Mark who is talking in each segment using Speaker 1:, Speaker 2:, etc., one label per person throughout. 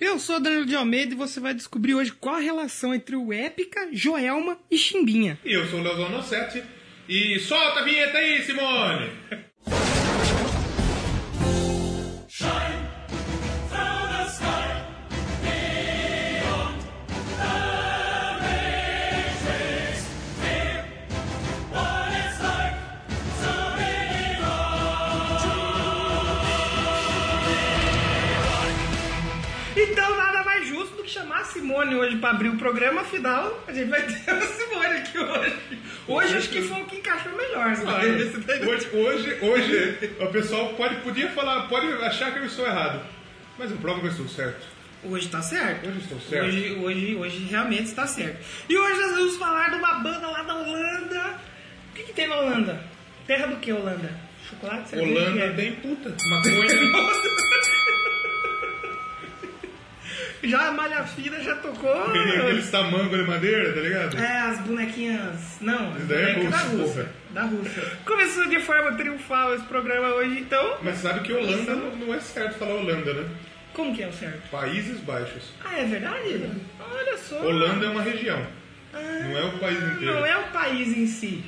Speaker 1: Eu sou Danilo de Almeida e você vai descobrir hoje qual a relação entre o Épica, Joelma e Chimbinha.
Speaker 2: E eu sou o Leozono 7 e solta a vinheta aí, Simone!
Speaker 3: Shine from the sky beyond the rages. Fear what it's like to
Speaker 1: Então nada mais justo do que chamar a Simone hoje pra abrir o programa, afinal a gente vai ter a Simone aqui hoje. Hoje acho que foi o que encaixou melhor, né? sabe? Ah, Esse daí-
Speaker 2: Hoje, hoje, hoje o pessoal pode, podia falar, pode achar que eu estou errado. Mas eu provo que eu estou certo.
Speaker 1: Hoje tá certo.
Speaker 2: Hoje estou certo.
Speaker 1: Hoje, hoje, hoje realmente está certo. E hoje nós vamos falar de uma banda lá da Holanda. O que, que tem na Holanda? Terra do que, Holanda? Chocolate? cerveja, o que
Speaker 2: Holanda
Speaker 1: é?
Speaker 2: tem puta. Maconha.
Speaker 1: Já a Malha Fina já tocou.
Speaker 2: Aquele- Aqueles tamango de madeira, tá ligado?
Speaker 1: É, as bonequinhas. Não, as
Speaker 2: Isso daí é
Speaker 1: bonecas da
Speaker 2: russo,
Speaker 1: Rússia.
Speaker 2: porra.
Speaker 1: Da Rússia. Começou de forma triunfal esse programa hoje, então.
Speaker 2: Mas sabe que Holanda não, não é certo falar Holanda, né?
Speaker 1: Como que é o certo?
Speaker 2: Países Baixos.
Speaker 1: Ah, é verdade? Olha só.
Speaker 2: Holanda é uma região.
Speaker 1: Ah,
Speaker 2: não é o país inteiro.
Speaker 1: Não é o país em si.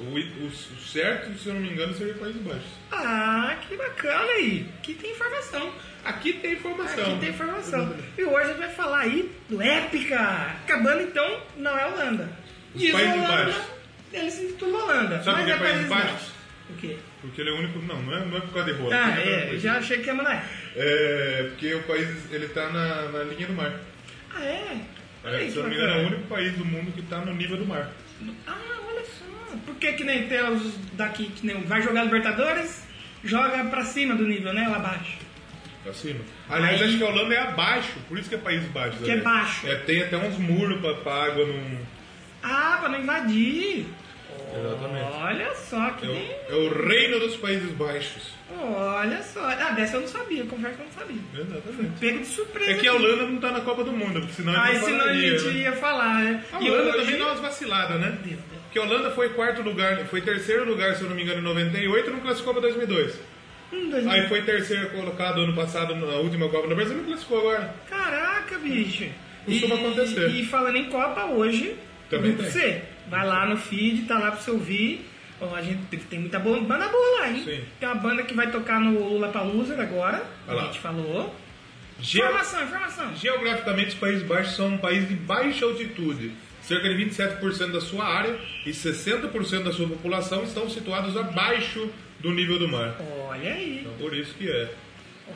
Speaker 2: O, o- o certo, se eu não me engano, seria Países Baixos.
Speaker 1: Ah, que bacana aí. Aqui tem informação.
Speaker 2: Aqui tem informação.
Speaker 1: Aqui tem informação. E hoje a gente vai falar aí do Épica. Acabando então, não é Holanda.
Speaker 2: Os Países Baixos.
Speaker 1: Ele se intitula Holanda.
Speaker 2: Sabe
Speaker 1: mas
Speaker 2: por que
Speaker 1: é
Speaker 2: é Países
Speaker 1: Baixos?
Speaker 2: Baixos?
Speaker 1: O quê?
Speaker 2: Porque ele é o único. Não, não é, não é por causa de rola.
Speaker 1: Ah,
Speaker 2: porque não
Speaker 1: é.
Speaker 2: por isso.
Speaker 1: Já achei que ia mandar.
Speaker 2: É, porque o país ele tá na, na linha do mar.
Speaker 1: Ah, é? Olha
Speaker 2: É,
Speaker 1: aí,
Speaker 2: se
Speaker 1: que
Speaker 2: eu não me engano, é o
Speaker 1: bacana.
Speaker 2: único país do mundo que tá no nível do mar.
Speaker 1: Ah, olha só. Por que que nem tem os daqui que nem... Vai jogar Libertadores, joga pra cima do nível, né? Lá abaixo.
Speaker 2: Acima. Aliás, acho que a Holanda é abaixo, por isso que é Países Baixos.
Speaker 1: Que é
Speaker 2: aliás.
Speaker 1: baixo.
Speaker 2: É, tem até uns muros pra, pra água não.
Speaker 1: Ah, pra não invadir.
Speaker 2: Exatamente.
Speaker 1: Olha só que
Speaker 2: É
Speaker 1: nem...
Speaker 2: o, é o reino dos Países Baixos.
Speaker 1: Olha só. Ah, dessa eu não sabia. Confesso que eu não sabia.
Speaker 2: Exatamente.
Speaker 1: Pego de surpresa.
Speaker 2: É que a
Speaker 1: aqui.
Speaker 2: Holanda não tá na Copa do Mundo, porque senão
Speaker 1: Aí
Speaker 2: não
Speaker 1: senão a
Speaker 2: falaria,
Speaker 1: gente
Speaker 2: né?
Speaker 1: ia falar, né?
Speaker 2: A
Speaker 1: E
Speaker 2: Holanda
Speaker 1: hoje-
Speaker 2: também dá umas vaciladas, né? Porque a Holanda foi quarto lugar, foi terceiro lugar, se eu não me engano, em 98 e não classificou pra 2002.
Speaker 1: Um, dois,
Speaker 2: Aí foi terceiro colocado ano passado na última Copa do Brasil e não classificou agora.
Speaker 1: Caraca, bicho.
Speaker 2: Costuma acontecer.
Speaker 1: E falando em Copa, hoje,
Speaker 2: Também
Speaker 1: grupo
Speaker 2: tem.
Speaker 1: C. Vai lá no feed, tá lá pra você ouvir. Ó, a gente tem- tem muita boa, banda boa lá, hein?
Speaker 2: Sim.
Speaker 1: Tem uma banda que vai tocar no Lula Palusa agora.
Speaker 2: Vai lá.
Speaker 1: A gente falou.
Speaker 2: Ge-
Speaker 1: Informação, informação.
Speaker 2: Geograficamente, os Países Baixos são um país de baixa altitude. Cerca de 27% da sua área e 60% da sua população estão situados abaixo do nível do mar.
Speaker 1: Olha aí,
Speaker 2: Então, por isso que é.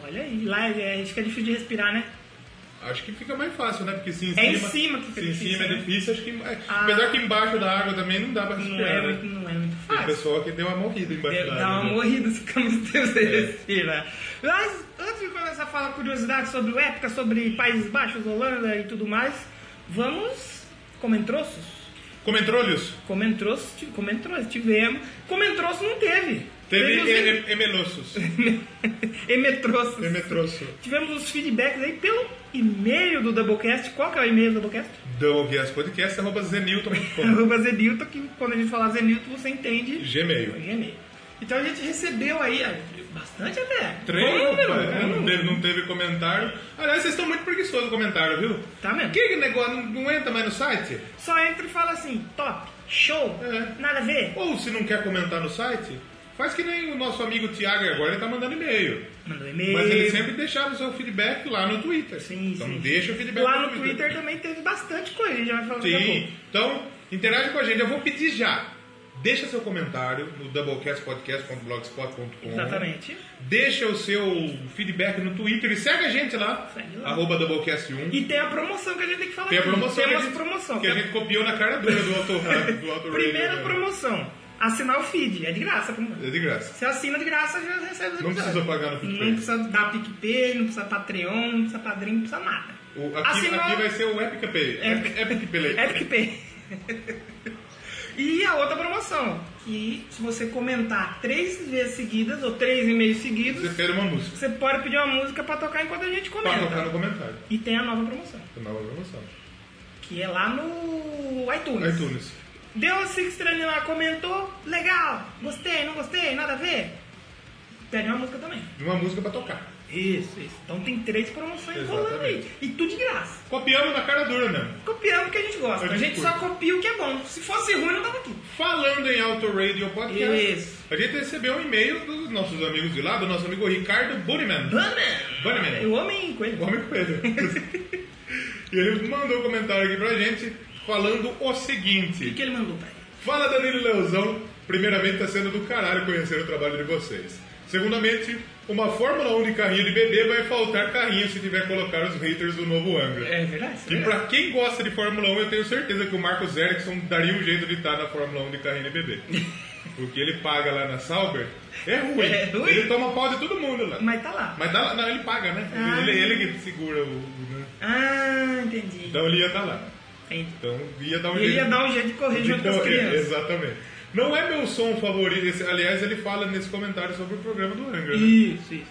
Speaker 1: olha aí. Lá é, é- fica difícil de respirar, né?
Speaker 2: Acho que fica mais fácil, né? Porque se em cima,
Speaker 1: É em cima que fica
Speaker 2: se em
Speaker 1: difícil,
Speaker 2: cima é
Speaker 1: né?
Speaker 2: difícil, acho que.
Speaker 1: Ah.
Speaker 2: Apesar que embaixo da água também não dá pra
Speaker 1: Não
Speaker 2: respirar.
Speaker 1: é,
Speaker 2: né?
Speaker 1: muito, não é muito
Speaker 2: Tem
Speaker 1: fácil.
Speaker 2: pessoal que deu uma morrida embaixo
Speaker 1: Deve
Speaker 2: da
Speaker 1: dar uma
Speaker 2: água. né?
Speaker 1: morrida se ficar muito tempo sem
Speaker 2: É.
Speaker 1: respirar. Mas antes de começar a falar curiosidades sobre o época, sobre Países Baixos, Holanda e tudo mais, vamos comentroços?
Speaker 2: Comentrolhos?
Speaker 1: Comentroços, ti- tipo, comentroços, tivemos. Comentroços é, não teve.
Speaker 2: Teve
Speaker 1: os
Speaker 2: em- em- emelossos.
Speaker 1: emetroços.
Speaker 2: Emetrosso.
Speaker 1: Tivemos os feedbacks aí pelo e-mail do Doublecast. Qual que é o e-mail do Doublecast?
Speaker 2: Douglas Podcast, arroba zenilton.com.
Speaker 1: Arroba Zenilton, que quando a gente falar Zenilton, você entende.
Speaker 2: Gmail.
Speaker 1: Gmail. Então a gente recebeu aí, ah, bastante até.
Speaker 2: Três,
Speaker 1: Bom número,
Speaker 2: opa,
Speaker 1: bom
Speaker 2: é,
Speaker 1: número.
Speaker 2: não, teve, não teve comentário. Aliás, vocês estão muito preguiçosos no comentário, viu?
Speaker 1: Tá mesmo.
Speaker 2: Que negócio não, não entra mais no site?
Speaker 1: Só entra e fala assim, top, show,
Speaker 2: É.
Speaker 1: nada a ver.
Speaker 2: Ou se não quer comentar no site, faz que nem o nosso amigo Tiago agora, ele tá mandando e-mail.
Speaker 1: Mandou um e-mail.
Speaker 2: Mas ele sempre deixava o seu feedback lá no Twitter.
Speaker 1: Sim,
Speaker 2: então
Speaker 1: sim.
Speaker 2: deixa o feedback
Speaker 1: Lá no Twitter tá também teve bastante coisa, a gente vai falar daqui a
Speaker 2: Sim.
Speaker 1: pouco.
Speaker 2: Então, interage com a gente. Eu vou pedir já. Deixa seu comentário no doublecastpodcast.blogspot.com.
Speaker 1: Exatamente.
Speaker 2: Deixa o seu feedback no Twitter e segue a gente lá.
Speaker 1: Segue lá.
Speaker 2: Arroba doublecast1.
Speaker 1: E tem a promoção que a gente tem que falar
Speaker 2: Tem a
Speaker 1: aqui.
Speaker 2: promoção que
Speaker 1: Temos
Speaker 2: a gente,
Speaker 1: promoção. é tá?
Speaker 2: que a gente copiou na cara dura do autor. né, do autor
Speaker 1: Primeira promoção, assinar o feed, é de graça. como-
Speaker 2: É de graça.
Speaker 1: Você assina de graça, já recebe os
Speaker 2: Não
Speaker 1: episódios.
Speaker 2: precisa pagar no PicPay.
Speaker 1: Não precisa dar PicPay, não precisa Patreon, não precisa padrinho, não precisa nada.
Speaker 2: O- aqui,
Speaker 1: Assinar-
Speaker 2: aqui vai ser o Epic Pay.
Speaker 1: Assim, Epic-
Speaker 2: Epic Play.
Speaker 1: É PicPay. e a outra promoção, que se você comentar três vezes seguidas ou três e-mails seguidos,
Speaker 2: Você pede uma música.
Speaker 1: você pode pedir uma música pra tocar enquanto a gente
Speaker 2: Pra tocar
Speaker 1: comenta.
Speaker 2: no comentário.
Speaker 1: E tem a nova promoção,
Speaker 2: Nova promoção.
Speaker 1: que é lá no iTunes.
Speaker 2: iTunes.
Speaker 1: Deu as cinco estrelas lá, comentou, legal, gostei, não gostei, nada a ver. Pede uma música também.
Speaker 2: Uma música pra tocar.
Speaker 1: Isso, isso. Então tem três promoções rolando aí.
Speaker 2: Exatamente.
Speaker 1: E tudo de graça.
Speaker 2: Copiando na cara dura mesmo.
Speaker 1: Copiando o que a gente gosta.
Speaker 2: A
Speaker 1: A
Speaker 2: gente
Speaker 1: gente só copia o que é bom. Se fosse ruim, não tava aqui.
Speaker 2: Falando em Auto Radio Podcast,
Speaker 1: Isso.
Speaker 2: a gente recebeu um e-mail dos nossos amigos de lá, do nosso amigo Ricardo Bunneman.
Speaker 1: Banner!
Speaker 2: Bunneman.
Speaker 1: O homem é com ele.
Speaker 2: O Homem Coelho. e ele mandou um comentário aqui pra gente falando o
Speaker 1: O
Speaker 2: seguinte:
Speaker 1: que ele mandou pra ele?
Speaker 2: Fala Danilo Leozão, primeiramente tá sendo do caralho conhecer o trabalho de vocês. Segundamente, uma Fórmula 1 de carrinho de bebê vai faltar carrinho se tiver que colocar os haters do novo Angra.
Speaker 1: É verdade? isso é
Speaker 2: E
Speaker 1: verdade.
Speaker 2: pra quem gosta de Fórmula 1, eu tenho certeza que o Marcos Ericsson daria um jeito de estar na Fórmula 1 de carrinho de bebê. Porque ele paga lá na Sauber, é ruim.
Speaker 1: É ruim.
Speaker 2: Ele toma pau de todo mundo lá.
Speaker 1: Mas tá lá.
Speaker 2: Mas dá lá- não, ele paga, né?
Speaker 1: Ah.
Speaker 2: Ele, ele que segura o. Né?
Speaker 1: Ah, entendi.
Speaker 2: Então ele ia estar lá.
Speaker 1: Entendi.
Speaker 2: Então ia dar um
Speaker 1: E ele ia dar um jeito de correr junto com as
Speaker 2: correr,
Speaker 1: crianças.
Speaker 2: Exatamente. Não é meu som favorito. esse- aliás, ele fala nesse comentário sobre o programa do Angra, né?
Speaker 1: Isso, isso.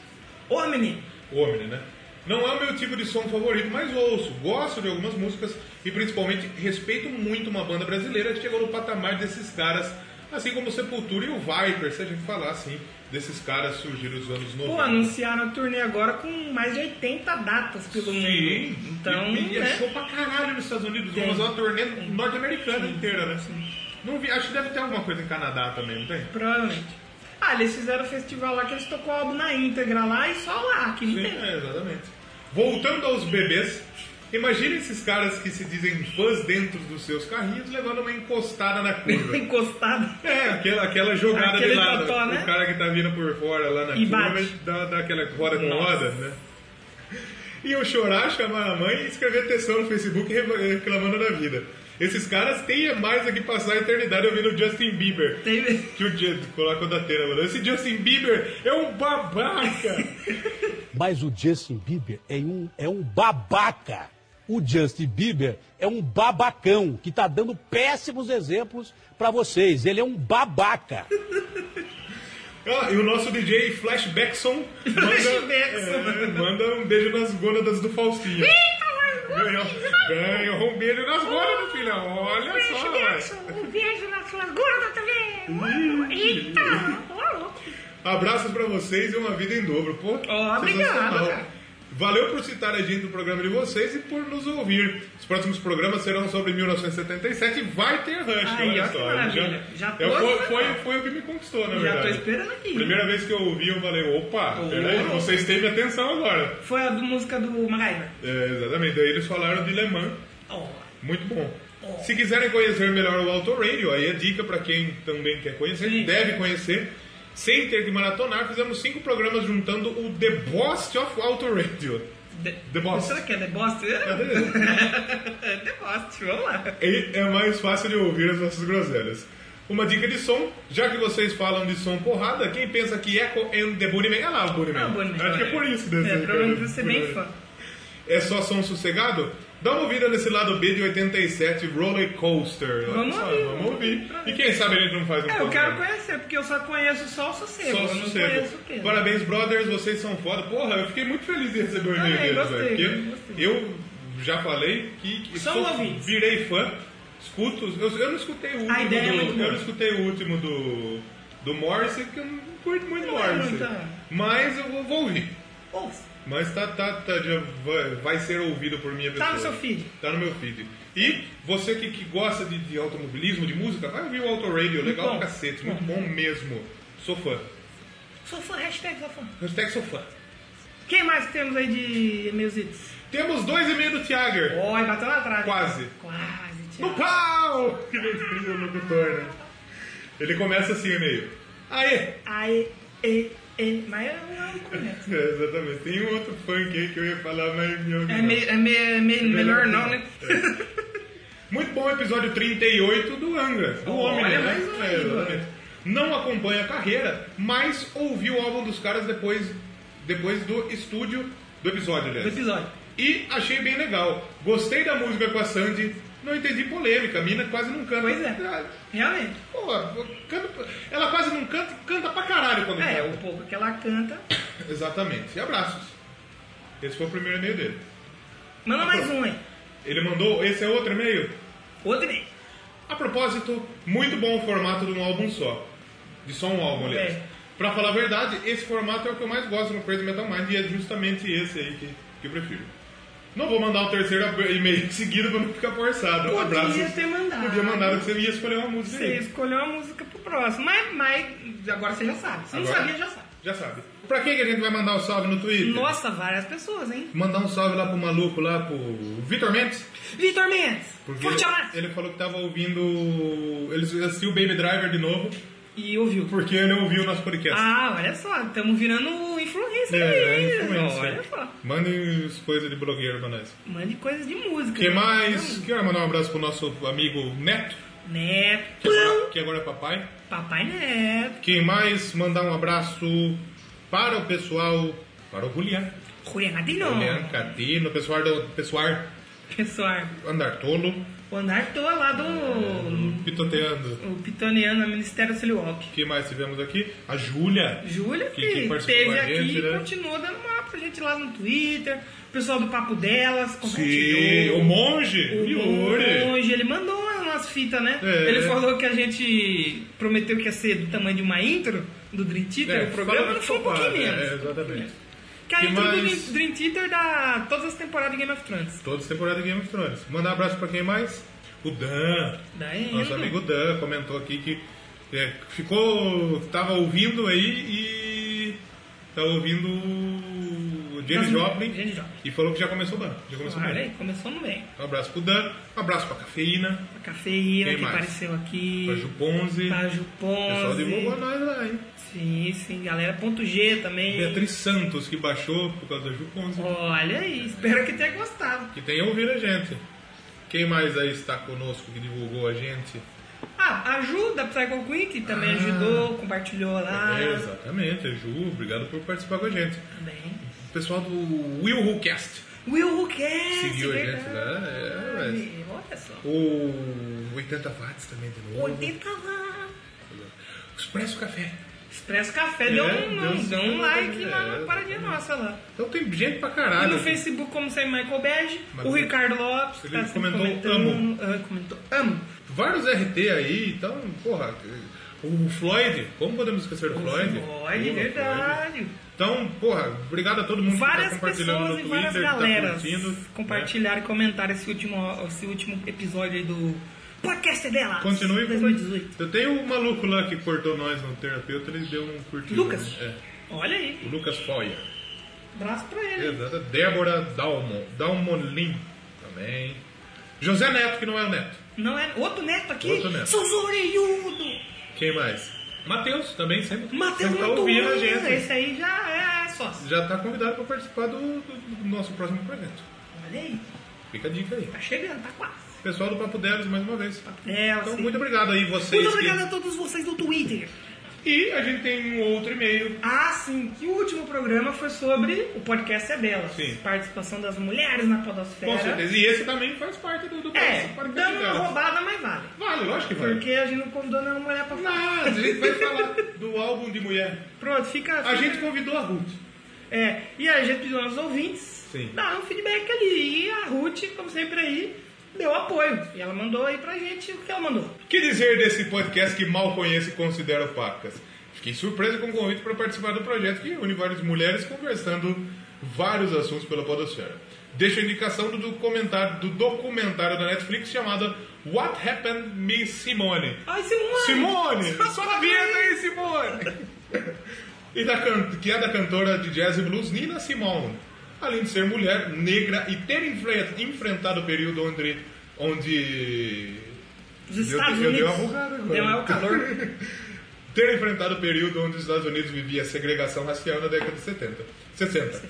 Speaker 1: Ô, menino.
Speaker 2: Omni, né? Não é o meu tipo de som favorito, mas ouço, gosto de algumas músicas e principalmente respeito muito uma banda brasileira que chegou no patamar desses caras, assim como o Sepultura e o Viper, se a gente falar assim, desses caras surgiram nos anos 90.
Speaker 1: Pô, anunciaram a turnê agora com mais de 80 datas pelo
Speaker 2: Sim,
Speaker 1: mundo. Então,
Speaker 2: e, e é
Speaker 1: né?
Speaker 2: show pra caralho nos Estados Unidos,
Speaker 1: Tem.
Speaker 2: vamos fazer uma turnê norte-americana inteira, né? Não vi, acho que deve ter alguma coisa em Canadá também, não tem?
Speaker 1: Provavelmente. Ah, eles fizeram o festival lá que eles tocou o álbum na íntegra lá e só lá, que não
Speaker 2: Sim,
Speaker 1: tem.
Speaker 2: é, exatamente. Voltando aos bebês, imagina esses caras que se dizem fãs dentro dos seus carrinhos levando uma encostada na curva.
Speaker 1: Encostado.
Speaker 2: É, aquela, aquela jogada
Speaker 1: Aquele
Speaker 2: de lado.
Speaker 1: totó, né?
Speaker 2: O cara que tá vindo por fora lá na
Speaker 1: E
Speaker 2: curva
Speaker 1: bate.
Speaker 2: dá, dá aquela roda com
Speaker 1: Nossa.
Speaker 2: roda, né? E eu chorar, chamar a mãe e escrever textão no Facebook re- reclamando da vida. Esses caras têm mais a que passar a eternidade ouvindo Justin Bieber.
Speaker 1: Teve...
Speaker 2: Que o Justin coloca o da tela, mano. Esse Justin Bieber é um babaca!
Speaker 4: Mas o Justin Bieber é um, é um babaca. O Justin Bieber é um babacão que tá dando péssimos exemplos pra vocês. Ele é um babaca.
Speaker 2: Ah, e o nosso DJ Flashbackson manda,
Speaker 1: Flashbackson.
Speaker 2: é, manda um beijo nas gônadas do Faustinho. Ganhou, ganhou um beijo nas gônadas, filha. Olha só.
Speaker 1: Flashbackson,
Speaker 2: velho.
Speaker 1: um beijo na sua gorda também. Eita, ó, louco.
Speaker 2: Abraços pra vocês e uma vida em dobro. Pô,
Speaker 1: Ó, obrigado,
Speaker 2: sensacional.
Speaker 1: cara.
Speaker 2: Valeu por citar a gente no programa de vocês e por nos ouvir. Os próximos programas serão sobre 1977 e vai ter Rush.
Speaker 1: Aí,
Speaker 2: olha
Speaker 1: ó, que
Speaker 2: só.
Speaker 1: maravilha. Já tô
Speaker 2: eu- foi,
Speaker 1: esperando.
Speaker 2: foi, foi o que me conquistou, na
Speaker 1: Já
Speaker 2: É verdade.
Speaker 1: tô esperando aqui.
Speaker 2: Primeira vez que eu ouvi, eu falei, opa,
Speaker 1: Ô.
Speaker 2: peraí, vocês teve atenção agora.
Speaker 1: Foi a do- música do Magaiva.
Speaker 2: É, exatamente. Daí eles falaram de Le Mans.
Speaker 1: Ó,
Speaker 2: Muito bom. Se quiserem conhecer melhor o Auto Radio, aí a dica para quem também quer conhecer,
Speaker 1: Sim.
Speaker 2: deve conhecer. Sem ter que maratonar, fizemos cinco programas juntando o The Boss of Auto Radio.
Speaker 1: de...
Speaker 2: The Boss.
Speaker 1: Será que é The Boss? The Boss, vamos lá.
Speaker 2: E é mais fácil de ouvir as nossas groselhas. Uma dica de som, já que vocês falam de som porrada, quem pensa que Echo and the Bunnyman... É lá o Bunnyman.
Speaker 1: Ah, bonito.
Speaker 2: Acho que é por isso. deve
Speaker 1: É,
Speaker 2: ser,
Speaker 1: provavelmente
Speaker 2: cara.
Speaker 1: você é bem fã.
Speaker 2: É só som sossegado? Dá uma ouvida nesse lado B de 87, Roller Coaster. Olha
Speaker 1: Vamos
Speaker 2: só,
Speaker 1: ouvir,
Speaker 2: Vamos
Speaker 1: vamos
Speaker 2: ouvir.
Speaker 1: ouvir.
Speaker 2: E quem sabe a gente não faz um
Speaker 1: É, eu
Speaker 2: programa.
Speaker 1: quero conhecer, porque eu só conheço só o sossego.
Speaker 2: Só
Speaker 1: eu não conheço o né?
Speaker 2: sossego.
Speaker 1: Pedro.
Speaker 2: Parabéns, brothers, vocês são foda. Porra, eu fiquei muito feliz de receber o e-mail
Speaker 1: Também,
Speaker 2: deles,
Speaker 1: gostei,
Speaker 2: velho,
Speaker 1: gostei.
Speaker 2: porque Eu já falei que, que
Speaker 1: São ouvintes.
Speaker 2: virei fã, escuto. Eu, eu não escutei o último
Speaker 1: ideia é
Speaker 2: do.
Speaker 1: muito boa.
Speaker 2: eu não escutei o último do. do Morrissey, que eu não curto muito
Speaker 1: Não é
Speaker 2: Morrissey.
Speaker 1: muita-
Speaker 2: Mas eu vou, vou ouvir.
Speaker 1: Ouça.
Speaker 2: Mas tá, tá, tá, já vai, vai ser ouvido por minha pessoa.
Speaker 1: Tá no seu feed.
Speaker 2: Tá no meu feed. E você que, que gosta de, de automobilismo, de música, vai ouvir o Autoradio, legal
Speaker 1: bom.
Speaker 2: pra cacete, muito bom mesmo. Sou fã.
Speaker 1: Sou fã, hashtag sou fã.
Speaker 2: Hashtag sou fã.
Speaker 1: Quem mais temos aí de e-mails? hits?
Speaker 2: Temos dois e meio do Tiager.
Speaker 1: Oi, bateu lá atrás.
Speaker 2: Quase.
Speaker 1: Quase,
Speaker 2: No
Speaker 1: Thiago.
Speaker 2: pau! Que loucura, locutor, né? Ele começa assim o e-mail. Aê!
Speaker 1: Aí, e, e, mas eu não conheço.
Speaker 2: É, exatamente. Tem um outro funk aí que eu ia falar, mas... meu
Speaker 1: É, me, é, me, é me- melhor não, né?
Speaker 2: Muito bom o episódio 38 do Angra, do
Speaker 1: Olha,
Speaker 2: Homem, né?
Speaker 1: mais um aí,
Speaker 2: É, exatamente. Não acompanha a carreira, mas ouviu o álbum dos caras depois, depois do estúdio, do episódio,
Speaker 1: Do
Speaker 2: aliás.
Speaker 1: episódio.
Speaker 2: E achei bem legal. Gostei da música com a Sandy, não entendi polêmica, a mina quase não canta. Ah,
Speaker 1: Pois é. Realmente.
Speaker 2: Pô, canta, ela quase não canta e canta pra caralho quando
Speaker 1: É, o
Speaker 2: canta.
Speaker 1: pouco que ela canta.
Speaker 2: Exatamente. E abraços. Esse foi o primeiro e-mail dele.
Speaker 1: Manda mais um aí.
Speaker 2: Ele mandou, esse é outro e-mail?
Speaker 1: Outro e-mail.
Speaker 2: A propósito, muito bom o formato de um álbum só. De só um álbum, aliás.
Speaker 1: É.
Speaker 2: Pra falar a verdade, esse formato é o que eu mais gosto no Crazy Metal Mind e é justamente esse aí que, que eu prefiro. Não vou mandar o terceiro ab- e-mail seguido pra não ficar forçado. Um
Speaker 1: Podia
Speaker 2: abraço.
Speaker 1: ter mandado.
Speaker 2: Podia mandar, que você ia escolher uma música
Speaker 1: Você
Speaker 2: aí.
Speaker 1: escolheu a música pro próximo. Mas, mas agora você já sabe. Se não
Speaker 2: Agora-
Speaker 1: sabia, já sabe.
Speaker 2: Já sabe. Pra quem que a gente vai mandar o salve no Twitter?
Speaker 1: Nossa, várias pessoas, hein?
Speaker 2: Mandar um salve lá pro maluco, lá pro Vitor Mendes.
Speaker 1: Vitor Mendes,
Speaker 2: Porque
Speaker 1: forte abraço!
Speaker 2: ele, ele falou que tava ouvindo. Ele assistiu o Baby Driver de novo,
Speaker 1: E ouviu.
Speaker 2: porque ele ouviu o nosso podcast.
Speaker 1: Ah, olha só, estamos virando um influencer
Speaker 2: É,
Speaker 1: aí.
Speaker 2: é influencer.
Speaker 1: Olha só.
Speaker 2: Mandem as coisas de blogueiro pra nós.
Speaker 1: Mande coisas de música.
Speaker 2: que mais? Quero mandar um abraço pro nosso amigo Neto, que
Speaker 1: Nepão.
Speaker 2: agora, que agora é papai.
Speaker 1: Papai Neto.
Speaker 2: Quem mais? Mandar um abraço para o pessoal. Para o Julian.
Speaker 1: Julian Catino.
Speaker 2: Julian Catino, o pessoal do pessoal
Speaker 1: Pessoal,
Speaker 2: Andartolo,
Speaker 1: o andar toa lá do...
Speaker 2: Pitoteando.
Speaker 1: O Pitoniano, Ministério Silwalk.
Speaker 2: Quem mais tivemos aqui? A Júlia.
Speaker 1: Júlia,
Speaker 2: Que- que
Speaker 1: que,
Speaker 2: participou
Speaker 1: esteve
Speaker 2: com a
Speaker 1: aqui
Speaker 2: gente,
Speaker 1: e
Speaker 2: né?
Speaker 1: continuou dando mapa pra gente lá no Twitter. O pessoal do Papo Delas
Speaker 2: Sim,
Speaker 1: compartilhou.
Speaker 2: o monge.
Speaker 1: O
Speaker 2: Yuri.
Speaker 1: Monge, ele mandou as nossas fitas, né?
Speaker 2: É.
Speaker 1: Ele falou que a gente prometeu que ia ser do tamanho de uma intro do Dream Theater,
Speaker 2: É,
Speaker 1: o programa
Speaker 2: fala-
Speaker 1: não foi um pouquinho
Speaker 2: é,
Speaker 1: menos.
Speaker 2: é, exatamente.
Speaker 1: Que a
Speaker 2: Que
Speaker 1: intro
Speaker 2: mais?
Speaker 1: do Dream Theater da todas as temporadas de Game of Thrones.
Speaker 2: Toda temporada de Game of Thrones. Mandar um abraço pra quem mais? O Dan.
Speaker 1: Daí,
Speaker 2: Nosso
Speaker 1: eu-
Speaker 2: amigo Dan comentou aqui que é, ficou. tava ouvindo aí e. tá ouvindo o James
Speaker 1: Nossa,
Speaker 2: Joplin.
Speaker 1: James Joplin. Ah,
Speaker 2: E falou que já começou bem. Já começou
Speaker 1: Olha
Speaker 2: bem.
Speaker 1: aí, começou no bem.
Speaker 2: Um abraço pro Dan, um abraço pra Cafeína,
Speaker 1: A cafeína
Speaker 2: Quem
Speaker 1: que
Speaker 2: mais?
Speaker 1: apareceu aqui.
Speaker 2: pra Juponze.
Speaker 1: Pra
Speaker 2: O pessoal divulgou
Speaker 1: Juponze.
Speaker 2: nós lá, hein?
Speaker 1: Sim, sim, galera. Ponto G também.
Speaker 2: Beatriz Santos, que baixou por causa da Juponze.
Speaker 1: Olha aí, espero que tenha gostado.
Speaker 2: Que tem ouvido a gente. Quem mais aí está conosco que divulgou a gente?
Speaker 1: Ah, ajuda, Psycho Queen, que também
Speaker 2: Ah.
Speaker 1: ajudou, compartilhou lá.
Speaker 2: É, exatamente, Ju, obrigado por participar com a gente.
Speaker 1: Também.
Speaker 2: O pessoal do Will Who Cast
Speaker 1: Will Who Cares,
Speaker 2: seguiu a gente
Speaker 1: verdade.
Speaker 2: lá. É, mas-
Speaker 1: Olha só.
Speaker 2: o 80 Watts também de novo.
Speaker 1: 80 lá.
Speaker 2: O Expresso Café.
Speaker 1: Expresso Café
Speaker 2: É,
Speaker 1: deu, um,
Speaker 2: deu
Speaker 1: deu
Speaker 2: certo,
Speaker 1: um like
Speaker 2: é,
Speaker 1: lá na paradinha
Speaker 2: exatamente.
Speaker 1: nossa lá.
Speaker 2: Então tem gente pra
Speaker 1: E
Speaker 2: caralho.
Speaker 1: no Facebook, como sempre, Michael Bege,
Speaker 2: Mas
Speaker 1: o
Speaker 2: ele-
Speaker 1: Ricardo Lopes,
Speaker 2: ele
Speaker 1: tá sempre
Speaker 2: comentou,
Speaker 1: comentando.
Speaker 2: amo.
Speaker 1: ah, comentou, amo.
Speaker 2: Vários RT aí, então, porra. O Floyd, como podemos esquecer do Floyd?
Speaker 1: Floyd,
Speaker 2: Porra, Floyd.
Speaker 1: verdade.
Speaker 2: Então, porra, obrigado a todo mundo
Speaker 1: Várias
Speaker 2: que tá compartilhando
Speaker 1: pessoas
Speaker 2: no
Speaker 1: e várias
Speaker 2: Twitter, que tá
Speaker 1: galeras
Speaker 2: curtindo. né?
Speaker 1: compartilharam e comentaram esse último, esse último episódio aí do Podcast dela.
Speaker 2: Continue.
Speaker 1: 2018.
Speaker 2: Eu tenho um maluco lá que cortou nós no terapeuta, ele deu um curtido.
Speaker 1: Lucas.
Speaker 2: É,
Speaker 1: Olha aí,
Speaker 2: o Lucas Foyer.
Speaker 1: abraço pra ele.
Speaker 2: Exato. Débora Dalmo, Dalmolin também. José Neto, que não é o Neto.
Speaker 1: Não é outro neto aqui?
Speaker 2: Outro neto.
Speaker 1: Sou orelhudo!
Speaker 2: Quem mais? Matheus também, sempre.
Speaker 1: Matheus
Speaker 2: sempre tá ouvindo a
Speaker 1: Mantuan!
Speaker 2: gente.
Speaker 1: Esse aí já é sócio.
Speaker 2: Já tá convidado para participar do, do- do nosso próximo projeto.
Speaker 1: Olha aí,
Speaker 2: Fica a dica aí.
Speaker 1: tá chegando, tá quase.
Speaker 2: Pessoal do Papo Delas, mais uma vez.
Speaker 1: É,
Speaker 2: Então,
Speaker 1: assim.
Speaker 2: muito obrigado aí vocês.
Speaker 1: Muito
Speaker 2: que-
Speaker 1: obrigado a todos vocês do Twitter.
Speaker 2: E a gente tem um outro e-mail.
Speaker 1: Ah, sim, que o último programa foi sobre o podcast é delas.
Speaker 2: Sim.
Speaker 1: Participação das mulheres na
Speaker 2: Com
Speaker 1: podosfera.
Speaker 2: certeza. E esse também faz parte do, do
Speaker 1: É,
Speaker 2: nosso podcast
Speaker 1: dando uma
Speaker 2: delas.
Speaker 1: roubada, mas vale.
Speaker 2: Vale, lógico que vale.
Speaker 1: Porque a gente não convidou nenhuma mulher pra falar.
Speaker 2: Mas a gente vai falar do álbum de mulher.
Speaker 1: Pronto, fica
Speaker 2: A
Speaker 1: fica-
Speaker 2: gente convidou a Ruth.
Speaker 1: É, e a gente pediu aos ouvintes
Speaker 2: Sim.
Speaker 1: dar um feedback ali. E a Ruth, como sempre aí, deu apoio. E ela mandou aí pra gente o que ela mandou.
Speaker 2: Que dizer desse podcast que mal conheço e considero pacas? Fiquei surpreso com o convite para participar do projeto que une várias mulheres conversando vários assuntos pela podosfera. Deixo a indicação do, documentário, do documentário da Netflix chamado What Happened Me Simone.
Speaker 1: Ai, Simone!
Speaker 2: Simone!
Speaker 1: Só
Speaker 2: Só a vinheta aí, Simone! e da can- que é da cantora de jazz e blues Nina Simone. Além de ser mulher, negra e ter enfre- enfrentado o período onde... onde
Speaker 1: Os
Speaker 2: Meu
Speaker 1: Estados
Speaker 2: Deus, deu
Speaker 1: Unidos.
Speaker 2: uma bugada agora.
Speaker 1: Deu maior calor.
Speaker 2: ter enfrentado o período onde os Estados Unidos vivia segregação racial na década de 70. 60.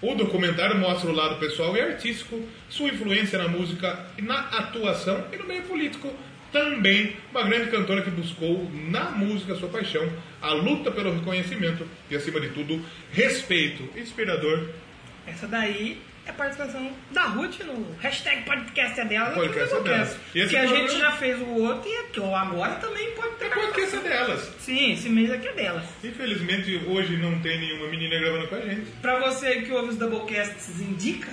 Speaker 2: O documentário mostra o lado pessoal e artístico, sua influência na música, na atuação e no meio político. Também uma grande cantora que buscou na música sua paixão, a luta pelo reconhecimento e, acima de tudo, respeito. Inspirador.
Speaker 1: Essa daí é a participação da Ruth no hashtag podcast é dela.
Speaker 2: Podcast é
Speaker 1: no
Speaker 2: dela.
Speaker 1: podcast.
Speaker 2: E esse
Speaker 1: Que a
Speaker 2: programa-
Speaker 1: gente já fez o outro e aqui, ó, agora também pode ter.
Speaker 2: Podcast é delas.
Speaker 1: Sim, esse mês aqui é dela.
Speaker 2: Infelizmente, hoje não tem nenhuma menina gravando com a gente.
Speaker 1: Pra você que ouve os Doublecasts, indica.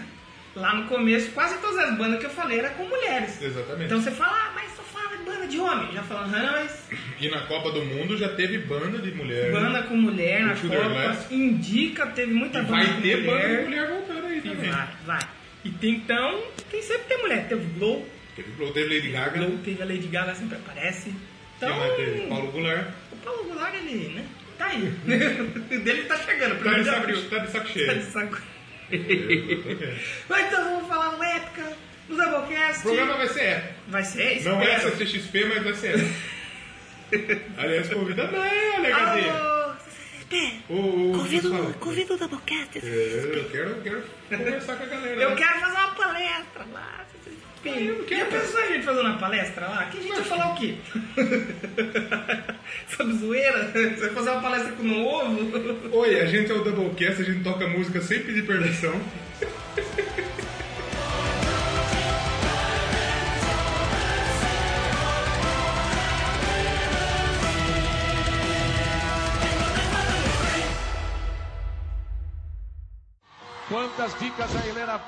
Speaker 1: Lá no começo, quase todas as bandas que eu falei era com mulheres.
Speaker 2: Exatamente.
Speaker 1: Então você fala, ah, mas só fala de banda de homem. Já fala, ah, mas
Speaker 2: E na Copa do Mundo já teve banda de mulher. né?
Speaker 1: banda com mulher na
Speaker 2: Sugar
Speaker 1: Copa,
Speaker 2: Glass.
Speaker 1: indica, teve muita
Speaker 2: E
Speaker 1: banda
Speaker 2: vai
Speaker 1: com
Speaker 2: ter
Speaker 1: mulher.
Speaker 2: banda de mulher voltando aí
Speaker 1: E
Speaker 2: também.
Speaker 1: Vai, vai. E tem, então, tem sempre tem mulher. Teve Glow,
Speaker 2: Teve Glow, teve Lady Gaga,
Speaker 1: Glow teve a Lady Gaga, sempre aparece. É. Então,
Speaker 2: quem mais teve? Paulo Goulart.
Speaker 1: o Paulo Goulart, ele, né? Tá aí. o dele tá chegando,
Speaker 2: Tá
Speaker 1: primeiro
Speaker 2: de
Speaker 1: de abril.
Speaker 2: saco, tá de saco
Speaker 1: Tá de
Speaker 2: cheio. É,
Speaker 1: saco.
Speaker 2: Exatamente.
Speaker 1: Mas então vamos falar no Épica, no Doublecast.
Speaker 2: O programa vai ser épico.
Speaker 1: Vai ser
Speaker 2: Não é
Speaker 1: espero.
Speaker 2: essa CXP, mas vai ser épico. Aliás, convida bem, alegadinha.
Speaker 1: Alô,
Speaker 2: Convido,
Speaker 5: Convido o Doublecast.
Speaker 2: É, Eu quero, quero conversar com a galera.
Speaker 1: eu quero fazer uma palestra lá.
Speaker 2: Eu
Speaker 1: E a
Speaker 2: quero.
Speaker 1: pessoa a gente fazer uma palestra lá? Que a gente vai falar o quê? Sobre zoeira? Você vai fazer uma palestra com um ovo?
Speaker 2: Oi, a gente é o Doublecast, a gente toca música sem pedir permissão.
Speaker 6: Quantas dicas a Helena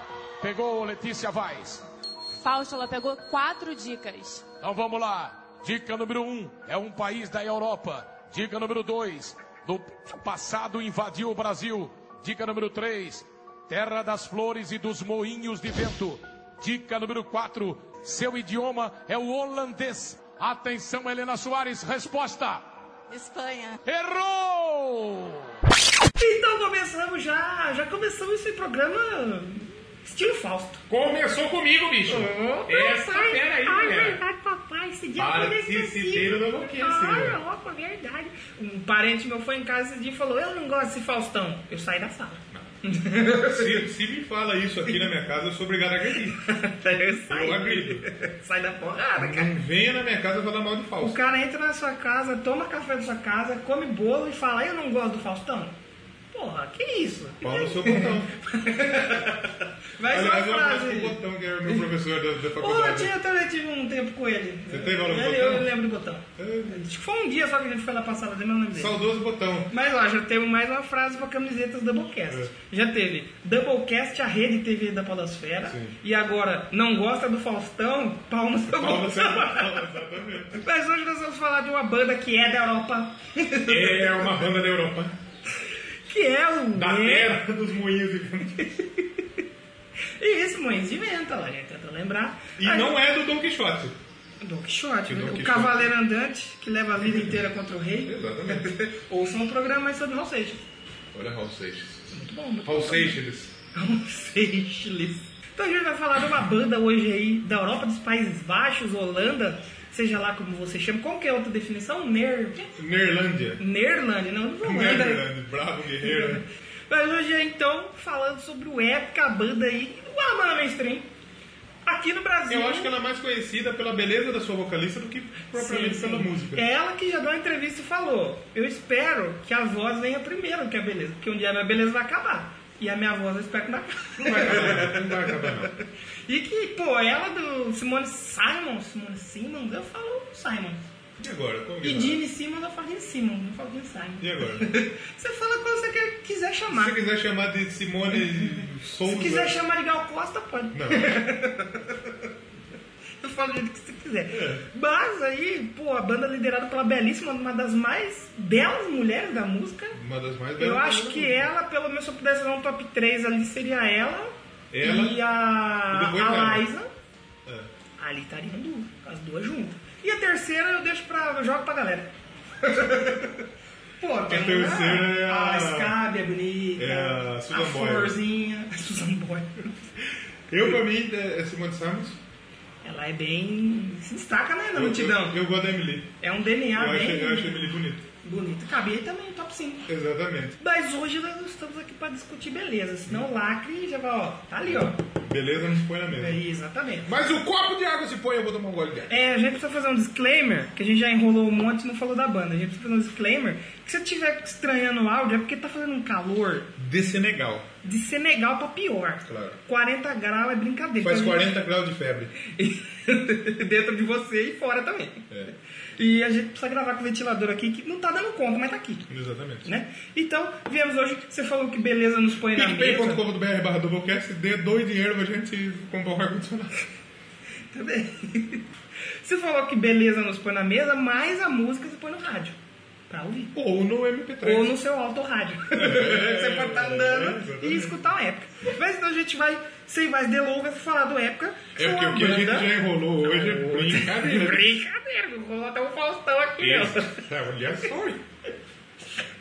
Speaker 6: pegou, Letícia Vaz?
Speaker 7: Fausto, ela pegou quatro dicas.
Speaker 6: Então vamos lá. Dica número um, é um país da Europa. Dica número dois, no passado invadiu o Brasil. Dica número três, terra das flores e dos moinhos de vento. Dica número quatro, seu idioma é o holandês. Atenção, Helena Soares, resposta.
Speaker 7: Espanha.
Speaker 6: Errou!
Speaker 1: Então começamos já, já começamos esse programa estilo Fausto.
Speaker 2: Começou comigo, bicho.
Speaker 1: Oh,
Speaker 2: Essa
Speaker 1: papai.
Speaker 2: fera Ah, aí,
Speaker 1: Ai,
Speaker 2: galera.
Speaker 1: verdade, papai, esse dia
Speaker 2: Para
Speaker 1: eu
Speaker 2: de
Speaker 1: comecei
Speaker 2: se
Speaker 1: assim.
Speaker 2: ter no Doublecast,
Speaker 1: Ai,
Speaker 2: né?
Speaker 1: opa, verdade. Um parente meu foi em casa esse dia e falou, eu não gosto desse Faustão. Eu saí da sala.
Speaker 2: Se, se me fala isso aqui na minha casa, eu sou obrigado a agredir.
Speaker 1: eu saí.
Speaker 2: Eu agrido.
Speaker 1: Sai da porrada, cara.
Speaker 2: Não venha na minha casa falar mal de
Speaker 1: O
Speaker 2: falso.
Speaker 1: cara entra na sua casa, toma café da sua casa, come bolo e fala, eu não gosto do Faustão. Porra, que isso?
Speaker 2: Pau no seu botão.
Speaker 1: Vai ser uma
Speaker 2: Aliás, eu abraço
Speaker 1: frase.
Speaker 2: pro botão, é que era meu professor da, da
Speaker 1: Ô, eu,
Speaker 2: faculdade.
Speaker 1: tinha, eu também tive um tempo com ele.
Speaker 2: Você teve aula com o
Speaker 1: Ele-
Speaker 2: Botão?
Speaker 1: Eu lembro do botão.
Speaker 2: É,
Speaker 1: Acho que foi um dia só que a gente foi lá passada dele, mas não lembro dele.
Speaker 2: Saudoso botão.
Speaker 1: Mas ó, já temos mais uma frase para camisetas
Speaker 2: É.
Speaker 1: Doublecast. Já teve Doublecast, a rede TV da Podosfera.
Speaker 2: Sim.
Speaker 1: E agora, não gosta do Faustão? Pau no seu
Speaker 2: Pau no seu
Speaker 1: botão.
Speaker 2: botão, exatamente.
Speaker 1: Mas hoje nós vamos falar de uma banda que é da Europa.
Speaker 2: É uma banda da Europa.
Speaker 1: que é o.
Speaker 2: Da
Speaker 1: Ed-
Speaker 2: terra dos moinhos de vento.
Speaker 1: E esse Mães de Vento, lá, a gente tenta lembrar.
Speaker 2: E
Speaker 1: A
Speaker 2: não é do Don Quixote.
Speaker 1: gente- Don Quixote,
Speaker 2: Don
Speaker 1: né? o
Speaker 2: Quixote.
Speaker 1: cavaleiro andante que leva a vida inteira contra o rei.
Speaker 2: Exatamente.
Speaker 1: Ouçam um programa aí sobre Raul Seixas.
Speaker 2: Olha Raul Seixas.
Speaker 1: Muito bom, muito
Speaker 2: Raul
Speaker 1: bom.
Speaker 2: Seixas.
Speaker 1: Raul Seixas. Então a gente vai falar de uma banda hoje aí da Europa, dos Países Baixos, Holanda, seja lá como você chama. Qual que é a outra definição? Ner...
Speaker 2: Nerlândia.
Speaker 1: Nerlândia, não, não é, né? Holanda.
Speaker 2: Nerlândia. Bravo guerreiro.
Speaker 1: Mas hoje é então falando sobre o Épica, a banda aí, do Guaramana Mainstream, aqui no Brasil.
Speaker 2: Eu acho que ela é mais conhecida pela beleza da sua vocalista do que propriamente
Speaker 1: Sim,
Speaker 2: pela
Speaker 1: sim.
Speaker 2: música.
Speaker 1: É ela que já deu uma entrevista e falou: Eu espero que a voz venha primeiro que a beleza, porque um dia a minha beleza vai acabar. E a minha voz eu espero que não
Speaker 2: Não vai
Speaker 1: acabe.
Speaker 2: acabar, não vai acabar, não.
Speaker 1: e que, pô, ela do Simone Simons, Simone Simons, eu falo Simons.
Speaker 2: E agora? Como que
Speaker 1: E
Speaker 2: vai?
Speaker 1: Gene Simons, eu falo Gene Simons, não falo Gene Simons.
Speaker 2: E agora?
Speaker 1: Você fala quando você quer- quiser
Speaker 2: Se
Speaker 1: chamar.
Speaker 2: você quiser chamar de Simone Souza.
Speaker 1: Se quiser chamar de Gal Costa, pode.
Speaker 2: Não.
Speaker 1: Eu falo do jeito que você quiser.
Speaker 2: É.
Speaker 1: Mas aí, pô, a banda é liderada pela belíssima, uma das mais belas mulheres da música.
Speaker 2: Uma das mais belas.
Speaker 1: Eu acho
Speaker 2: do
Speaker 1: que é.
Speaker 2: mundo.
Speaker 1: ela, pelo menos se eu pudesse dar um top 3 ali, seria ela,
Speaker 2: Ela.
Speaker 1: e a,
Speaker 2: E depois
Speaker 1: a
Speaker 2: ela.
Speaker 1: Liza.
Speaker 2: É.
Speaker 1: Ali estariam duas, as duas juntas. E a terceira eu deixo pra. Eu jogo pra galera. Pô, tem
Speaker 2: terceira
Speaker 1: a,
Speaker 2: é
Speaker 1: a
Speaker 2: a-
Speaker 1: Scab, é bonita,
Speaker 2: é a Susan
Speaker 1: a
Speaker 2: Boyle.
Speaker 1: Florzinha, a Susan Boy.
Speaker 2: Eu, pra mim, é é Simone Simons.
Speaker 1: Ela é bem. se destaca né, na
Speaker 2: Eu-
Speaker 1: multidão.
Speaker 2: Eu, eu gosto da Emily.
Speaker 1: É um
Speaker 2: Eu
Speaker 1: DNA
Speaker 2: acho,
Speaker 1: bem
Speaker 2: eu acho a Emily bonita.
Speaker 1: bonito. Cabia também, top 5.
Speaker 2: Exatamente.
Speaker 1: Mas hoje nós não estamos aqui pra discutir beleza, senão o lacre já vai, ó, tá ali, ó.
Speaker 2: Beleza, não se põe na
Speaker 1: É,
Speaker 2: mesa.
Speaker 1: exatamente.
Speaker 2: Mas o copo de água se põe, eu vou tomar um gole de água.
Speaker 1: É, a gente precisa fazer um disclaimer, que a gente já enrolou um monte e não falou da banda. A gente precisa fazer um disclaimer, que se você estiver estranhando o áudio é porque tá fazendo um calor
Speaker 2: De Senegal.
Speaker 1: de Senegal pra pior.
Speaker 2: Claro.
Speaker 1: 40 graus é brincadeira.
Speaker 2: Faz
Speaker 1: Então,
Speaker 2: 40 graus de febre.
Speaker 1: dentro de você e fora também.
Speaker 2: É.
Speaker 1: E a gente precisa gravar com o ventilador aqui, que não tá dando conta, mas tá aqui.
Speaker 2: Exatamente.
Speaker 1: Né? Então, viemos hoje, você falou que beleza nos põe na é mesa.
Speaker 2: PicPay.com.br barra Doublecast, dê dois dinheiro pra gente comprar um ar-condicionado.
Speaker 1: Tá bem. Você falou que beleza nos põe na mesa, mas a música você põe no rádio. Pra ouvir.
Speaker 2: Ou no MP3.
Speaker 1: Ou no seu autorádio. você pode estar andando
Speaker 2: É, exatamente.
Speaker 1: e escutar o época. Mas então a gente vai, sem mais delongas, falar do época.
Speaker 2: É o que, o que a gente já enrolou hoje é brincadeira.
Speaker 1: Brincadeira, viu? rolou até um Faustão aqui, ó.
Speaker 2: Isso. É, Olha só.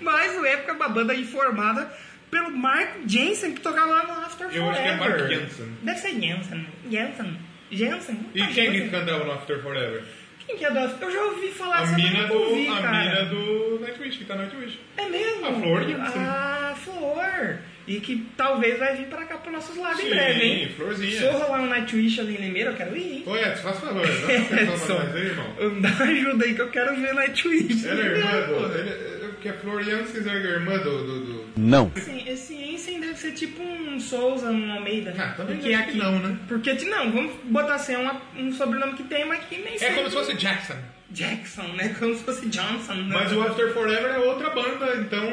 Speaker 1: Mas o Época é uma banda aí formada pelo Mark Jensen, que tocava lá no After Forever.
Speaker 2: Eu acho que é Mark Jensen.
Speaker 1: Deve ser Jensen. Jensen. Jensen?
Speaker 2: E
Speaker 1: Ah,
Speaker 2: quem é que
Speaker 1: Jensen.
Speaker 2: cantava no After Forever?
Speaker 1: Quem que é do After? Eu já ouvi falar
Speaker 2: A
Speaker 1: dessa banda,
Speaker 2: mina
Speaker 1: nunca ouvi,
Speaker 2: do, a
Speaker 1: cara.
Speaker 2: mina do Nightwish, que tá no Nightwish.
Speaker 1: É mesmo?
Speaker 2: A Flor né? Jensen.
Speaker 1: Ah, Flor. E que talvez vai vir pra cá pros nossos lados em
Speaker 2: Sim,
Speaker 1: breve, hein?
Speaker 2: Florzinha.
Speaker 1: Se eu rolar um Nightwish ali em Limeira, eu quero ir, hein?
Speaker 2: Ô Edson, faz favor, dá uma atenção pra nós aí, irmão.
Speaker 1: Dá ajuda aí que eu quero ver Nightwish.
Speaker 2: Ela é irmã
Speaker 1: Entendeu?
Speaker 2: do... ele- é Porque a Flor Jensen é a irmã do... do, do...
Speaker 4: Não.
Speaker 1: Assim, esse Einstein deve ser tipo um Souza, um Almeida.
Speaker 2: Ah, também
Speaker 1: porque
Speaker 2: acho que não, né?
Speaker 1: Porque de- não, vamos botar assim é uma- um sobrenome que tem, mas que nem
Speaker 2: É
Speaker 1: sempre-
Speaker 2: como se fosse Jackson.
Speaker 1: Jackson, né? Como se fosse Johnson, né?
Speaker 2: Mas o After Forever é outra banda, então...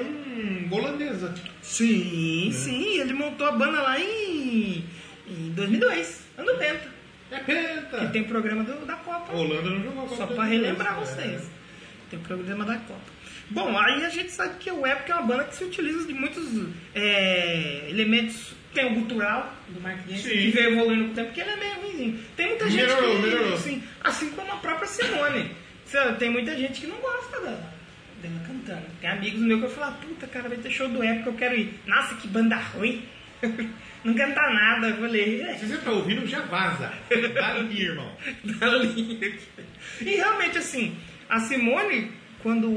Speaker 2: holandesa.
Speaker 1: Sim, sim, ele montou a banda lá em, em 2002, ano 90.
Speaker 2: É penta.
Speaker 1: E tem programa do- da Copa.
Speaker 2: A Holanda não jogou a Copa
Speaker 1: Só
Speaker 2: de
Speaker 1: pra
Speaker 2: 2002,
Speaker 1: relembrar
Speaker 2: né?
Speaker 1: vocês. Tem programa da Copa. Bom, aí a gente sabe que o Epic é uma banda que se utiliza de muitos é, elementos. Tem o cultural do Mark Jensen,
Speaker 2: Sim.
Speaker 1: que veio evoluindo com o tempo, porque ele é meio ruimzinho. Tem muita gente
Speaker 2: Melhorou,
Speaker 1: que.
Speaker 2: melhorou.
Speaker 1: Assim, assim como a própria Simone. Sabe, Tem muita gente que não gosta dela, dela cantando. Tem amigos meus que eu falo, "Ah, puta, cara, vai ter show do Epic, eu quero ir. Nossa, que banda ruim. não canta nada. Eu falei, é,
Speaker 2: Se você tá ouvindo, já vaza. Dá-lhe, irmão.
Speaker 1: da linha aqui. E realmente, assim, a Simone, quando o,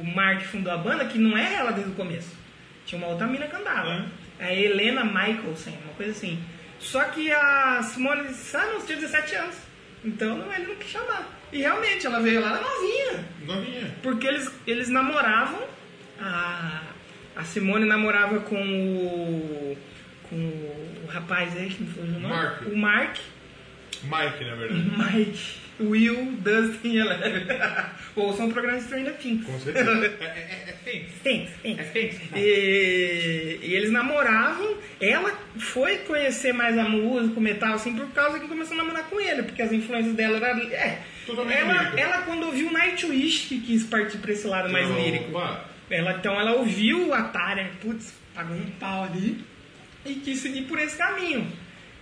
Speaker 1: o Mark fundou a banda, que não é ela desde o começo, tinha uma outra mina que andava. É A Helena Michelson, uma coisa assim. Só que a Simone só não tinha 17 anos. Então não, ele não quis chamar. E realmente, ela veio lá, ela novinha.
Speaker 2: Novinha.
Speaker 1: Porque eles, eles namoravam. A, a Simone namorava com o. com o rapaz aí que me falou o nome.
Speaker 2: Mark.
Speaker 1: O Mark.
Speaker 2: Mike, na
Speaker 1: Uhum.
Speaker 2: verdade.
Speaker 1: Mike, Will, Dustin e Eleven. Ouçam o programa Stranger Things.
Speaker 2: Com certeza. É, é, é fake.
Speaker 1: Thanks,
Speaker 2: É
Speaker 1: thanks.
Speaker 2: fake.
Speaker 1: E, e eles namoravam. Ela foi conhecer mais a música, o metal, assim, por causa que começou a namorar com ele, porque as influências dela eram. É,
Speaker 2: Totalmente
Speaker 1: ela,
Speaker 2: lírica.
Speaker 1: ela, quando ouviu Nightwish, que quis partir pra esse lado mais
Speaker 2: Opa.
Speaker 1: lírico. Ela, então ela ouviu a Tarek, putz, pagou um pau ali e quis seguir por esse caminho.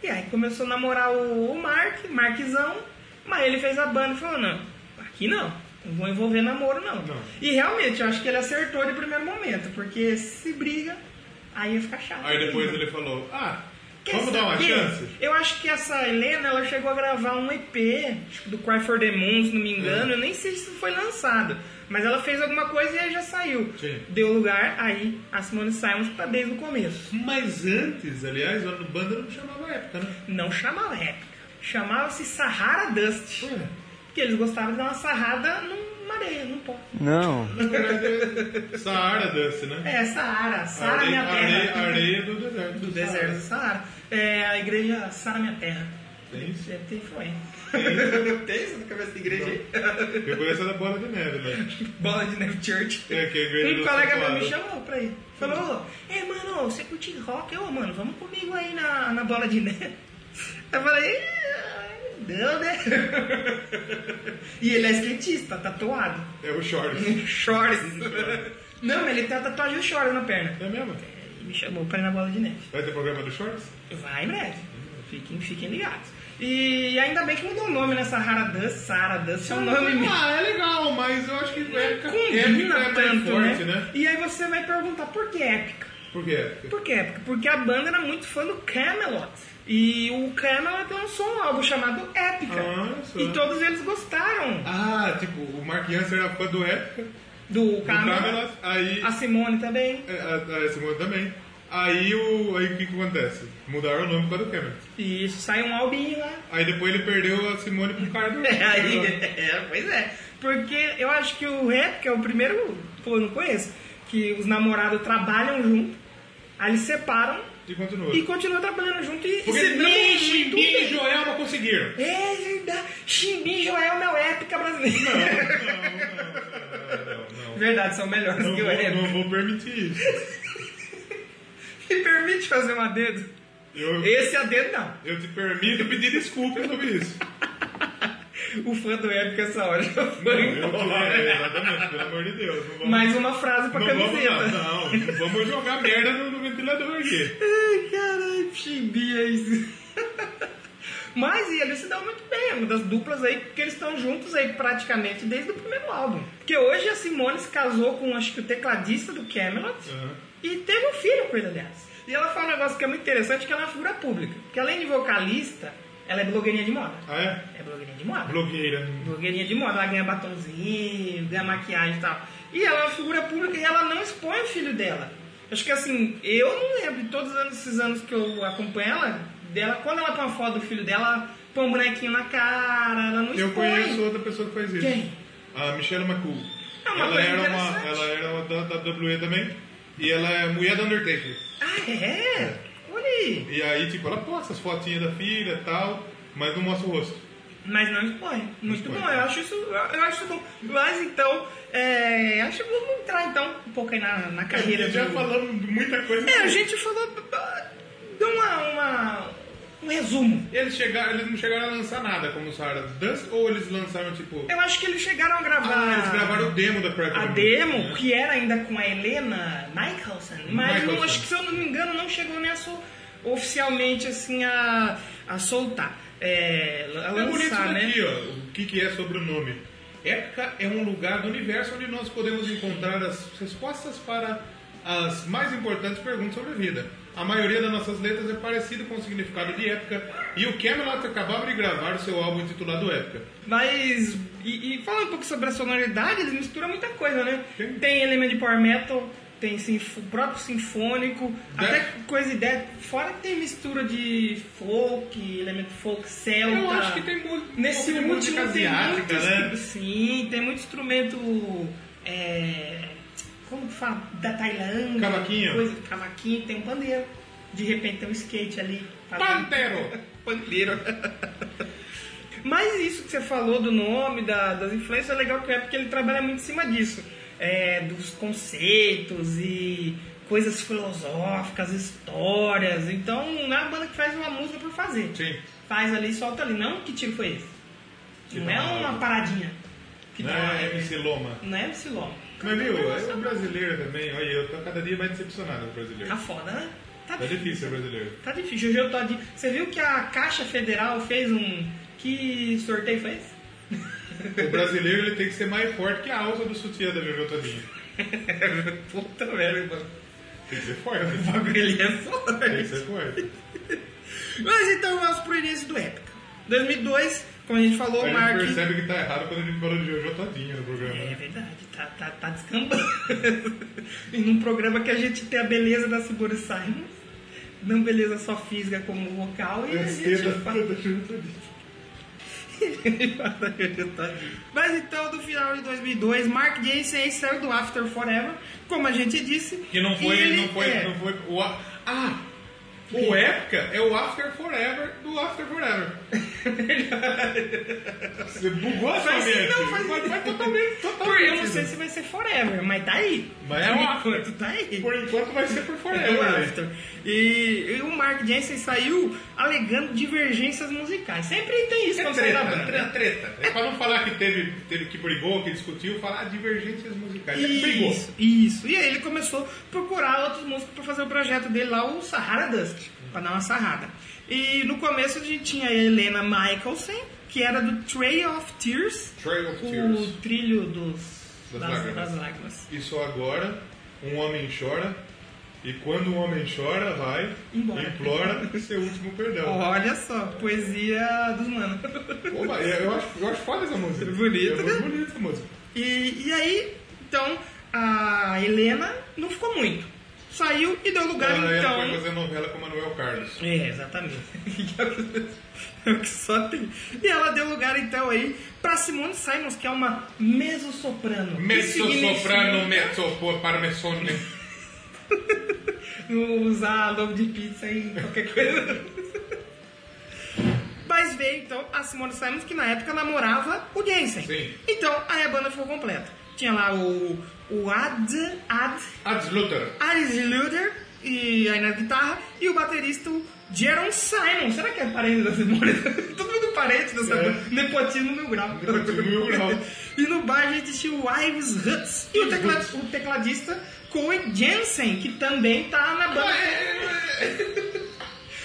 Speaker 1: E aí começou a namorar o, o Mark, Markzão, mas ele fez a banda e falou, não, aqui não, não vou envolver namoro não.
Speaker 2: Não.
Speaker 1: E realmente, eu acho que ele acertou de primeiro momento, porque se briga, aí ia ficar chato.
Speaker 2: Aí depois ele falou, ah,
Speaker 1: Quer
Speaker 2: vamos dar uma
Speaker 1: saber?
Speaker 2: chance?
Speaker 1: Eu acho que essa Helena, ela chegou a gravar um EP acho que do Cry for the Moon, se não me engano. Eu nem sei se foi lançado. Mas ela fez alguma coisa e aí já saiu.
Speaker 2: Sim.
Speaker 1: Deu lugar aí a Simone Simons que tá desde o começo.
Speaker 2: Mas antes, aliás, a banda não chamava época, né?
Speaker 1: Não chamava épica. Chamava-se Sahara Dust.
Speaker 2: Ué.
Speaker 1: Porque eles gostavam de dar uma sarrada numa areia, num pó.
Speaker 2: Na verdade, é Saara Dance, né?
Speaker 1: É, Sahara. Sahara
Speaker 2: areia,
Speaker 1: Minha
Speaker 2: areia,
Speaker 1: Terra.
Speaker 2: areia do deserto.
Speaker 1: Do deserto do Sahara. É a igreja Sahara Minha Terra.
Speaker 2: Tem isso?
Speaker 1: Deve ter influência. Tem isso na cabeça da igreja aí?
Speaker 2: Eu conheço a da Bola de Neve, né?
Speaker 1: Bola de Neve Church.
Speaker 2: É, que é igreja
Speaker 1: um
Speaker 2: do
Speaker 1: colega meu
Speaker 2: Santuário.
Speaker 1: me chamou pra ir. Falou, ô, é, mano, você curte rock? Eu, mano, vamos comigo aí na, na Bola de Neve. Eu falei, "É, não, né? E ele é skatista, tatuado.
Speaker 2: É o Shorts.
Speaker 1: Shorts. Não, mas ele tem a tatuagem do Shorts na perna.
Speaker 2: É mesmo?
Speaker 1: E me chamou pra ir na Bola de Neve.
Speaker 2: Vai ter programa do Shorts?
Speaker 1: Vai em breve. Fiquem, fiquem ligados. E ainda bem que mudou o nome, né? Sahara Dust, Sahara Dust é um nome mesmo.
Speaker 2: Ah, é legal, mas eu acho que época,
Speaker 1: combina
Speaker 2: época é mais
Speaker 1: tanto,
Speaker 2: forte,
Speaker 1: né?
Speaker 2: né?
Speaker 1: E aí você vai perguntar por que épica?
Speaker 2: Por que época?
Speaker 1: Por que épica? Porque a banda era muito fã do Camelot. E o Camelot lançou um álbum chamado Épica.
Speaker 2: Ah, só.
Speaker 1: e todos eles gostaram
Speaker 2: Ah, tipo, o Mark Jansen era fã do época,
Speaker 1: do
Speaker 2: do
Speaker 1: Camelot.
Speaker 2: Camelot, aí
Speaker 1: A Simone também.
Speaker 2: é, a, a Simone também. Aí o aí o que, que acontece? Mudaram o nome por causa do Cameron.
Speaker 1: E isso, saiu um albinho lá.
Speaker 2: Aí depois ele perdeu a Simone pro cara do
Speaker 1: É, aí, é, pois é. Porque eu acho que o rap, que é o primeiro, pô, eu não conheço, que os namorados trabalham junto. Aí eles separam
Speaker 2: E continua.
Speaker 1: e continuam trabalhando junto e, e
Speaker 2: Porque
Speaker 1: se
Speaker 2: nem
Speaker 1: dão
Speaker 2: o
Speaker 1: muito
Speaker 2: Chimbinho e
Speaker 1: bem.
Speaker 2: Joel não conseguiram.
Speaker 1: É verdade. Chimbinho e Joel não é épica
Speaker 2: Não,
Speaker 1: brasileira.
Speaker 2: não, não, não, não.
Speaker 1: Verdade, são melhores
Speaker 2: Não
Speaker 1: que o
Speaker 2: vou,
Speaker 1: épica.
Speaker 2: não vou permitir isso.
Speaker 1: Me permite fazer uma dedo?
Speaker 2: Eu,
Speaker 1: Esse a dedo não.
Speaker 2: eu te permito pedir desculpas sobre isso.
Speaker 1: O fã do épica é essa hora já
Speaker 2: Não,
Speaker 1: foi
Speaker 2: eu,
Speaker 1: embora.
Speaker 2: é, exatamente, pelo amor de Deus. Não vamos,
Speaker 1: Mais uma frase pra
Speaker 2: não vamos,
Speaker 1: camiseta.
Speaker 2: não, não, não vamos jogar merda no, no ventilador aqui.
Speaker 1: Ai, caralho, chimbinha isso. Mas e eles se dão muito bem, é uma das duplas aí, porque eles estão juntos aí praticamente desde o primeiro álbum. Porque hoje a Simone se casou com acho que o tecladista do Camelot
Speaker 2: Aham.
Speaker 1: e teve um filho com ele, aliás. E ela fala um negócio que é muito interessante, que ela é uma figura pública. Porque além de vocalista, ela é blogueirinha de moda.
Speaker 2: Ah, é?
Speaker 1: É blogueirinha de moda.
Speaker 2: Blogueira.
Speaker 1: blogueirinha de moda, ela ganha batonzinho, ganha maquiagem e tal. E ela é uma figura pública e ela não expõe o filho dela. Acho que assim, eu não lembro de todos anos- esses anos que eu acompanho ela, dela, quando ela põe uma foto do filho dela, põe um bonequinho na cara, ela não
Speaker 2: Eu
Speaker 1: expõe.
Speaker 2: conheço outra pessoa que faz isso.
Speaker 1: Quem?
Speaker 2: A Michelle McCool.
Speaker 1: É uma
Speaker 2: ela,
Speaker 1: coisa
Speaker 2: era uma,
Speaker 1: interessante.
Speaker 2: ela era uma da, da WWE também. E ela é mulher da Undertaker.
Speaker 1: Ah, é? Olha aí.
Speaker 2: E aí, tipo, ela posta as fotinhas da filha e tal, mas não mostra o rosto.
Speaker 1: Mas não expõe. Muito
Speaker 2: expõe.
Speaker 1: bom, eu acho isso, eu acho isso bom. Mas então, é, acho que vamos entrar então um pouco aí na, na carreira
Speaker 2: É, já
Speaker 1: do-
Speaker 2: falamos muita coisa.
Speaker 1: É, a gente falou. Dá uma, uma- um resumo.
Speaker 2: Eles, chegaram, eles não chegaram a lançar nada como Sarah Dust, ou eles lançaram, tipo...
Speaker 1: Eu acho que eles chegaram a gravar.
Speaker 2: Ah, eles gravaram o demo da Practical
Speaker 1: a
Speaker 2: Music,
Speaker 1: demo,
Speaker 2: né?
Speaker 1: que era ainda com a Helena Michelson, mas não-
Speaker 2: Michelson.
Speaker 1: acho que se eu não me engano não chegou nem a so- oficialmente assim a, a soltar. É, a
Speaker 2: É bonito isso
Speaker 1: lançar, né?
Speaker 2: daqui, ó, o que, que é sobre o nome. Épica é um lugar do universo onde nós podemos encontrar as respostas para as mais importantes perguntas sobre a vida. A maioria das nossas letras é parecida com o significado de épica e o Camelot acabava de gravar o seu álbum intitulado Épica.
Speaker 1: Mas. E, e falando um pouco sobre a sonoridade, eles misturam muita coisa, né?
Speaker 2: Sim.
Speaker 1: Tem elemento de power metal, tem sinf- o próprio sinfônico,
Speaker 2: Death.
Speaker 1: até coisa de death. Fora que tem mistura de folk, elemento folk celta.
Speaker 2: Eu acho que tem mu-
Speaker 1: Nesse
Speaker 2: um pouco de
Speaker 1: último
Speaker 2: música
Speaker 1: tem
Speaker 2: asiática,
Speaker 1: muito
Speaker 2: né?
Speaker 1: instru- Sim, tem muito instrumento. É, como que fala? Da Tailândia.
Speaker 2: Cavaquinho.
Speaker 1: Coisa, cavaquinho, tem um pandeiro. De repente tem um skate ali. fazendo-
Speaker 2: Pantero!
Speaker 1: Pandeiro. Mas isso que você falou do nome, da- das influências, é legal que é porque ele trabalha muito em cima disso. É, dos conceitos e coisas filosóficas, histórias. Então não é uma banda que faz uma música por fazer.
Speaker 2: Sim.
Speaker 1: Faz ali, solta ali. Não que tiro foi esse.
Speaker 2: Que
Speaker 1: não
Speaker 2: dá
Speaker 1: é
Speaker 2: uma-
Speaker 1: uma paradinha. Que
Speaker 2: Não
Speaker 1: dá-
Speaker 2: é MC Loma.
Speaker 1: Não é MC Loma.
Speaker 2: Mas viu, é o brasileiro também. Olha, eu tô cada dia mais decepcionado com o brasileiro.
Speaker 1: Tá foda, né? Tá
Speaker 2: Tá difícil o brasileiro.
Speaker 1: Tá difícil. Jojo Todd. Você viu que a Caixa Federal fez um. Que sorteio foi esse?
Speaker 2: O brasileiro ele tem que ser mais forte que a alça do sutiã da Jojo Todinho.
Speaker 1: Puta merda, mano.
Speaker 2: Tem que ser forte. né?
Speaker 1: O bagulho ali é
Speaker 2: Tem que
Speaker 1: foda.
Speaker 2: ser forte.
Speaker 1: Mas então vamos pro início do Épica. 2002, como a gente falou,
Speaker 2: A
Speaker 1: o
Speaker 2: gente
Speaker 1: Mark.
Speaker 2: percebe que tá errado quando a gente falou de Jojo Todinho no programa.
Speaker 1: É
Speaker 2: né?
Speaker 1: verdade, tá, tá, tá descambando. e num programa que a gente tem a beleza da Sigura Simons, não beleza só física como vocal, e a
Speaker 2: As
Speaker 1: gente
Speaker 2: tetas
Speaker 1: fala.
Speaker 2: é da Jojo Todinho.
Speaker 1: Mas então, no final de 2002, Mark Jensen aí saiu do After Forever, como a gente disse.
Speaker 2: Que não foi,
Speaker 1: e ele
Speaker 2: não foi,
Speaker 1: é,
Speaker 2: não foi. O, a- ah! O Épica é o After Forever do After Forever. Você bugou a sua
Speaker 1: Faz
Speaker 2: mente.
Speaker 1: não, faz
Speaker 2: Mas- mas totalmente,
Speaker 1: Por,
Speaker 2: totalmente.
Speaker 1: eu não sei se vai ser Forever, mas tá aí.
Speaker 2: Mas é
Speaker 1: Por
Speaker 2: um after.
Speaker 1: enquanto, tá aí.
Speaker 2: Por enquanto vai ser por
Speaker 1: É o
Speaker 2: Forever. né?
Speaker 1: after. E, e o Mark Jensen saiu alegando divergências musicais. Sempre tem isso
Speaker 2: É
Speaker 1: quando sai da
Speaker 2: treta,
Speaker 1: banda. né?
Speaker 2: treta, treta. É pra não falar que teve, teve que brigou, que discutiu, falar divergências musicais. Ele brigou.
Speaker 1: Isso, isso. E aí ele começou a procurar outros músicos para fazer o projeto dele lá, o Sahara Dust, para dar uma sarrada. E no começo a gente tinha a Helena Michelson, que era do Trail of Tears,
Speaker 2: Trail of
Speaker 1: o
Speaker 2: Tears.
Speaker 1: trilho dos,
Speaker 2: Das
Speaker 1: das,
Speaker 2: lágrimas.
Speaker 1: das lágrimas.
Speaker 2: E só agora um homem chora. E quando o homem chora, vai,
Speaker 1: Embora.
Speaker 2: implora seu último perdão.
Speaker 1: Olha só, poesia dos manos.
Speaker 2: Oba, é, eu acho, eu acho foda essa música.
Speaker 1: Bonito,
Speaker 2: é
Speaker 1: né?
Speaker 2: muito bonita essa música.
Speaker 1: E, e aí, então, a Helena não ficou muito. Saiu e deu lugar,
Speaker 2: Ela, ela
Speaker 1: então.
Speaker 2: foi fazer novela com o Manuel Carlos.
Speaker 1: É, exatamente. é o que só tem. E ela deu lugar, então, aí, pra Simone Simons, que é uma mezzo-soprano. Que
Speaker 2: Mezzo
Speaker 1: significa-
Speaker 2: soprano, mezzo por parmesone.
Speaker 1: não usar logo de pizza em qualquer coisa. Mas veio então a Simone Simons, que na época namorava o Jensen.
Speaker 2: Sim.
Speaker 1: Então aí a banda ficou completa. Tinha lá o, o Ad, Ad,
Speaker 2: Hans Luther.
Speaker 1: Aris Luder e aí na guitarra e o baterista o Jaron Simon. Será que é parente da Simone? Todo mundo parente dessa
Speaker 2: É.
Speaker 1: banda. Nepotismo mil grau.
Speaker 2: Nepotismo mil grau.
Speaker 1: e no bar a gente tinha o Ives Hutz e o, tecla- o tecladista Coen Jensen, que também tá na banda.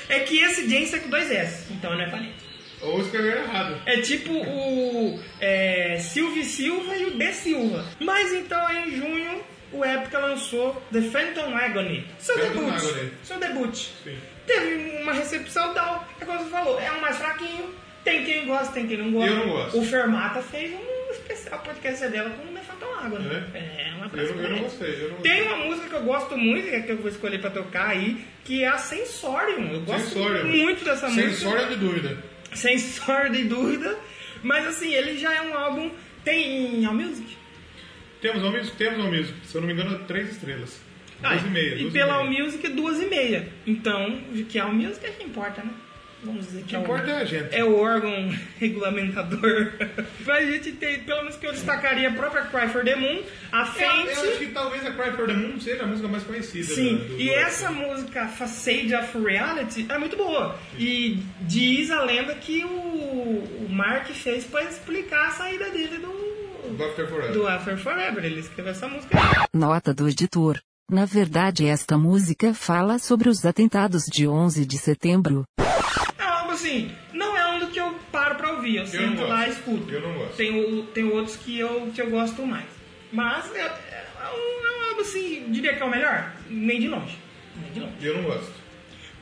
Speaker 1: É que esse Jensen é com dois S, então não é parente.
Speaker 2: Ou escreveu errado.
Speaker 1: É tipo o é, Silvio Silva e o De Silva. Mas então em junho o Epica lançou The Phantom Agony. Seu
Speaker 2: Phantom
Speaker 1: debut.
Speaker 2: Agony.
Speaker 1: Seu debut.
Speaker 2: Sim.
Speaker 1: Teve uma recepção tal, é como você falou, é um mais fraquinho. Tem quem gosta, tem quem não gosta.
Speaker 2: Eu não gosto.
Speaker 1: O Fermata fez um especial podcast dela com o The Phantom Agony.
Speaker 2: É?
Speaker 1: uma
Speaker 2: Eu, eu não
Speaker 1: comédia.
Speaker 2: gostei. Eu não
Speaker 1: Tem um
Speaker 2: gostei.
Speaker 1: uma música que eu gosto muito, que é a que eu vou escolher pra tocar aí, que é a Sensorium. Eu gosto
Speaker 2: Sensorium.
Speaker 1: muito dessa música
Speaker 2: Sensório de dúvida.
Speaker 1: sem sombra de dúvida. Mas assim, ele já é um álbum. Tem em All Music.
Speaker 2: Temos ao mesmo? Temos ao mesmo. Se eu não me engano, é três estrelas.
Speaker 1: Ah,
Speaker 2: Duas e meia. duas
Speaker 1: pela All
Speaker 2: meia.
Speaker 1: Music, duas e meia. Então, que All Music é que importa, né? Vamos dizer que,
Speaker 2: que
Speaker 1: é o-
Speaker 2: importa é a gente.
Speaker 1: É o órgão regulamentador. Mas a gente tem, pelo menos que eu destacaria a própria Cry for the Moon, a
Speaker 2: Eu,
Speaker 1: Faint.
Speaker 2: eu acho que talvez a Cry for the Moon seja a música mais conhecida.
Speaker 1: Sim,
Speaker 2: né, do-
Speaker 1: e
Speaker 2: do-
Speaker 1: essa música Facade of Reality é muito boa. E diz a lenda que o, o Mark fez pra explicar a saída dele do,
Speaker 2: Do After Forever.
Speaker 1: do After Forever. Ele escreveu essa música.
Speaker 5: Nota do editor. Na verdade, esta música fala sobre os atentados de 11 de setembro.
Speaker 1: É algo assim, não é um do que eu paro pra ouvir. Eu
Speaker 2: não
Speaker 1: sento
Speaker 2: gosto.
Speaker 1: lá e escuto.
Speaker 2: Eu não gosto.
Speaker 1: Tem, o- tem outros que eu, que eu gosto mais. Mas é, é um, é um álbum assim, diria que é o melhor? Nem de longe. Nem de longe.
Speaker 2: Eu não gosto.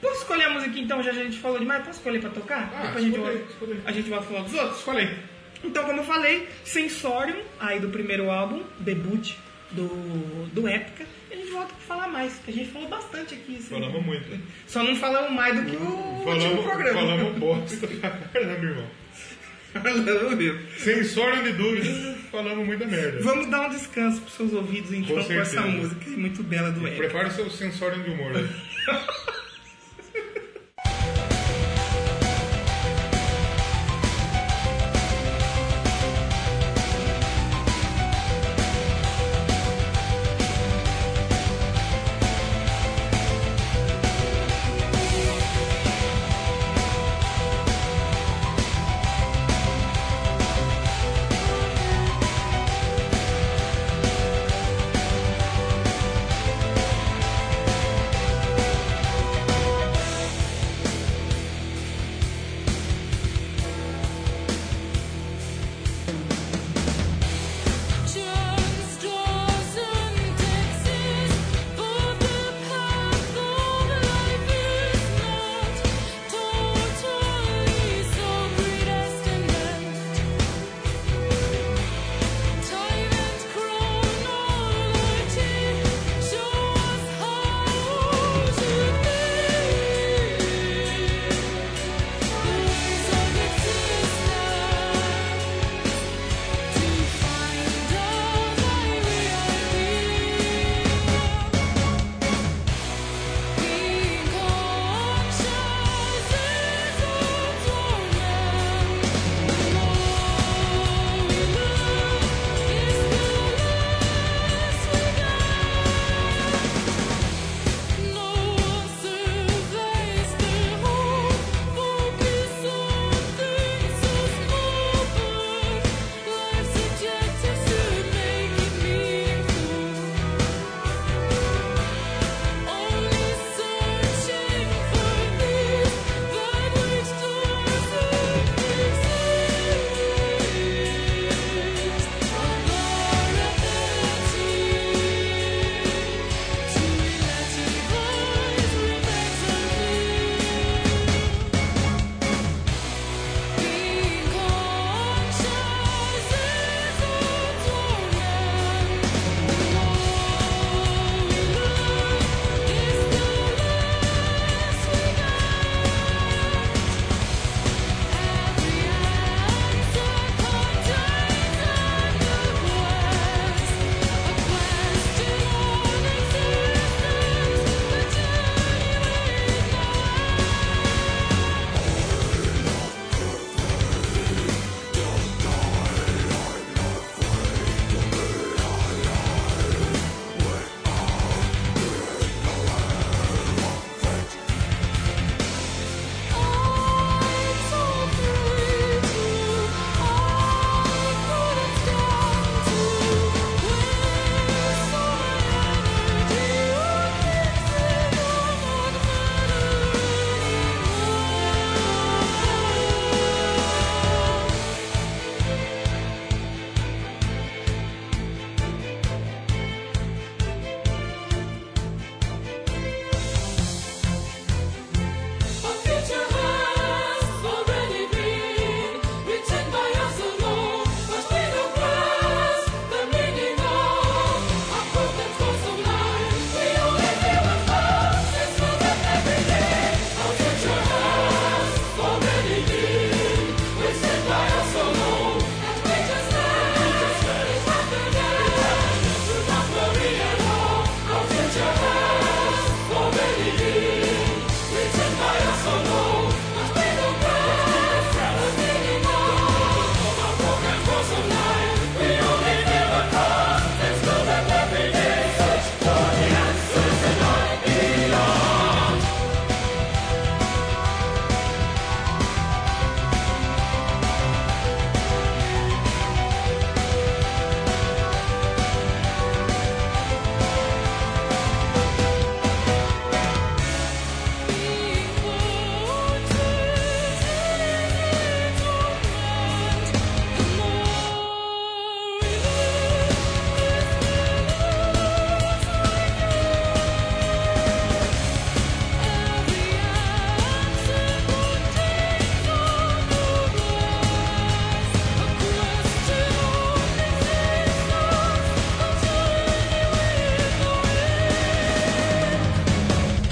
Speaker 1: Posso escolher a música então? Já que a gente falou demais. Posso escolher pra tocar?
Speaker 2: Ah,
Speaker 1: Depois a gente,
Speaker 2: escolhe,
Speaker 1: vai,
Speaker 2: escolhe.
Speaker 1: a gente vai falar dos outros?
Speaker 2: Escolhe aí.
Speaker 1: Então, como eu falei, Sensorium, aí do primeiro álbum, debut do, do Épica, e a gente volta pra falar mais, porque a gente falou bastante aqui. assim.
Speaker 2: Falamos muito.
Speaker 1: Só não falamos mais do que o último
Speaker 2: Falamos,
Speaker 1: programa.
Speaker 2: falamos bosta pra caramba, irmão.
Speaker 1: Falamos mesmo.
Speaker 2: Sensório de dúvida, falamos muita merda.
Speaker 1: Vamos dar um descanso pros seus ouvidos, então,
Speaker 2: Com
Speaker 1: com, essa
Speaker 2: certeza.
Speaker 1: música muito bela do Épica.
Speaker 2: Prepara o seu sensório de humor. né?
Speaker 3: Shine,
Speaker 2: tema.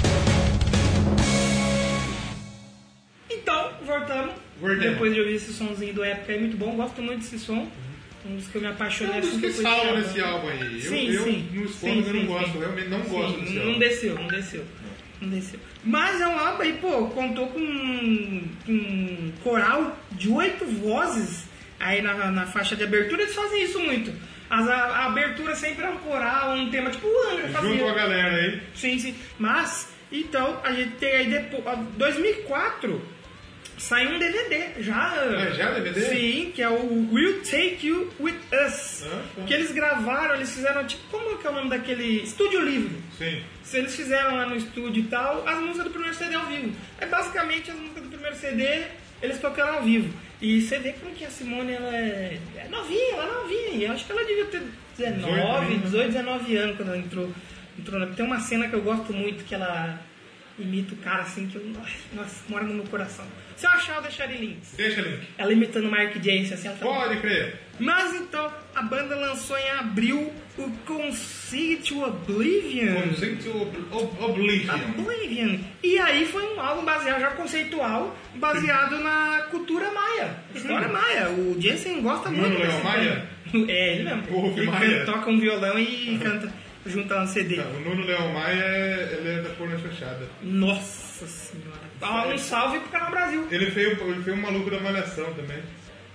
Speaker 1: Então, depois de ouvir esse somzinho do Épica, é muito bom. Gosto muito desse som. Um dos que eu me apaixonei.
Speaker 2: É um dos
Speaker 1: assim,
Speaker 2: que
Speaker 1: depois
Speaker 2: salva
Speaker 1: desse
Speaker 2: nesse
Speaker 1: álbum.
Speaker 2: álbum aí. Eu,
Speaker 1: Sim,
Speaker 2: eu
Speaker 1: sim.
Speaker 2: não
Speaker 1: Sim,
Speaker 2: escondo, eu não
Speaker 1: sim,
Speaker 2: gosto.
Speaker 1: sim.
Speaker 2: Realmente não gosto
Speaker 1: Sim,
Speaker 2: desse
Speaker 1: não
Speaker 2: álbum.
Speaker 1: desceu, não desceu. Não desceu. Mas é um álbum aí, pô, contou com, com um coral de oito vozes aí na, na faixa de abertura. Eles fazem isso muito. As- a, a abertura sempre é um coral, um tema tipo o Angra fazia.
Speaker 2: Junto com a galera aí.
Speaker 1: Sim, sim. Mas, então, a gente tem aí depois. 2004 saiu um DVD já.
Speaker 2: Ah, já DVD?
Speaker 1: Sim, que é o We'll Take You With Us.
Speaker 2: Ah, tá.
Speaker 1: Que eles gravaram, eles fizeram tipo. Como que é o nome daquele. Estúdio Livre.
Speaker 2: Sim.
Speaker 1: Se eles fizeram lá no estúdio e tal, as músicas do primeiro CD ao vivo. É basicamente as músicas do primeiro CD, eles tocaram ao vivo. E você vê como que a Simone ela é, é novinha, ela é novinha. Eu acho que ela devia ter 19,
Speaker 2: 18,
Speaker 1: 18, 19 anos quando ela entrou. entrou na... Tem uma cena que eu gosto muito que ela imita o cara assim, que eu. Ai, Nossa, mora no meu coração. Se eu achar, eu deixaria links.
Speaker 2: Deixa link.
Speaker 1: Ela imitando o Mark James, assim, ela tá-
Speaker 2: Pode crer.
Speaker 1: Mas então, a banda lançou em abril o Conceit to Oblivion.
Speaker 2: Conceito Ob- Ob- Oblivion.
Speaker 1: Oblivion. E aí foi um álbum baseado, já conceitual, baseado na cultura maia. História maia. O Jensen gosta
Speaker 2: Mano
Speaker 1: muito
Speaker 2: Léo
Speaker 1: desse
Speaker 2: Maia?
Speaker 1: tema. É, ele mesmo.
Speaker 2: Wolf
Speaker 1: ele
Speaker 2: Maia.
Speaker 1: canta- toca um violão e canta um junto lá no CD.
Speaker 2: Tá, O Nuno Leão Maia é, ele é da Corna Fechada.
Speaker 1: Nossa senhora. Ah, Um salve pro canal Brasil.
Speaker 2: Ele foi, ele foi um maluco da Malhação também.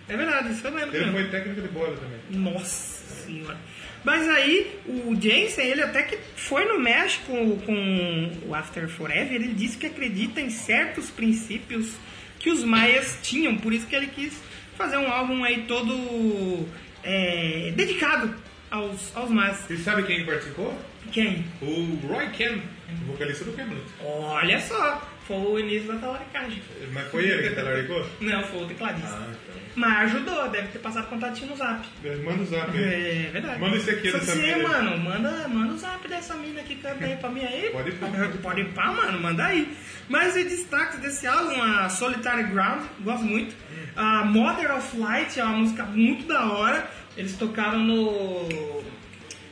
Speaker 1: É verdade, isso eu lembro.
Speaker 2: Ele
Speaker 1: mesmo.
Speaker 2: foi técnico de bola também.
Speaker 1: Nossa senhora. Mas aí, o Jensen, ele até que foi no México com o After Forever, ele disse que acredita em certos princípios que os maias tinham, por isso que ele quis fazer um álbum aí todo é, dedicado aos, aos maias.
Speaker 2: E sabe quem participou?
Speaker 1: Quem?
Speaker 2: O Roy Ken, o vocalista do Camelot.
Speaker 1: Olha só, foi o início da talaricagem.
Speaker 2: Mas foi ele que talaricou?
Speaker 1: Não, foi o tecladista.
Speaker 2: Ah, então.
Speaker 1: Mas ajudou, deve ter passado contatinho no zap.
Speaker 2: Manda o zap aí.
Speaker 1: É verdade.
Speaker 2: Manda esse aqui
Speaker 1: Só
Speaker 2: dessa
Speaker 1: que você,
Speaker 2: mina.
Speaker 1: mano, manda, manda o zap dessa mina que canta aí pra mim aí.
Speaker 2: Pode ir pá.
Speaker 1: Pode ir pá, mano, manda aí. Mas os destaques desse álbum, a Solitary Ground, gosto muito.
Speaker 2: É.
Speaker 1: A Mother of Light é uma música muito da hora. Eles tocaram no.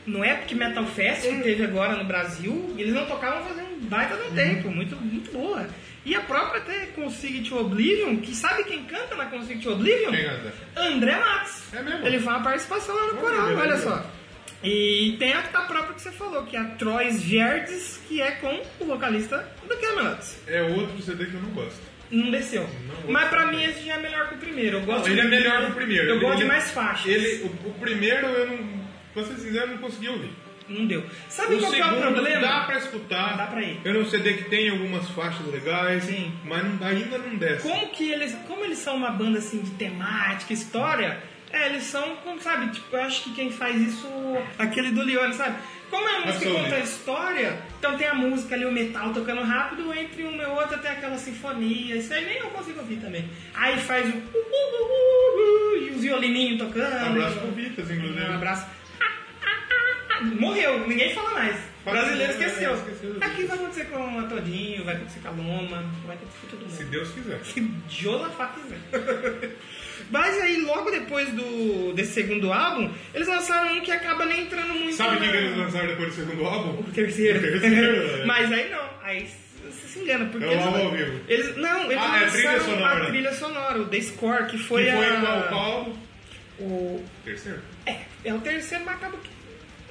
Speaker 1: No Epic Metal Fest que
Speaker 2: Hum.
Speaker 1: teve agora no Brasil, eles não tocavam fazendo um baita no tempo, muito, muito boa. E a própria até Consigue to Oblivion, que sabe quem canta na Consigue to Oblivion?
Speaker 2: Quem canta?
Speaker 1: André Max.
Speaker 2: É mesmo?
Speaker 1: Ele faz uma participação lá no
Speaker 2: Olha,
Speaker 1: coral, olha
Speaker 2: beleza.
Speaker 1: só. E tem a que tá própria que você falou, que é a Trois Verdes, que é com o vocalista do Camelot.
Speaker 2: É outro CD que eu não gosto.
Speaker 1: Não desceu.
Speaker 2: Não,
Speaker 1: Mas pra
Speaker 2: não.
Speaker 1: mim esse já é melhor que o primeiro. Eu gosto
Speaker 2: Ele é
Speaker 1: de-
Speaker 2: melhor que o primeiro.
Speaker 1: Eu
Speaker 2: Ele-
Speaker 1: gosto de
Speaker 2: ele-
Speaker 1: mais faixas.
Speaker 2: Ele, o, o primeiro eu não. Pra ser sincero, eu não consegui ouvir.
Speaker 1: Não deu. Sabe
Speaker 2: o
Speaker 1: qual que é o
Speaker 2: segundo
Speaker 1: problema?
Speaker 2: dá pra escutar.
Speaker 1: Dá pra ir.
Speaker 2: Eu não sei de que tem algumas faixas legais,
Speaker 1: Sim.
Speaker 2: mas não- ainda não desce.
Speaker 1: Como que eles. Como eles são uma banda assim de temática, história, é, eles são, como sabe, tipo, eu acho que quem faz isso aquele do Leone, sabe? Como é a música que
Speaker 2: Absolutely.
Speaker 1: conta a história, então tem a música ali, o metal tocando rápido, entre uma e outra tem aquela sinfonia, isso aí nem eu consigo ouvir também. Aí faz o. E o violininho tocando.
Speaker 2: Um abraço pro Vitas, inclusive.
Speaker 1: Um abraço. Morreu, ninguém fala mais. O
Speaker 2: Fala,
Speaker 1: brasileiro
Speaker 2: é,
Speaker 1: esqueceu.
Speaker 2: esqueceu.
Speaker 1: Aqui vai acontecer com a Todinho, vai acontecer com a Loma, vai acontecer com todo mundo.
Speaker 2: Se Deus quiser.
Speaker 1: Jonathan quiser. Mas aí, logo depois do, desse segundo álbum, eles lançaram um que acaba nem entrando muito
Speaker 2: Sabe o que
Speaker 1: na-
Speaker 2: que eles lançaram depois do segundo álbum?
Speaker 1: O terceiro.
Speaker 2: O terceiro, né?
Speaker 1: Mas aí não, aí você se engana. Porque
Speaker 2: É o
Speaker 1: eles,
Speaker 2: álbum ao vivo.
Speaker 1: eles- não, eles
Speaker 2: Ah, é a trilha
Speaker 1: lançaram
Speaker 2: sonora.
Speaker 1: a trilha sonora, o The Score, que
Speaker 2: Que
Speaker 1: foi,
Speaker 2: foi
Speaker 1: a...
Speaker 2: qual, qual álbum?
Speaker 1: O,
Speaker 2: Terceiro.
Speaker 1: é, é o terceiro, mas acaba que...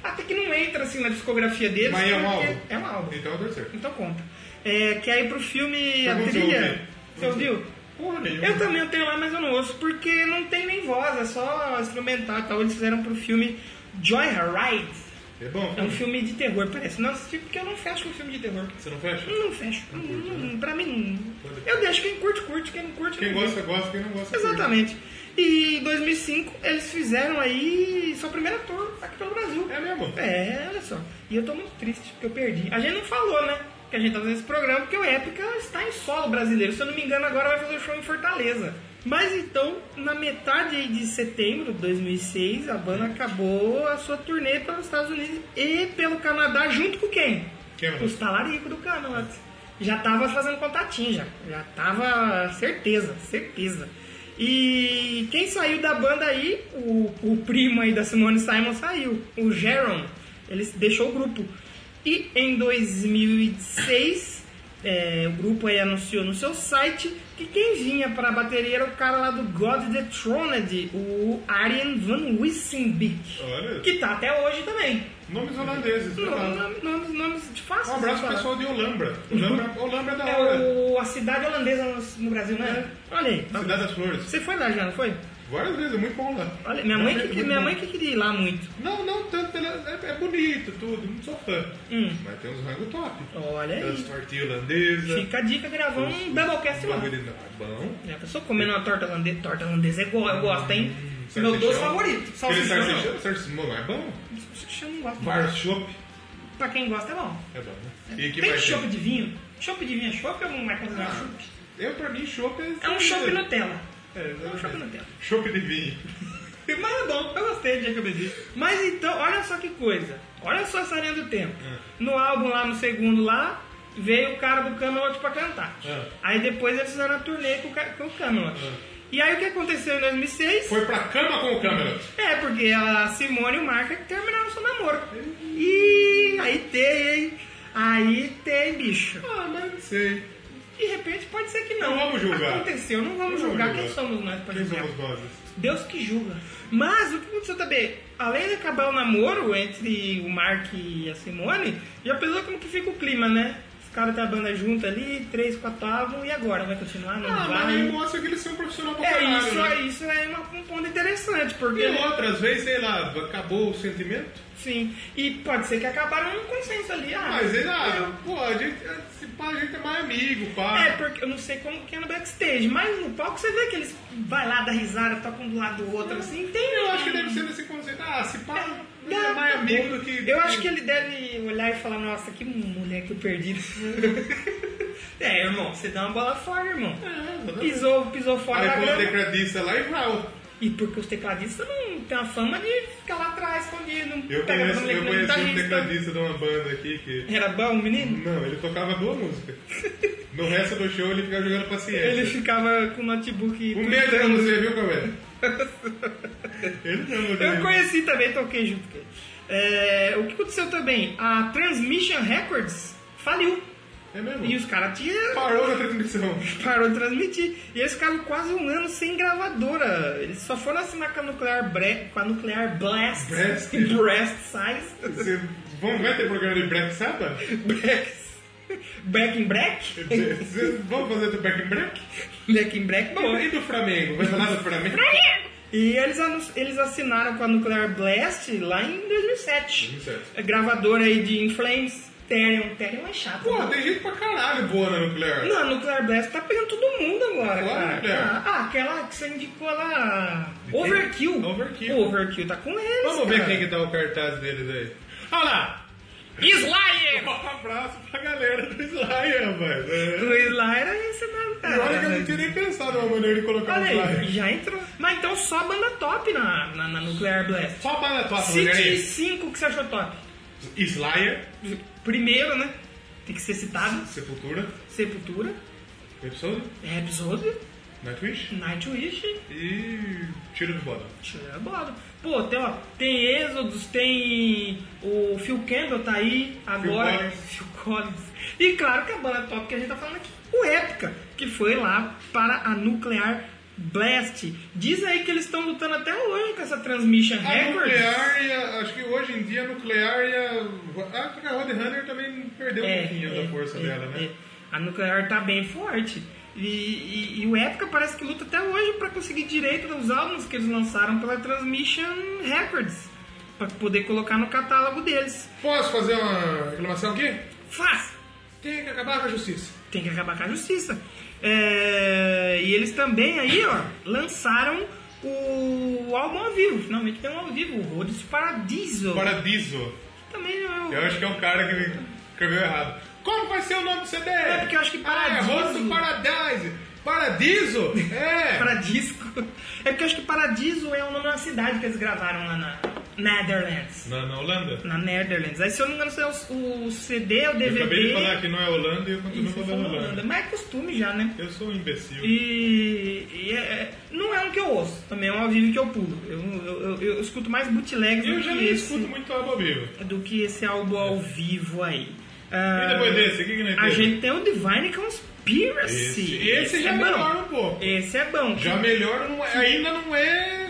Speaker 1: Até que não entra, assim, na discografia deles.
Speaker 2: Mas é um
Speaker 1: porque-
Speaker 2: álbum?
Speaker 1: É um álbum.
Speaker 2: Então é o terceiro.
Speaker 1: Então conta. É, que aí pro filme a
Speaker 2: Pergunta se eu ouvi.
Speaker 1: trilha. Você ouviu?
Speaker 2: Porra nenhuma.
Speaker 1: Eu também tenho lá, mas eu não ouço porque não tem nem voz, é só instrumental e tal. Eles fizeram pro filme Joyride.
Speaker 2: É bom?
Speaker 1: É um filme de terror, parece. Não assisti porque eu não fecho com filme de terror.
Speaker 2: Você não fecha?
Speaker 1: Não fecho. Não, não, pra mim, não. eu deixo quem curte, curte, quem não curte,
Speaker 2: Quem
Speaker 1: não curte.
Speaker 2: gosta, gosta. Quem não gosta,
Speaker 1: Exatamente. E em 2005 eles fizeram aí sua primeira tour aqui pelo Brasil.
Speaker 2: É mesmo?
Speaker 1: É, olha só. E eu tô muito triste porque eu perdi. A gente não falou, né? Que a gente tá fazendo esse programa porque o Épica está em solo brasileiro. Se eu não me engano, agora vai fazer show em Fortaleza. Mas então, na metade aí de setembro de 2006, a banda acabou a sua turnê pelos Estados Unidos e pelo Canadá, junto com quem?
Speaker 2: Quem mais?
Speaker 1: Os talarico do Camelot. Já tava fazendo contatinho, já. Já tava certeza, certeza. E quem saiu da banda aí, o, o primo aí da Simone Simon saiu, o Jerome. Ele deixou o grupo. E em 2006, é, o grupo aí anunciou no seu site Que quem vinha pra bateria era o cara lá do God Dethroned, o Arjen van Wissenbeek.
Speaker 2: Olha.
Speaker 1: Que tá até hoje também.
Speaker 2: Nomes holandeses. sei lá.
Speaker 1: Nomes, nomes, nomes de fácil.
Speaker 2: Um abraço
Speaker 1: de
Speaker 2: pro
Speaker 1: falar.
Speaker 2: pessoal de Olambra. Olambra, Olambra é da
Speaker 1: É
Speaker 2: hora.
Speaker 1: o- a cidade holandesa no- no Brasil, né?
Speaker 2: É.
Speaker 1: Olha aí. tá-
Speaker 2: Cidade das Flores.
Speaker 1: Você foi lá já, não foi?
Speaker 2: Várias vezes, é muito bom lá.
Speaker 1: Olha, minha mãe,
Speaker 2: Realmente
Speaker 1: que,
Speaker 2: muito
Speaker 1: minha
Speaker 2: bom.
Speaker 1: mãe que queria ir lá muito.
Speaker 2: Não, não tanto, pela, é, é bonito tudo, não sou fã.
Speaker 1: Hum.
Speaker 2: Mas tem uns rango top.
Speaker 1: Olha
Speaker 2: Das
Speaker 1: aí.
Speaker 2: tortilhas holandesas.
Speaker 1: Fica a dica gravar um Doublecast lá.
Speaker 2: bagulho de- Ah, bom.
Speaker 1: Já pensou comendo uma torta holandesa? Torta holandesa é go- eu gosto, hein? Meu
Speaker 2: Hum, Salsichão.
Speaker 1: doce favorito.
Speaker 2: Aquele
Speaker 1: Salsichão. não.
Speaker 2: Salsichão, salsichão, não é bom?
Speaker 1: Salsichão eu não gosto.
Speaker 2: Bar chopp
Speaker 1: Pra quem gosta é bom.
Speaker 2: é bom, né? E que
Speaker 1: Tem
Speaker 2: mais
Speaker 1: chopp de vinho? Chopp de vinho é chopp ou não é considerado chopp?
Speaker 2: Eu, pra mim, chopp é...
Speaker 1: É um chopp Nutella.
Speaker 2: É,
Speaker 1: É um chopp Nutella.
Speaker 2: Chopp de vinho.
Speaker 1: Mas é bom, eu gostei do dia que eu bebi. Mas então, olha só que coisa. Olha só essa linha do tempo.
Speaker 2: É.
Speaker 1: No álbum lá, no segundo lá, veio o cara do Camelot pra cantar.
Speaker 2: É.
Speaker 1: Aí depois eles fizeram a turnê com o, ca- com o Camelot. E aí o que aconteceu em 2006?
Speaker 2: Foi pra cama com o câmera.
Speaker 1: É, porque a Simone e o Mark terminaram seu namoro. E aí tem, hein? Aí tem, bicho.
Speaker 2: Ah, mas não sei.
Speaker 1: De repente pode ser que não.
Speaker 2: Não vamos julgar.
Speaker 1: Aconteceu, não vamos
Speaker 2: Não vamos
Speaker 1: julgar. Quem
Speaker 2: julgar.
Speaker 1: somos nós pra
Speaker 2: Quem
Speaker 1: julgar?
Speaker 2: somos nós?
Speaker 1: Deus que julga. Mas o que aconteceu também? Além de acabar o namoro entre o Mark e a Simone, já pensou como que fica o clima, né? Os caras da banda junto ali, três, quatro álbuns, e agora? Vai continuar? Não
Speaker 2: Ah, mas
Speaker 1: vai?
Speaker 2: aí mostra que eles são profissional pra
Speaker 1: É,
Speaker 2: caralho,
Speaker 1: isso,
Speaker 2: né?
Speaker 1: aí, isso é uma- um ponto interessante, porque...
Speaker 2: E outras vezes, sei lá, acabou o sentimento.
Speaker 1: Sim, e pode ser que acabaram num consenso ali. Ah,
Speaker 2: Mas ele, ah, pô, a gente, se pá, a gente é mais amigo, pá.
Speaker 1: É, porque eu não sei como que é no backstage, mas no palco você vê que eles vai lá, dá risada, tocam um do lado do outro, assim, tem...
Speaker 2: Eu acho que deve ser nesse conceito. Ah, se pá, a gente é
Speaker 1: Dá-
Speaker 2: mais amigo do que.
Speaker 1: Eu acho que ele deve olhar e falar, nossa, que mulher que eu perdi. é, irmão, você dá uma bola fora, irmão. É, Pisou, pisou fora da
Speaker 2: Aí põe o
Speaker 1: grama.
Speaker 2: um tecladista lá e vai.
Speaker 1: E porque os tecladistas não tem a fama de ficar lá atrás escondido.
Speaker 2: Eu
Speaker 1: pega
Speaker 2: conheço,
Speaker 1: mulher
Speaker 2: eu
Speaker 1: que não é
Speaker 2: conheci um
Speaker 1: guitarrista.
Speaker 2: tecladista de uma banda aqui que.
Speaker 1: Era bom, menino?
Speaker 2: Não, ele tocava duas músicas. No resto do show ele ficava jogando paciência.
Speaker 1: Ele ficava com o notebook.
Speaker 2: Um medo pra você, viu, Cauê? Ele não, meu
Speaker 1: Eu
Speaker 2: Deus.
Speaker 1: conheci também, toquei junto com ele. É, o que aconteceu também? A Transmission Records faliu.
Speaker 2: É mesmo?
Speaker 1: E os caras tinham
Speaker 2: Parou na transmissão.
Speaker 1: parou de transmitir. E eles ficaram quase um ano sem gravadora. Eles só foram assinar com a Nuclear, Bre com a Nuclear Blast.
Speaker 2: Blast.
Speaker 1: Blast Size.
Speaker 2: Você vão, vai ter programa de Black Sabbath?
Speaker 1: Brex. Back in Black?
Speaker 2: Vocês vão fazer do Back in Black?
Speaker 1: Back in Black, bom.
Speaker 2: E do Flamengo? Vai falar do Flamengo?
Speaker 1: E eles, anu- eles assinaram com a Nuclear Blast lá em 2007.
Speaker 2: 2007.
Speaker 1: É Gravadora aí de Inflames, Therion. Therion é chato.
Speaker 2: Pô,
Speaker 1: né?
Speaker 2: tem gente pra caralho boa na nuclear.
Speaker 1: Não, a Nuclear Blast tá pegando todo mundo agora,
Speaker 2: Claro,
Speaker 1: cara.
Speaker 2: Nuclear.
Speaker 1: Ah, aquela que você indicou lá. Overkill.
Speaker 2: Overkill.
Speaker 1: O Overkill tá com eles.
Speaker 2: Vamos ver
Speaker 1: cara.
Speaker 2: quem que tá o cartaz deles aí. Olha lá! Um
Speaker 1: Slayer!
Speaker 2: abraço pra galera do Slayer, rapaz. É.
Speaker 1: O Slayer é esse mesmo,
Speaker 2: E
Speaker 1: cara.
Speaker 2: olha que eu não tinha nem pensado numa maneira de colocar o
Speaker 1: Olha aí,
Speaker 2: Slayer.
Speaker 1: Ah, já entrou. Mas então só banda top na, na, na Nuclear Blast.
Speaker 2: Só para a tua
Speaker 1: City
Speaker 2: mulher é
Speaker 1: 5 que você achou top.
Speaker 2: Slayer,
Speaker 1: Primeiro, né? Tem que ser citado.
Speaker 2: Sepultura,
Speaker 1: Sepultura,
Speaker 2: Episode,
Speaker 1: Rhapsody,
Speaker 2: Nightwish
Speaker 1: Nightwish,
Speaker 2: e Tiro do Bota.
Speaker 1: Tira a bola. Pô, tem, ó, tem Êxodos, tem o Phil Campbell tá aí agora.
Speaker 2: Collins.
Speaker 1: Phil Collins. E claro que a banda top que a gente tá falando aqui, o Épica, que foi lá para a Nuclear Blast. Diz aí que eles estão lutando até hoje com essa Transmission
Speaker 2: A
Speaker 1: Records.
Speaker 2: nuclear e a, acho que hoje em dia a nuclear e a. Ah, porque a Roadrunner também perdeu um pouquinho da força
Speaker 1: é,
Speaker 2: dela,
Speaker 1: é.
Speaker 2: né?
Speaker 1: A Nuclear tá bem forte. E, e- e o Épica parece que luta até hoje para conseguir direito dos álbuns que eles lançaram pela Transmission Records. para poder colocar no catálogo deles.
Speaker 2: Posso fazer uma reclamação aqui?
Speaker 1: Faz!
Speaker 2: Tem que acabar com a justiça.
Speaker 1: Tem que acabar com a justiça. É, e eles também aí, ó, lançaram o álbum ao vivo. Finalmente tem um ao vivo, o Rodos Paradiso.
Speaker 2: Paradiso.
Speaker 1: Também não
Speaker 2: Eu
Speaker 1: é o...
Speaker 2: acho que é um cara que me escreveu errado. Como vai ser o nome do CD? É
Speaker 1: porque eu acho que
Speaker 2: Ah, é
Speaker 1: Paradiso.
Speaker 2: Rosto Paradise. Paradiso? É.
Speaker 1: Paradisco. É porque eu acho que Paradiso é o nome da cidade que eles gravaram lá na Netherlands.
Speaker 2: Na, na Holanda?
Speaker 1: Na Netherlands. Aí se eu não me engano, se é o, o CD, o
Speaker 2: Eu
Speaker 1: DVD.
Speaker 2: acabei de falar que não é Holanda e eu
Speaker 1: Ih,
Speaker 2: continuo
Speaker 1: você falou
Speaker 2: falando
Speaker 1: Holanda.
Speaker 2: Holanda.
Speaker 1: Mas é costume já, né?
Speaker 2: Eu sou um imbecil.
Speaker 1: E, e é- é- não é um que eu ouço, também é um ao vivo que eu pulo. Eu, eu, eu- eu escuto mais bootlegs
Speaker 2: Eu
Speaker 1: do
Speaker 2: já
Speaker 1: que
Speaker 2: nem
Speaker 1: esse,
Speaker 2: escuto muito álbum ao vivo.
Speaker 1: do que esse álbum ao vivo aí. Ah,
Speaker 2: E depois desse, o que, que nós
Speaker 1: A
Speaker 2: temos?
Speaker 1: gente tem o Divine Conspiracy.
Speaker 2: Esse, esse já
Speaker 1: é
Speaker 2: melhora
Speaker 1: bom.
Speaker 2: um pouco.
Speaker 1: Esse é bom.
Speaker 2: Já melhora, não é- ainda não é.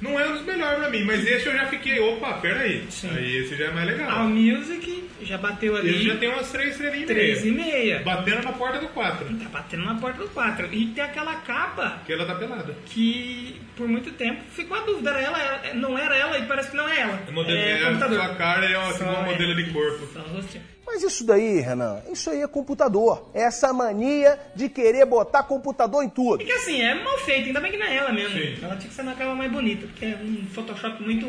Speaker 2: Não é um dos melhores pra mim, mas esse eu já fiquei. Opa, peraí.
Speaker 1: Sim.
Speaker 2: Aí esse já é mais
Speaker 1: A
Speaker 2: legal.
Speaker 1: Music já bateu ali
Speaker 2: Ele já tem umas três estrelinhas e meia.
Speaker 1: 3,5.
Speaker 2: Batendo na porta do 4.
Speaker 1: Tá batendo na porta do 4. E tem aquela capa
Speaker 2: Porque ela tá pelada.
Speaker 1: que por muito tempo ficou a dúvida. Era ela, era- não era ela e parece que não é ela.
Speaker 2: O modelo
Speaker 1: é,
Speaker 2: é,
Speaker 1: computador.
Speaker 2: sua cara é uma,
Speaker 1: Só
Speaker 2: tipo, uma
Speaker 1: é.
Speaker 2: modelo de corpo.
Speaker 1: Só o rostinho.
Speaker 8: Mas isso daí, Renan, isso aí é computador. É essa mania de querer botar computador em tudo.
Speaker 1: Porque assim, é mal feito, ainda bem que não é ela mesmo.
Speaker 2: Sim.
Speaker 1: Ela tinha que ser uma capa mais bonita, porque é um Photoshop muito.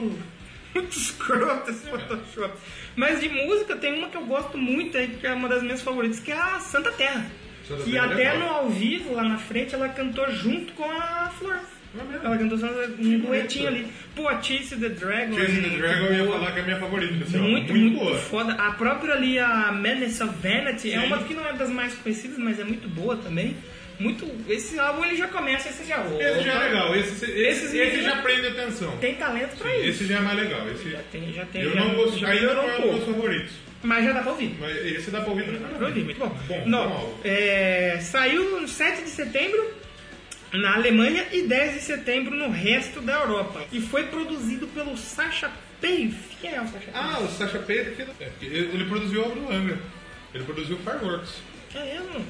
Speaker 1: Muito escroto esse Photoshop. Mas de música tem uma que eu gosto muito, é, que é uma das minhas favoritas, que é a Santa Terra.
Speaker 2: Santa
Speaker 1: que
Speaker 2: Terra é
Speaker 1: até
Speaker 2: legal.
Speaker 1: no ao vivo, lá na frente, ela cantou junto com a Flor.
Speaker 2: É mesmo?
Speaker 1: Ela cantou só um duetinho ali. Pô, a Chase the Dragon.
Speaker 2: Chase the
Speaker 1: muito
Speaker 2: Dragon eu ia
Speaker 1: boa.
Speaker 2: falar que é a minha favorita. Assim, ó,
Speaker 1: Muito, muito,
Speaker 2: boa.
Speaker 1: foda. A própria ali, a Madness of Vanity, é
Speaker 2: Sim.
Speaker 1: uma que não é das mais conhecidas, mas é muito boa também. Muito, esse álbum ele já começa, esse já rola.
Speaker 2: Esse já é legal. Esse, esse,
Speaker 1: Esses
Speaker 2: esse,
Speaker 1: meninos-
Speaker 2: já prende atenção.
Speaker 1: Tem talento pra isso.
Speaker 2: Esse já é mais legal. Esse,
Speaker 1: Já tem, já tem.
Speaker 2: eu
Speaker 1: já,
Speaker 2: não gosto.
Speaker 1: já
Speaker 2: Ainda
Speaker 1: melhorou um
Speaker 2: não é um dos meus
Speaker 1: pouco,
Speaker 2: favoritos.
Speaker 1: mas já dá pra ouvir.
Speaker 2: Mas esse dá pra ouvir
Speaker 1: Dá pra ouvir, muito bom.
Speaker 2: Bom,
Speaker 1: não,
Speaker 2: bom.
Speaker 1: é, saiu no 7 de setembro na Alemanha e 10 de setembro no resto da Europa. E foi produzido pelo Sacha Paif. Quem é o Sacha
Speaker 2: Ah, o Sasha Pedro, que- é, porque ele ele produziu a obra do Angra. Ele produziu Fireworks,
Speaker 1: Paif? É mesmo?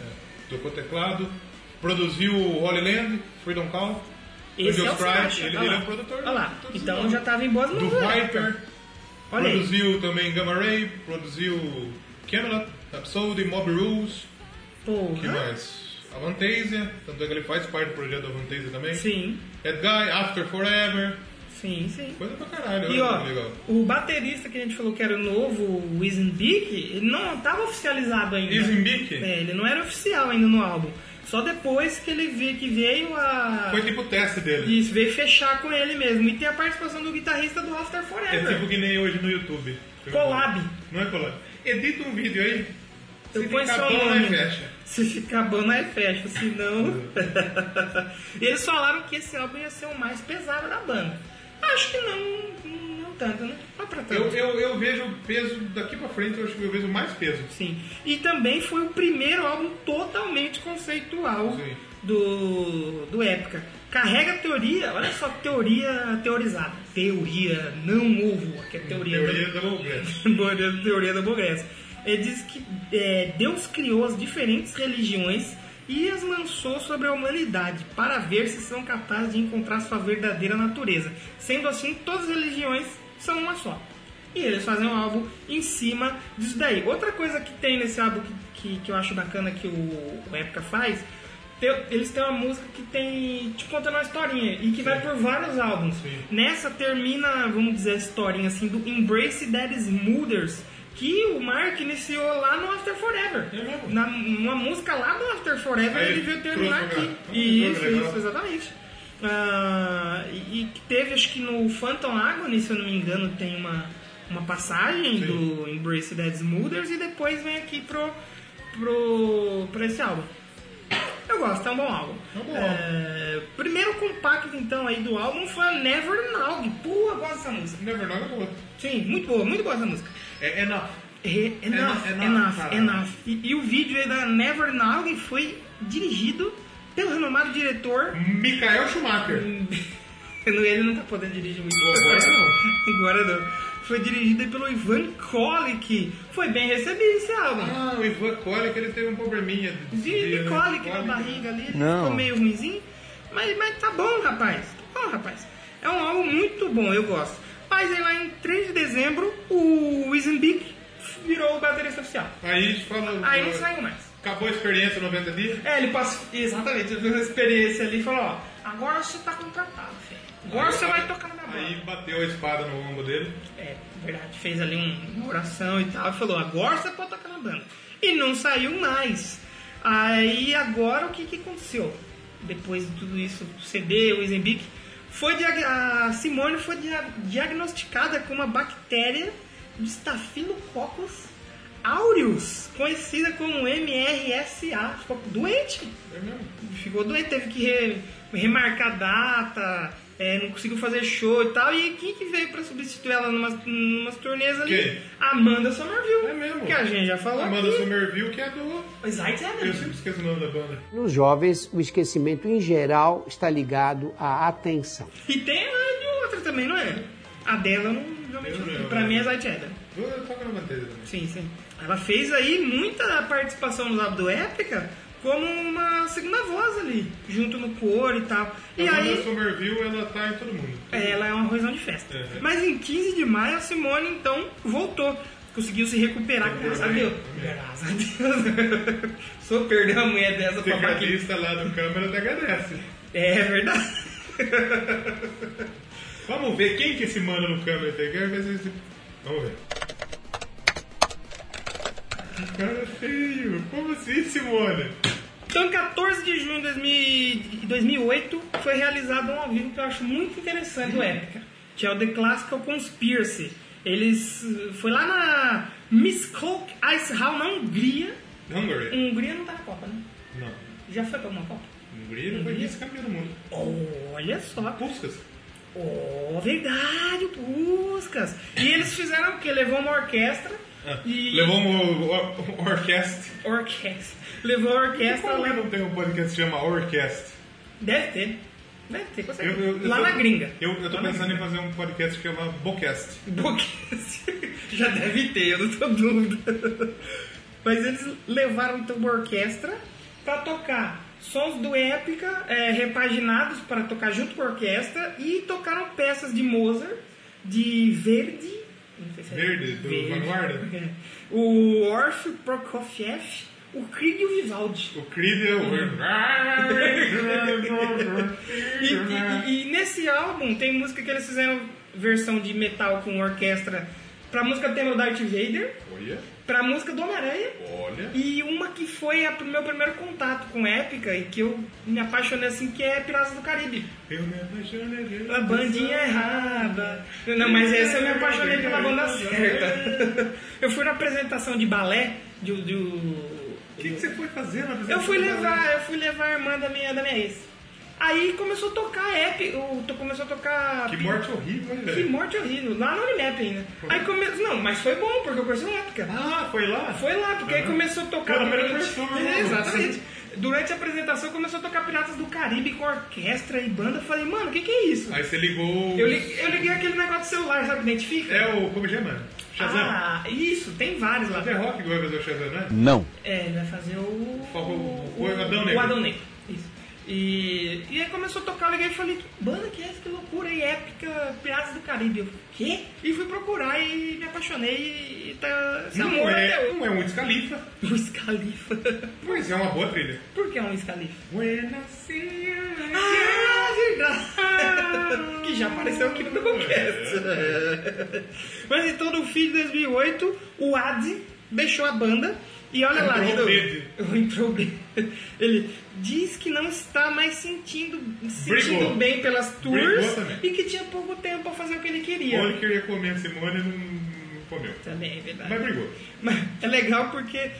Speaker 2: tocou teclado, produziu Holy Land, Freedom Call,
Speaker 1: Esse é o
Speaker 2: Angel's
Speaker 1: Sacha.
Speaker 2: ele,
Speaker 1: olha
Speaker 2: ele é
Speaker 1: lá.
Speaker 2: o produtor.
Speaker 1: Olha lá.
Speaker 2: de todos os
Speaker 1: Então
Speaker 2: nomes.
Speaker 1: já tava em boas
Speaker 2: Do
Speaker 1: mãos. né?
Speaker 2: Viper,
Speaker 1: Olha aí.
Speaker 2: produziu também Gamma Ray, produziu Camelot, Rhapsody, Mob Rules, que
Speaker 1: Porra.
Speaker 2: mais? Avantasia, tanto é que ele faz parte do projeto Avantasia também.
Speaker 1: Sim,
Speaker 2: Ed Guy, After Forever,
Speaker 1: sim, sim.
Speaker 2: coisa pra caralho,
Speaker 1: E
Speaker 2: olha
Speaker 1: ó,
Speaker 2: que legal.
Speaker 1: o baterista que a gente falou que era o novo, o Isenbeek, ele não tava oficializado ainda.
Speaker 2: Isenbeek?
Speaker 1: É, ele não era oficial ainda no álbum. Só depois que ele vi, que veio a.
Speaker 2: Foi tipo o teste dele.
Speaker 1: Isso, veio fechar com ele mesmo. E tem a participação do guitarrista do After
Speaker 2: É
Speaker 1: Forever.
Speaker 2: tipo que nem hoje no YouTube.
Speaker 1: Collab.
Speaker 2: Não é collab. Edita um vídeo aí.
Speaker 1: Eu
Speaker 2: Se
Speaker 1: põe
Speaker 2: ficar
Speaker 1: só o
Speaker 2: bom,
Speaker 1: nome.
Speaker 2: né, fecha.
Speaker 1: Se ficar bom, não é fecha, senão.
Speaker 2: É.
Speaker 1: E Eles falaram que esse álbum ia ser o mais pesado da banda. Acho que não, não tanto, né? Não pra tanto.
Speaker 2: Eu, eu, eu vejo o peso daqui pra frente, eu acho que eu vejo mais peso.
Speaker 1: Sim. E também foi o primeiro álbum totalmente conceitual
Speaker 2: Sim.
Speaker 1: do, do Épica. Carrega teoria, olha só, teoria teorizada. Teoria, não ovo, que é teoria,
Speaker 2: Teoria da Lowgrass.
Speaker 1: da, teoria da burguesa. Ele diz que é, Deus criou as diferentes religiões e as lançou sobre a humanidade para ver se são capazes de encontrar sua verdadeira natureza. Sendo assim, todas as religiões são uma só. E eles fazem um álbum em cima disso daí. Outra coisa que tem nesse álbum que, que, que eu acho bacana que o, o Épica faz, tem- eles têm uma música que tem. te contando uma historinha e que vai por vários álbuns.
Speaker 2: Sim.
Speaker 1: Nessa termina, vamos dizer, a historinha assim do Embrace That Smothers, que o Mark iniciou lá no After Forever.
Speaker 2: É mesmo?
Speaker 1: Na, numa música lá do After Forever,
Speaker 2: Aí
Speaker 1: ele
Speaker 2: ele
Speaker 1: veio terminar
Speaker 2: trouxe pra
Speaker 1: aqui.
Speaker 2: cá. Ah, que
Speaker 1: Isso,
Speaker 2: legal.
Speaker 1: isso, exatamente. Ah, e, e que teve, acho que no Phantom Agony, se eu não me engano, tem uma, uma passagem do Embrace That Smothers e depois vem aqui pro, pro, pra esse álbum. Eu gosto, é um bom álbum.
Speaker 2: É um bom
Speaker 1: É, primeiro compacto, então, aí do álbum foi a Never Nog. Pô, eu gosto dessa música.
Speaker 2: Never Not é boa.
Speaker 1: Sim, muito boa, muito boa essa música.
Speaker 2: É, é na.
Speaker 1: Re- Enough,
Speaker 2: É
Speaker 1: enough,
Speaker 2: na- é na-
Speaker 1: enough.
Speaker 2: cara.
Speaker 1: E, e o vídeo aí da Never Nog foi dirigido pelo renomado diretor.
Speaker 2: Michael Schumacher.
Speaker 1: Ele não tá podendo dirigir muito.
Speaker 2: Pô, Agora é não.
Speaker 1: Agora não. Foi dirigida pelo Ivan Kolik. Foi bem recebido esse álbum.
Speaker 2: Ah, o Ivan Colic, ele teve um probleminha. De,
Speaker 1: De, de cólica na
Speaker 2: cólica.
Speaker 1: barriga ali, ele ficou meio ruimzinho. Mas, mas tá bom, rapaz. Tá bom, rapaz. É um álbum muito bom, eu gosto. Mas aí lá em 3 de dezembro, o Isenbeek virou o baterista oficial.
Speaker 2: Aí fala.
Speaker 1: Aí não saiu mais.
Speaker 2: Acabou a experiência 90 dias.
Speaker 1: É, ele passou. Exatamente, ele fez uma experiência ali e falou: ó, agora você tá contratado, filho. Agora você vai tocar na minha banda.
Speaker 2: Aí bateu a espada no ombro dele.
Speaker 1: É, verdade, fez ali um- uma oração e tal, e falou, agora você pode tocar na banda. E não saiu mais. Aí agora o que, que aconteceu? Depois de tudo isso, o CD, o Isenbic, foi diag- a Simone foi dia- diagnosticada com uma bactéria de Staphylococcus aureus, conhecida como MRSA. Ficou doente
Speaker 2: É mesmo?
Speaker 1: ficou doente, teve que re- remarcar data, é, não conseguiu fazer show e tal. E quem que veio pra substituir ela numas, numas turnês ali?
Speaker 2: Quem?
Speaker 1: Amanda Somerville.
Speaker 2: É mesmo.
Speaker 1: Que a gente já falou
Speaker 2: Amanda
Speaker 1: aqui.
Speaker 2: Somerville, que é do. Eu
Speaker 1: Somerville.
Speaker 2: sempre esqueço o nome da banda.
Speaker 9: Nos jovens, o esquecimento em geral está ligado à atenção.
Speaker 1: E tem a de outra também, não é? A dela eu não realmente
Speaker 2: Eu
Speaker 1: não.
Speaker 2: lembro.
Speaker 1: Pra mim é Zayt Eder.
Speaker 2: Eu toco na bandeira também.
Speaker 1: Sim, sim. Ela fez aí muita participação no Abdo Épica como uma segunda voz ali, junto no coro e tal. E
Speaker 2: Amanda
Speaker 1: aí
Speaker 2: Somerville, ela tá em todo mundo.
Speaker 1: ela é uma arrozão de festa.
Speaker 2: Uhum.
Speaker 1: Mas em 15 de maio a Simone então voltou. Conseguiu se recuperar, graças a Deus. Graças a Deus. Só perdeu a mulher dessa pra bater.
Speaker 2: Tecladista lá do câmera até agradece.
Speaker 1: É verdade.
Speaker 2: Vamos ver quem que esse mano no câmera tem. Quero ver se esse- Vamos ver. Que cara feio. Como assim, Simone?
Speaker 1: Então, 14 de junho de 2000 de 2008, foi realizado um ao vivo que eu acho muito interessante, o Épica, que é o The Classical Conspiracy. Eles. eh, Foi lá na Miskolc Ice Hall, na Hungria.
Speaker 2: Hungary.
Speaker 1: Hungria não tá na Copa, né?
Speaker 2: Não.
Speaker 1: Já foi pra uma Copa?
Speaker 2: Hungria não foi vice-campeão do mundo.
Speaker 1: Olha só.
Speaker 2: Puskas.
Speaker 1: Oh, verdade, o Puskas. E eles fizeram o quê? Levou uma orquestra. e...
Speaker 2: Ah, Levou uma or- or- orquestra.
Speaker 1: Orquestra. Levou a orquestra
Speaker 2: Por
Speaker 1: lá.
Speaker 2: que não tem um podcast que chama Orquestra?
Speaker 1: Deve ter. Deve ter, com
Speaker 2: Eu-
Speaker 1: certeza.
Speaker 2: eu- eu
Speaker 1: lá
Speaker 2: tô-
Speaker 1: na gringa.
Speaker 2: Eu, eu tô
Speaker 1: Lá na
Speaker 2: pensando em
Speaker 1: gringa.
Speaker 2: fazer um podcast que chama Bocast.
Speaker 1: Boquete. Já deve ter, eu não tô dúvida. Mas eles levaram então uma orquestra pra tocar sons do Épica eh, repaginados para tocar junto com a orquestra e tocaram peças de Mozart, de Verdi. não sei se é-
Speaker 2: Verdi, do Vanguarda?
Speaker 1: É. O Orf Prokofiev, o Krieg e o Vivaldi.
Speaker 2: O Creed é
Speaker 1: Uhum. E,
Speaker 2: o...
Speaker 1: e- e nesse álbum tem música que eles fizeram versão de metal com orquestra pra música tema do Darth Vader,
Speaker 2: Olha,
Speaker 1: pra música do Homem-Aranha
Speaker 2: olha.
Speaker 1: e uma que foi o meu primeiro contato com épica e que eu me apaixonei assim, que é Piratas do Caribe.
Speaker 2: Eu me apaixonei pela
Speaker 1: A bandinha
Speaker 2: pessoa.
Speaker 1: errada. Não, mas essa eu me apaixonei pela banda certa. Eu fui na apresentação de balé do. do-
Speaker 2: O que, que você foi fazer na apresentação
Speaker 1: Eu fui
Speaker 2: do balé?
Speaker 1: levar, eu fui levar a irmã da minha, da minha ex. Aí começou a tocar épica, começou a tocar.
Speaker 2: Que morte horrível, hein,
Speaker 1: Que
Speaker 2: velho?
Speaker 1: morte horrível, lá no Unimap ainda. Aí começou. Não, mas foi bom, porque eu conheci o épica.
Speaker 2: Ah, foi lá?
Speaker 1: Foi lá, porque aí
Speaker 2: Aham.
Speaker 1: começou a tocar.
Speaker 2: Pelo menos
Speaker 1: durante-
Speaker 2: começou, né?
Speaker 1: É, Exatamente. Durante a apresentação começou a tocar Piratas do Caribe com orquestra e banda. Eu falei, mano, o que, que é isso?
Speaker 2: Aí você ligou...
Speaker 1: Eu, li- eu liguei aquele negócio do celular, sabe, que identifica?
Speaker 2: É o... Como chama? Shazam.
Speaker 1: Ah, isso, tem vários lá.
Speaker 2: The Rock que vai fazer o Shazam, né?
Speaker 4: Não.
Speaker 1: É, ele vai fazer o.
Speaker 2: O- o- o Adão Negro.
Speaker 1: O Adão Negro. Isso. E, e aí começou a tocar, eu liguei e falei, que banda que é essa? Que loucura aí, épica, Piratas do Caribe. Eu, quê? E fui procurar e me apaixonei e tá. Esse
Speaker 2: Não
Speaker 1: amor
Speaker 2: é,
Speaker 1: até
Speaker 2: não é um escalifa,
Speaker 1: hoje. Luiz Califa.
Speaker 2: mas é uma boa trilha.
Speaker 1: Por que é um Luiz Califa?
Speaker 2: When I see you again.
Speaker 1: Ah, verdade! que já apareceu aqui no Doublecast. Mas então, no fim de 2008, o Adi deixou a banda e olha lá.
Speaker 2: Entrou o
Speaker 1: ele-
Speaker 2: dedo.
Speaker 1: Entrou o dedo. Ele diz que não está mais sentindo, sentindo
Speaker 2: Brigou.
Speaker 1: bem pelas
Speaker 2: Brigou
Speaker 1: tours
Speaker 2: também.
Speaker 1: e que tinha pouco tempo para fazer o que ele queria.
Speaker 2: Olha que eu ia comer a Simone e não não comeu.
Speaker 1: Também é verdade.
Speaker 2: Mas brigou.
Speaker 1: Mas é legal porque é,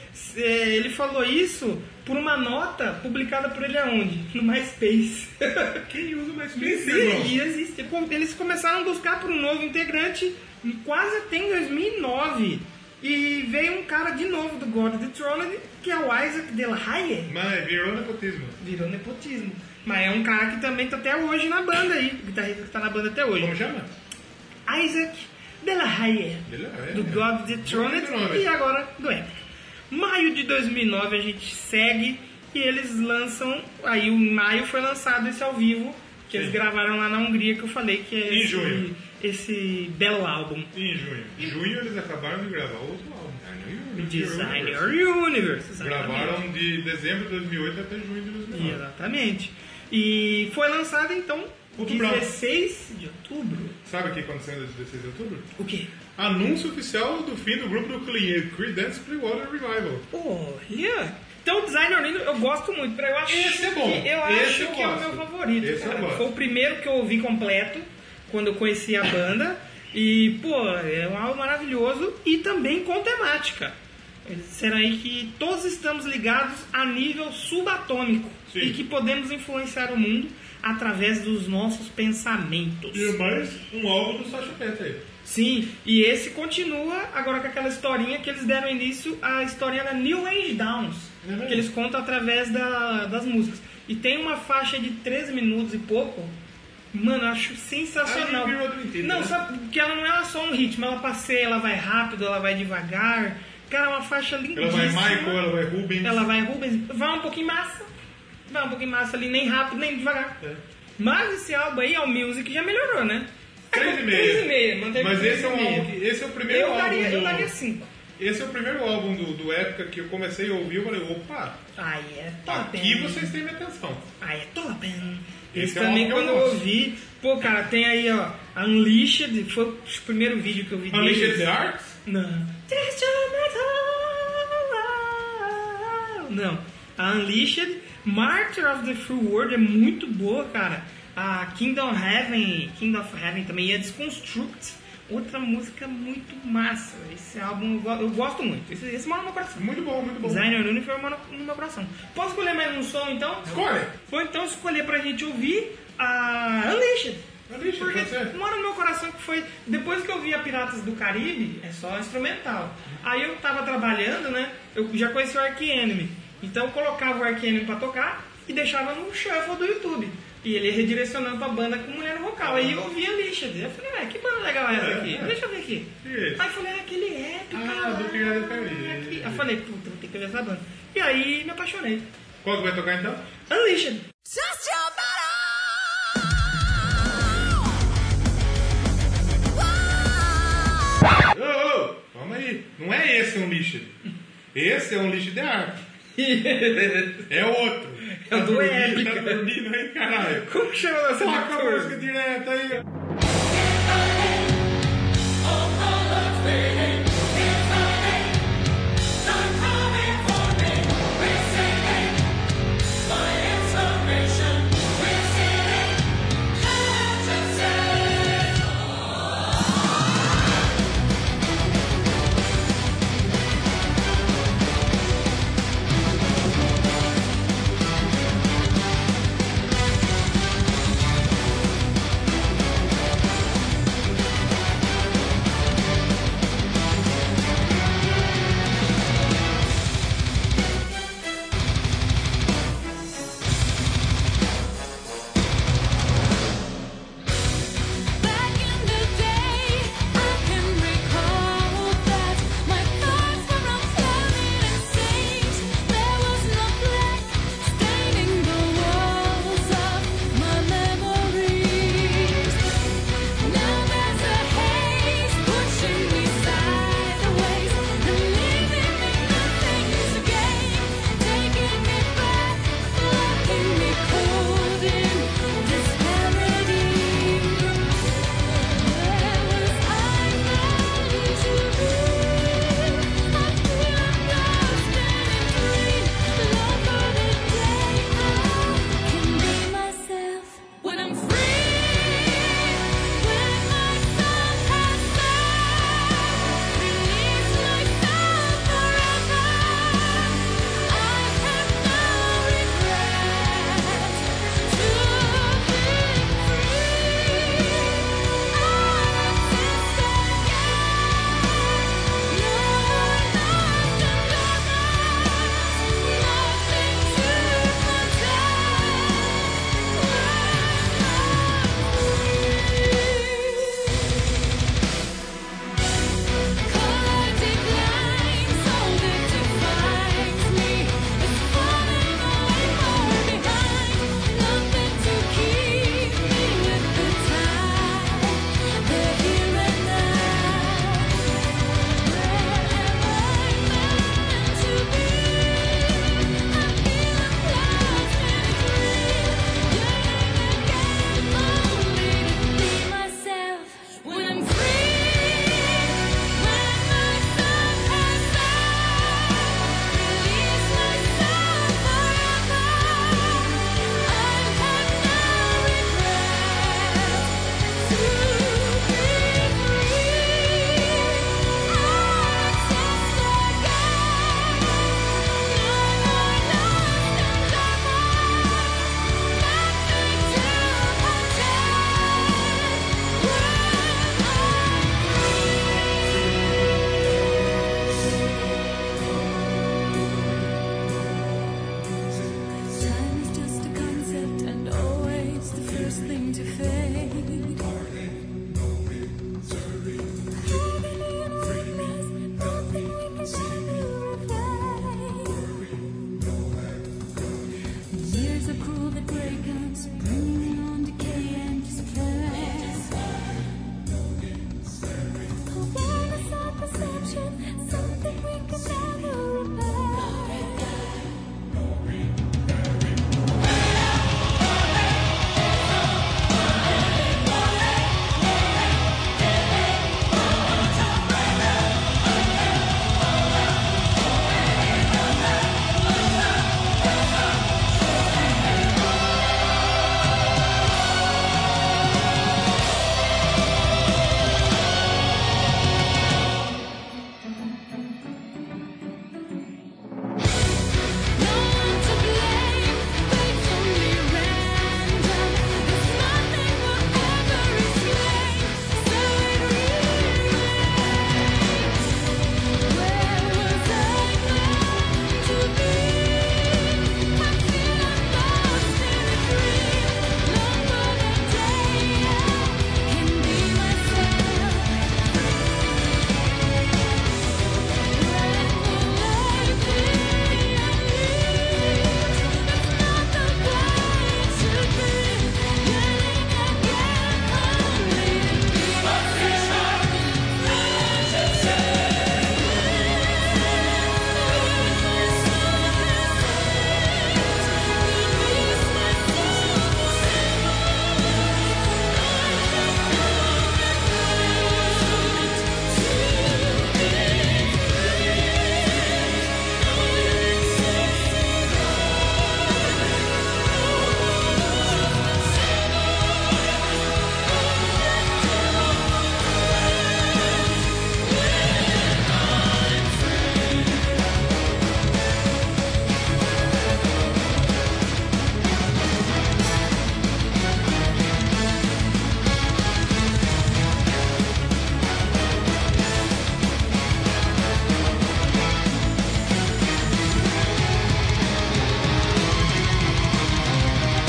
Speaker 1: ele falou isso por uma nota publicada por ele aonde? No MySpace.
Speaker 2: Quem usa mais
Speaker 1: Sim,
Speaker 2: pizza, irmão?
Speaker 1: e existe. Pô, Eles começaram a buscar por um novo integrante e quase até em 2009. E veio um cara de novo do God of the Throne, que é o Isaac Del Haye.
Speaker 2: Mas virou nepotismo.
Speaker 1: Virou nepotismo. Mas é um cara que também tá até hoje na banda aí. O guitarrista que tá na banda até
Speaker 2: Como
Speaker 1: hoje.
Speaker 2: chama?
Speaker 1: Isaac Del Haye
Speaker 2: Ele é.
Speaker 1: do God of the Throne
Speaker 2: Bonito nome.
Speaker 1: e agora do Epic. Maio de 2009 a gente segue e eles lançam. Aí em maio foi lançado esse ao vivo que eles
Speaker 2: Sim.
Speaker 1: gravaram lá na Hungria que eu falei que é
Speaker 2: Em
Speaker 1: esse,
Speaker 2: junho.
Speaker 1: esse belo álbum.
Speaker 2: Em junho. Em junho eles acabaram de gravar outro álbum. Ah,
Speaker 1: Design Your Universe. exatamente.
Speaker 2: Gravaram de dezembro de 2008 até junho de 2009.
Speaker 1: Exatamente. E foi lançado então
Speaker 2: Outubro.
Speaker 1: 16 de outubro.
Speaker 2: Sabe o que aconteceu no dia 16 de outubro?
Speaker 1: O quê?
Speaker 2: Anúncio oficial do fim do grupo do Clean, Creedence Clearwater Revival.
Speaker 1: Olha! Então, Designer Lindo eu gosto muito. pra- Eu acho
Speaker 2: Esse é
Speaker 1: que,
Speaker 2: bom.
Speaker 1: Eu acho
Speaker 2: Esse eu
Speaker 1: que é o
Speaker 2: gosto.
Speaker 1: meu favorito.
Speaker 2: Esse eu
Speaker 1: cara.
Speaker 2: gosto.
Speaker 1: Foi o primeiro que eu ouvi completo quando eu conheci a banda. E, pô, é um álbum maravilhoso e também com temática. Eles disseram aí que todos estamos ligados a nível subatômico
Speaker 2: Sim.
Speaker 1: e que podemos influenciar o mundo através dos nossos pensamentos.
Speaker 2: E mais um álbum do Sacha Peta aí.
Speaker 1: Sim, e esse continua agora com aquela historinha que eles deram início à historinha da New Age Downs,
Speaker 2: mesmo?
Speaker 1: que eles contam através da- das músicas. E tem uma faixa de 13 minutos e pouco. Mano, eu acho sensacional.
Speaker 2: Aí virou do inteiro,
Speaker 1: não,
Speaker 2: né?
Speaker 1: sabe, porque ela não é só um ritmo, ela passeia, ela vai rápido, ela vai devagar. Cara, é uma faixa lindíssima.
Speaker 2: Ela vai Michael, ela vai Rubens.
Speaker 1: Ela vai Rubens, vai um pouquinho massa. Vai um pouquinho massa ali, nem rápido, nem devagar.
Speaker 2: É.
Speaker 1: Mas esse álbum aí, ao Music, já melhorou, né?
Speaker 2: 3,5.
Speaker 1: 3,5 manteve
Speaker 2: Mas esse é, um
Speaker 1: 3,5.
Speaker 2: álbum, que- esse é o primeiro
Speaker 1: Eu
Speaker 2: álbum.
Speaker 1: daria,
Speaker 2: do,
Speaker 1: eu daria 5.
Speaker 2: Esse é o primeiro álbum do, do Épica que eu comecei a ouvir e falei, opa,
Speaker 1: Aí é top,
Speaker 2: Tá, aqui
Speaker 1: hein?
Speaker 2: vocês têm minha atenção.
Speaker 1: Aí é top, hein?
Speaker 2: Esse
Speaker 1: Esse
Speaker 2: é um
Speaker 1: também
Speaker 2: álbum que eu
Speaker 1: quando eu
Speaker 2: gosto.
Speaker 1: ouvi. Pô, cara, tem aí, ó, Unleashed, foi o primeiro vídeo que eu vi
Speaker 2: Unleashed é
Speaker 1: deles.
Speaker 2: the Arts?
Speaker 1: Não. Teste Metal. Não. A Unleashed, Martyr of the Free World é muito boa, cara. A Kingdom Heaven, Kingdom of Heaven também e a Desconstruct. Outra música muito massa. Esse álbum eu, go- eu gosto muito. Esse, esse mora no meu coração.
Speaker 2: Muito bom, muito bom.
Speaker 1: Designer Uniform mora no meu coração. Posso escolher mais um som então?
Speaker 2: Escolhe.
Speaker 1: Vou então escolher pra gente ouvir a Unleashed.
Speaker 2: Unleashed,
Speaker 1: Porque
Speaker 2: pode ser.
Speaker 1: mora no meu coração que foi. Depois que eu vi a Piratas do Caribe, é só instrumental. Aí eu tava trabalhando, né? Eu já conheci o Ark Enemy. Então eu colocava o Ark Enemy pra tocar e deixava no shuffle do YouTube. E ele ia redirecionando pra banda com mulher no vocal. Aí eu ouvia a lixa dele. Eu falei, ué, que banda legal é essa aqui?
Speaker 2: É, é.
Speaker 1: Deixa eu ver aqui.
Speaker 2: Isso.
Speaker 1: Aí eu falei, é aquele rap,
Speaker 2: Ah,
Speaker 1: cara.
Speaker 2: do Piratas do Caribe.
Speaker 1: Aí eu falei, puta, vou ter que ver essa banda. E aí me apaixonei.
Speaker 2: Qual que vai tocar então?
Speaker 1: Unleashed.
Speaker 3: Just your battle.
Speaker 2: Ô, ô, calma aí. Não é esse um lixo. Esse é um lixo de arte. É outro.
Speaker 1: É o do
Speaker 2: Tá dormindo,
Speaker 1: Épica.
Speaker 2: Tá dormindo aí, caralho.
Speaker 1: Como que chama essa
Speaker 2: Toca a música
Speaker 1: música?
Speaker 2: direto aí. ó.
Speaker 3: Time coming for me. We're singing. My inspiration. We're singing. Hutchinson.
Speaker 2: Ô,
Speaker 1: isso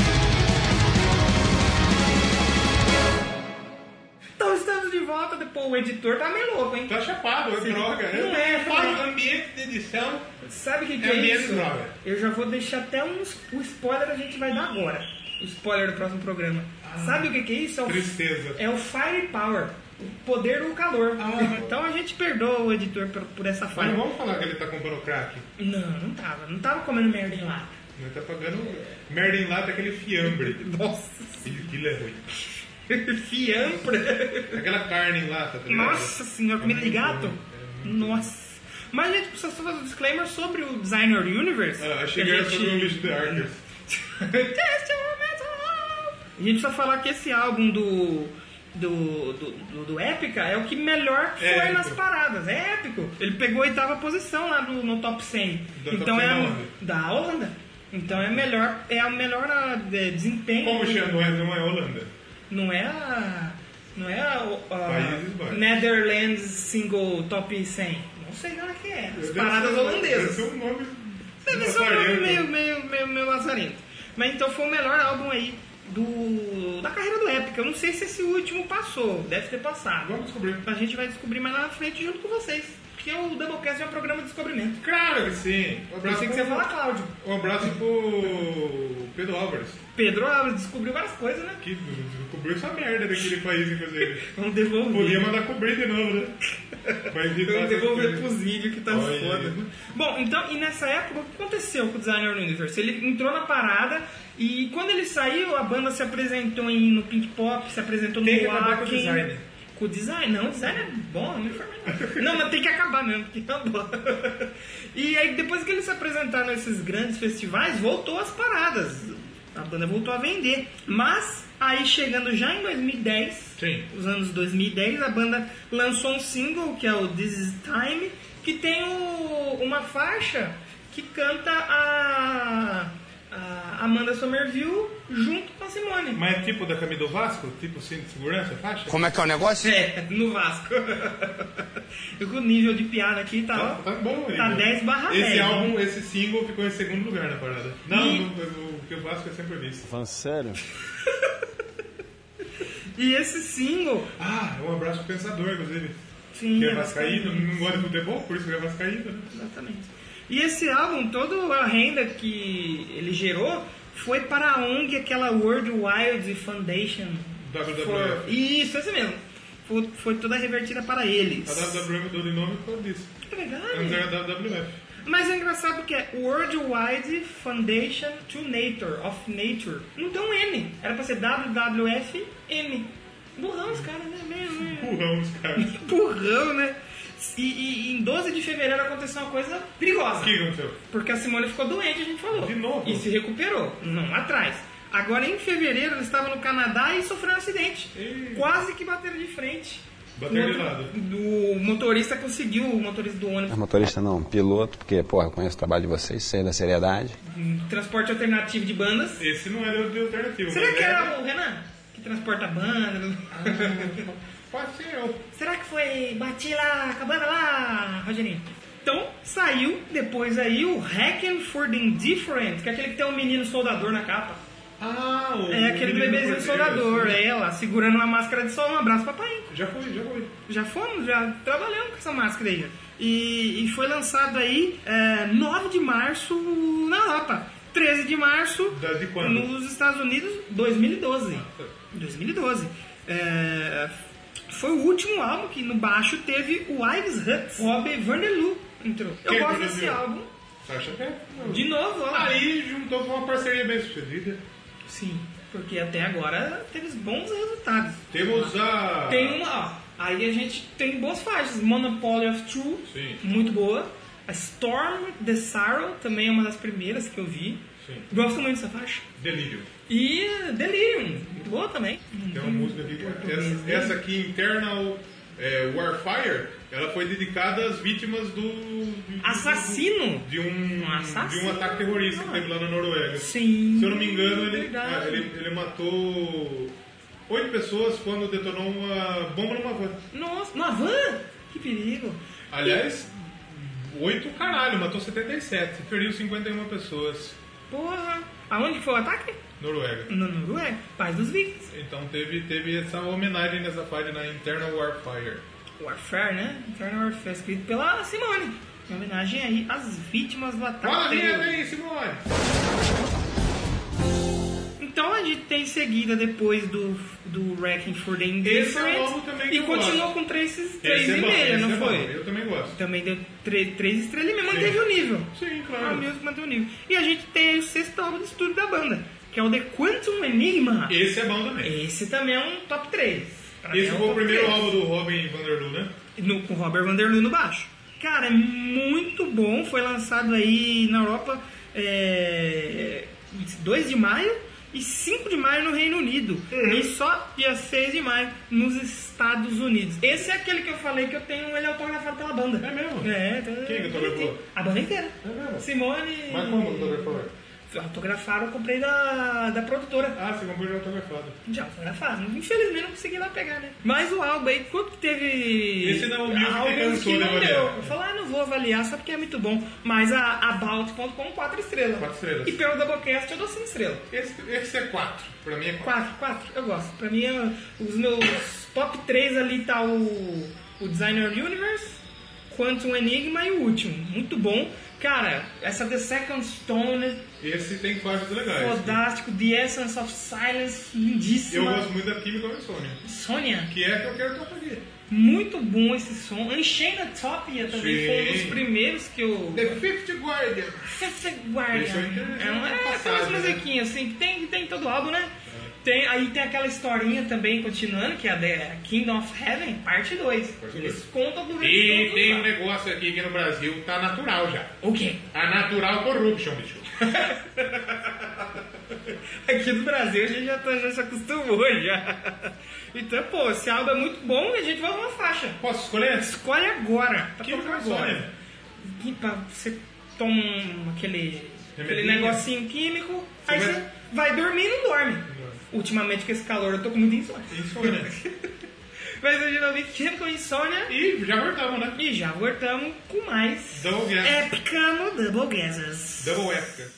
Speaker 1: Então, de volta. Pô, o editor tá meio louco, hein?
Speaker 2: Tá chapado, é droga.
Speaker 1: Não é,
Speaker 2: eu falo
Speaker 1: não.
Speaker 2: ambiente de edição.
Speaker 1: Sabe o que, que
Speaker 2: É
Speaker 1: é,
Speaker 2: mesmo,
Speaker 1: isso?
Speaker 2: droga.
Speaker 1: Eu já vou deixar até um, s- o spoiler a gente vai dar agora. O spoiler do próximo programa. Sabe o que, que é isso? É o,
Speaker 2: Ah. Tristeza.
Speaker 1: é o Fire Power. O poder do calor.
Speaker 2: Ah.
Speaker 1: então a gente perdoa o editor por, por essa
Speaker 2: Mas
Speaker 1: falha.
Speaker 2: não vamos falar que ele tá comprando crack.
Speaker 1: Não, não tava. Não tava comendo merda em lata.
Speaker 2: Ele tá pagando merda em lata, aquele fiambre.
Speaker 1: Nossa.
Speaker 2: Aquilo é ruim.
Speaker 1: Fiampra.
Speaker 2: Aquela carne em lata, tá ligado?
Speaker 1: Nossa senhora, comida de
Speaker 2: muito
Speaker 1: gato?
Speaker 2: ruim,
Speaker 1: Nossa. Mas a gente precisa só fazer um disclaimer sobre o Designer Universe.
Speaker 2: Ah, achei que era
Speaker 1: gente-
Speaker 2: sobre o Luigi The Arkers.
Speaker 1: Test your metal! A gente precisa falar que esse álbum do. Do, do, do, do Épica é o que melhor foi
Speaker 2: É,
Speaker 1: nas
Speaker 2: épico.
Speaker 1: paradas, é épico. Ele pegou a oitava posição lá no, no top 100.
Speaker 2: Do
Speaker 1: então
Speaker 2: top 100
Speaker 1: é
Speaker 2: da
Speaker 1: a-
Speaker 2: onde?
Speaker 1: da Holanda. Então é melhor, é o melhor ah, de- desempenho.
Speaker 2: Como chama? Não é, não é Holanda.
Speaker 1: Não é a. Não é a.
Speaker 2: Países
Speaker 1: a
Speaker 2: Baixos.
Speaker 1: Netherlands Single Top 100. Não sei na hora que é. As
Speaker 2: Deve
Speaker 1: paradas
Speaker 2: ser-
Speaker 1: holandesas.
Speaker 2: Deve ser um nome.
Speaker 1: Deve ser um nome
Speaker 2: lazarento.
Speaker 1: meio, meio, meio, meio lazarento. Mas então foi o melhor álbum aí do, da carreira do Épica. Eu não sei se esse último passou, deve ter passado.
Speaker 2: Vamos descobrir.
Speaker 1: A gente vai descobrir mais lá na frente junto com vocês. Porque o Doublecast é um programa de descobrimento.
Speaker 2: Claro que sim. Um
Speaker 1: Eu
Speaker 2: abraço,
Speaker 1: sei que você fala, Cláudio.
Speaker 2: um abraço pro Pedro Álvares,
Speaker 1: Pedro Álvares descobriu várias coisas, né? Tipo, um
Speaker 2: que cobriu essa merda daquele país, inclusive.
Speaker 1: Vamos
Speaker 2: Podia
Speaker 1: devolver.
Speaker 2: mandar cobrir de novo, né? Mas de
Speaker 1: Vamos
Speaker 2: fato,
Speaker 1: devolver
Speaker 2: ele- tá
Speaker 1: pros vídeos que tá
Speaker 2: Olha aí.
Speaker 1: foda. Bom, então, e nessa época, o que aconteceu com o Designer Universe? Ele entrou na parada e quando ele saiu, a banda se apresentou em, no Pink Pop, se apresentou no
Speaker 2: Tem que acabar com o
Speaker 1: Wacken.
Speaker 2: design.
Speaker 1: Com o design? Não, o design é bom, não me informa nada. Não, mas tem que acabar mesmo, porque tá bom. E aí, depois que eles se apresentaram nesses grandes festivais, voltou as paradas. A banda voltou a vender. Mas, aí chegando já em 2010,
Speaker 2: Sim.
Speaker 1: os anos 2010, a banda lançou um single que é o This Is Time, que tem o- uma faixa que canta a, a Amanda Somerville junto com a Simone.
Speaker 2: Mas é tipo da Cami do Vasco? Tipo cinto de segurança, faixa?
Speaker 10: Como é que é o negócio?
Speaker 1: É, no Vasco. o nível de piada aqui tá,
Speaker 2: Tá,
Speaker 1: ó,
Speaker 2: tá bom,
Speaker 1: tá
Speaker 2: Lívia.
Speaker 1: 10 barra 10.
Speaker 2: Esse
Speaker 1: né?
Speaker 2: álbum, esse single ficou em segundo lugar na parada. Não,
Speaker 1: E-
Speaker 2: o, o que o Vasco é sempre visto.
Speaker 10: sério?
Speaker 1: E esse single...
Speaker 2: Ah, é um abraço pro pensador, inclusive.
Speaker 1: Sim,
Speaker 2: Que é
Speaker 1: é
Speaker 2: vascaíno, não gosta de futebol, por isso que é vascaíno. né?
Speaker 1: Exatamente. E esse álbum, toda a renda que ele gerou foi para a ONG, aquela World Wild Foundation.
Speaker 2: WWF.
Speaker 1: For- Isso, esse mesmo. Foi, foi toda revertida para eles.
Speaker 2: A WWF mudou de nome por causa disso.
Speaker 1: É
Speaker 2: Antes
Speaker 1: verdade.
Speaker 2: era WWF.
Speaker 1: Mas é engraçado que é World Wide Foundation to Nature, of Nature. Não tem um N. Era para ser WWFN. Burrão os caras, né? Meio, meio-
Speaker 2: Empurrão os caras.
Speaker 1: Burrão, né? E, e- e em 12 de fevereiro aconteceu uma coisa perigosa.
Speaker 2: O que aconteceu?
Speaker 1: Porque a Simone ficou doente, a gente falou.
Speaker 2: De novo?
Speaker 1: E se recuperou, não atrás. Agora, em fevereiro, ela estava no Canadá e sofreu um acidente.
Speaker 2: Ih.
Speaker 1: Quase que bateram de frente.
Speaker 2: Bateram
Speaker 1: O
Speaker 2: de
Speaker 1: outro-
Speaker 2: lado.
Speaker 1: O motorista conseguiu, o motorista do ônibus,
Speaker 10: Motorista não, piloto, porque, porra, eu conheço o trabalho de vocês, sei da seriedade.
Speaker 1: um transporte alternativo de bandas.
Speaker 2: Esse não era o de alternativo.
Speaker 1: Será
Speaker 2: mas
Speaker 1: que era o Renan? Que transporta banda?
Speaker 2: Pode ser eu.
Speaker 1: Será que foi bati lá, acabando lá, Rogerinho? Então, saiu depois aí o Hacking for the Indifferent, que é aquele que tem um menino soldador na capa.
Speaker 2: Ah, o.
Speaker 1: É aquele
Speaker 2: menino
Speaker 1: bebezinho
Speaker 2: português.
Speaker 1: soldador, é ela, segurando uma máscara de sol, um abraço papai.
Speaker 2: Já foi, já foi.
Speaker 1: Já fomos, já trabalhamos com essa máscara aí. E, e foi lançado aí é, 9 de março na Europa. 13 de março
Speaker 2: Da- de quando?
Speaker 1: nos Estados Unidos, 2012. 2012. É, foi o último álbum que no baixo teve o Ives Hutz. Rob Vanderloo entrou. Eu
Speaker 2: Quem
Speaker 1: gosto
Speaker 2: produziu? Ah, é?
Speaker 1: desse álbum.
Speaker 2: Sasha Pé.
Speaker 1: De novo, olha lá.
Speaker 2: Aí juntou com uma parceria bem sucedida.
Speaker 1: Sim, porque até agora teve bons resultados.
Speaker 2: Temos a.
Speaker 1: Tem uma, ó. Aí a gente tem boas faixas. Monopoly of True,
Speaker 2: Sim.
Speaker 1: muito boa. A Storm the Sorrow, também é uma das primeiras que eu vi.
Speaker 2: Sim.
Speaker 1: Gosto muito dessa faixa.
Speaker 2: Delírio.
Speaker 1: E Delirium, muito boa também.
Speaker 2: Tem é uma música aqui. Essa, essa aqui, Internal é, Warfire, ela foi dedicada às vítimas do. do-
Speaker 1: Assassino?
Speaker 2: De um,
Speaker 1: Um assassino?
Speaker 2: de um ataque terrorista que teve lá na Noruega.
Speaker 1: Sim.
Speaker 2: Se eu não me engano, ele,
Speaker 1: Verdade.
Speaker 2: ah, ele, ele matou oito pessoas quando detonou uma bomba numa van.
Speaker 1: Nossa, uma van? Que perigo.
Speaker 2: Aliás, oito caralho, matou 77, feriu 51 pessoas.
Speaker 1: Porra. Aonde que foi o ataque?
Speaker 2: Noruega.
Speaker 1: No Noruega, paz dos vikings.
Speaker 2: Então teve, teve essa homenagem nessa página Internal Warfire.
Speaker 1: Warfare, né? Internal Warfare, escrito pela Simone. Em homenagem aí às vítimas do ataque.
Speaker 2: Fala né? a vinheta
Speaker 1: terrorista.
Speaker 2: aí, Simone!
Speaker 1: Então a gente tem seguida depois do, do Wrecking for the
Speaker 2: Esse é um
Speaker 1: Indifferent.
Speaker 2: álbum também que
Speaker 1: e
Speaker 2: eu
Speaker 1: continuou
Speaker 2: gosto.
Speaker 1: com 3,5,
Speaker 2: Esse é bom, esse
Speaker 1: não
Speaker 2: é bom,
Speaker 1: foi?
Speaker 2: Eu também gosto.
Speaker 1: Também deu 3 estrelas e manteve o nível.
Speaker 2: Sim,
Speaker 1: A
Speaker 2: claro.
Speaker 1: music manteve o nível. E a gente tem aí o sexto álbum de estúdio da banda, que é o The Quantum Enigma.
Speaker 2: Esse é bom também.
Speaker 1: Esse também é um top 3. Pra mim
Speaker 2: Esse
Speaker 1: é um
Speaker 2: foi o
Speaker 1: top
Speaker 2: primeiro
Speaker 1: 3.
Speaker 2: álbum do Robin Vanderloo, né?
Speaker 1: no, com o Robert Vanderloo no baixo. Cara, é muito bom. Foi lançado aí na Europa é, 2 de maio e 5 de maio no Reino Unido.
Speaker 2: Uhum.
Speaker 1: E só dia 6 de maio nos Estados Unidos. Esse é aquele que eu falei que eu tenho ele autografado pela banda.
Speaker 2: É mesmo?
Speaker 1: É, tá-
Speaker 2: Quem que autografou?
Speaker 1: A banda inteira.
Speaker 2: É mesmo?
Speaker 1: Simone.
Speaker 2: Mas como autografado?
Speaker 1: Autografaram, eu comprei da, da produtora.
Speaker 2: Ah, você comprou já autografado.
Speaker 1: Já foi na fase. Infelizmente não consegui lá pegar, né? Mas o álbum aí, quanto teve.
Speaker 2: Esse não, é o Music
Speaker 1: álbuns
Speaker 2: cansou
Speaker 1: que
Speaker 2: de
Speaker 1: não
Speaker 2: avaliar.
Speaker 1: deu. Eu falei, ah, não vou avaliar só porque é muito bom. Mas a About.com, 4 estrelas.
Speaker 2: Quatro estrelas.
Speaker 1: E pelo Doublecast eu dou 5 estrelas.
Speaker 2: Esse, esse é 4. Pra mim é 4.
Speaker 1: 4, 4, eu gosto. Pra mim, é- os meus top 3 ali tá o, o Designer Universe, Quantum Enigma e o último. Muito bom. Cara, essa The Second Stone, né?
Speaker 2: Esse tem faixas legais.
Speaker 1: fodástico, The Essence of Silence,
Speaker 2: Eu
Speaker 1: lindíssima.
Speaker 2: gosto muito da Química Insônia.
Speaker 1: Sônia.
Speaker 2: Que é a que eu quero tocar aqui.
Speaker 1: Muito bom esse som. Unchained Utopia também
Speaker 2: Sim.
Speaker 1: foi um dos primeiros que eu.
Speaker 2: The Fifth Guardian.
Speaker 1: Fifth
Speaker 2: Esse
Speaker 1: Guardian.
Speaker 2: eu entendi
Speaker 1: É, uma,
Speaker 2: no
Speaker 1: é
Speaker 2: passado,
Speaker 1: aquelas
Speaker 2: né?
Speaker 1: musiquinhas assim que tem, tem em todo álbum, né? Tem, aí tem aquela historinha também continuando, que é a The Kingdom of Heaven, parte 2.
Speaker 2: Parte
Speaker 1: Eles
Speaker 2: dois.
Speaker 1: contam do
Speaker 2: E
Speaker 1: resto
Speaker 2: tem um
Speaker 1: do álbum.
Speaker 2: negócio aqui que no Brasil tá natural já.
Speaker 1: O quê?
Speaker 2: A natural corruption, bicho.
Speaker 1: Aqui no Brasil a gente já, tá- já se acostumou já. Então, pô, esse álbum é muito bom e a gente vai uma faixa.
Speaker 2: Posso escolher?
Speaker 1: Escolhe é agora. Pra
Speaker 2: Que
Speaker 1: tocar
Speaker 2: canção
Speaker 1: agora.
Speaker 2: é?
Speaker 1: Que pra- Você toma um- aquele, aquele
Speaker 2: Remedinho.
Speaker 1: negocinho químico,
Speaker 2: Você
Speaker 1: aí
Speaker 2: vai-
Speaker 1: você vai dormir e não dorme. Ultimamente com esse calor eu tô com muita insônia.
Speaker 2: Insônia.
Speaker 1: Mas eu já ouvi Chemical Insônia
Speaker 2: E já voltamos, né?
Speaker 1: e já voltamos com mais
Speaker 2: Double Guess.
Speaker 1: épica no Double Guesses.
Speaker 2: Double épica.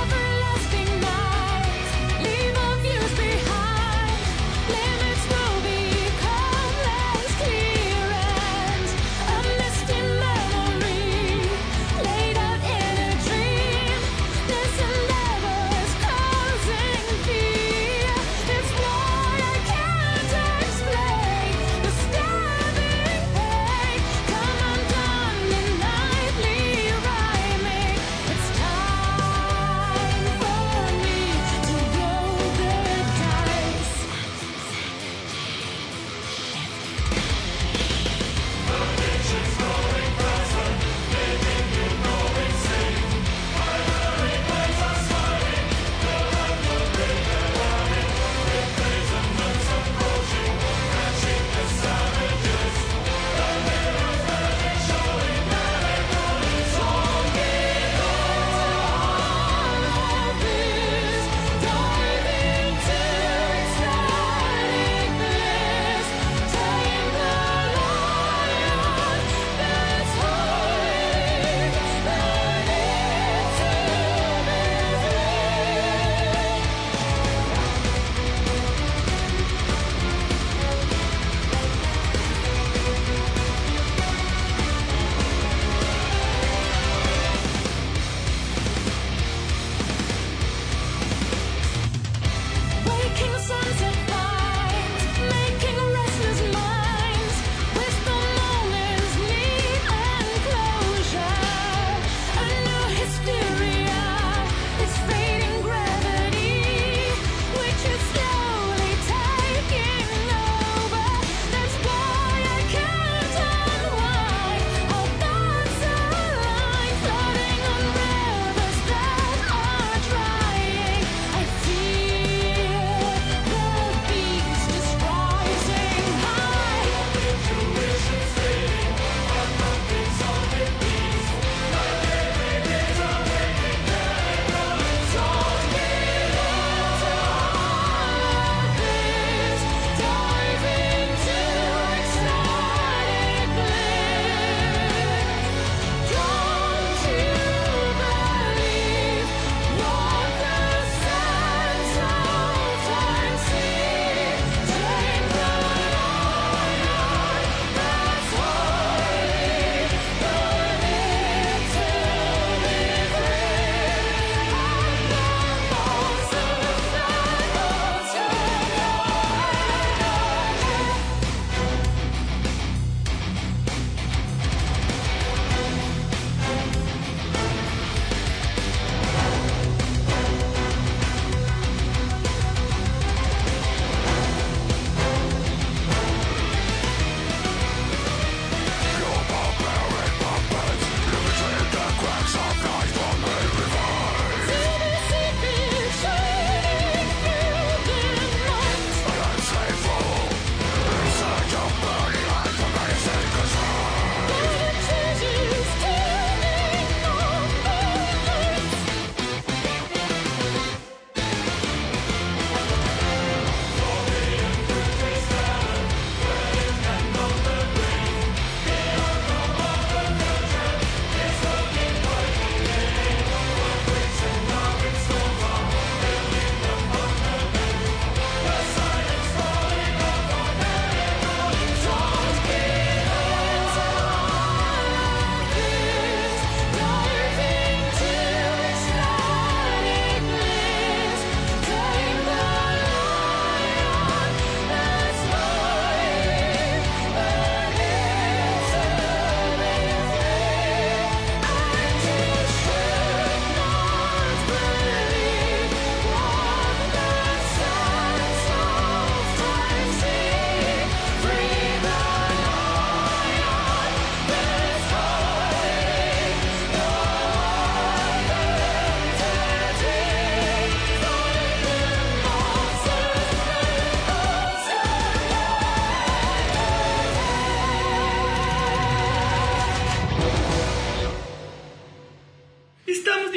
Speaker 3: Everlasting night, leave our views behind.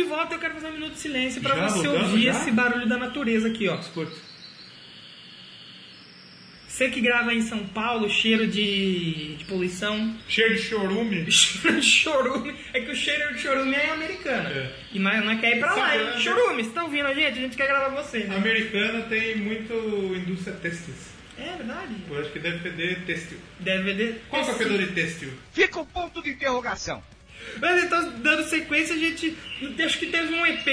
Speaker 1: volta, eu quero fazer um minuto de silêncio pra
Speaker 2: Já
Speaker 1: você
Speaker 2: voltamos,
Speaker 1: ouvir
Speaker 2: já?
Speaker 1: esse barulho da natureza aqui, ó. Você que grava em São Paulo, cheiro de, de poluição,
Speaker 2: Cheiro de chorume.
Speaker 1: cheiro de chorume. É que o cheiro de chorume é americano.
Speaker 2: É. né?
Speaker 1: E nós, nós quer ir pra lá, hein?
Speaker 2: Sacanagem.
Speaker 1: Chorume, vocês estão ouvindo a gente? A gente quer gravar você. né?
Speaker 2: A americana tem muito indústria têxtil.
Speaker 1: É verdade.
Speaker 2: Eu acho que deve feder têxtil.
Speaker 1: Deve ter.
Speaker 2: Qual que é o fedor de têxtil?
Speaker 11: Fica o ponto de interrogação.
Speaker 1: Mas então, dando sequência, a gente. Acho que teve um EP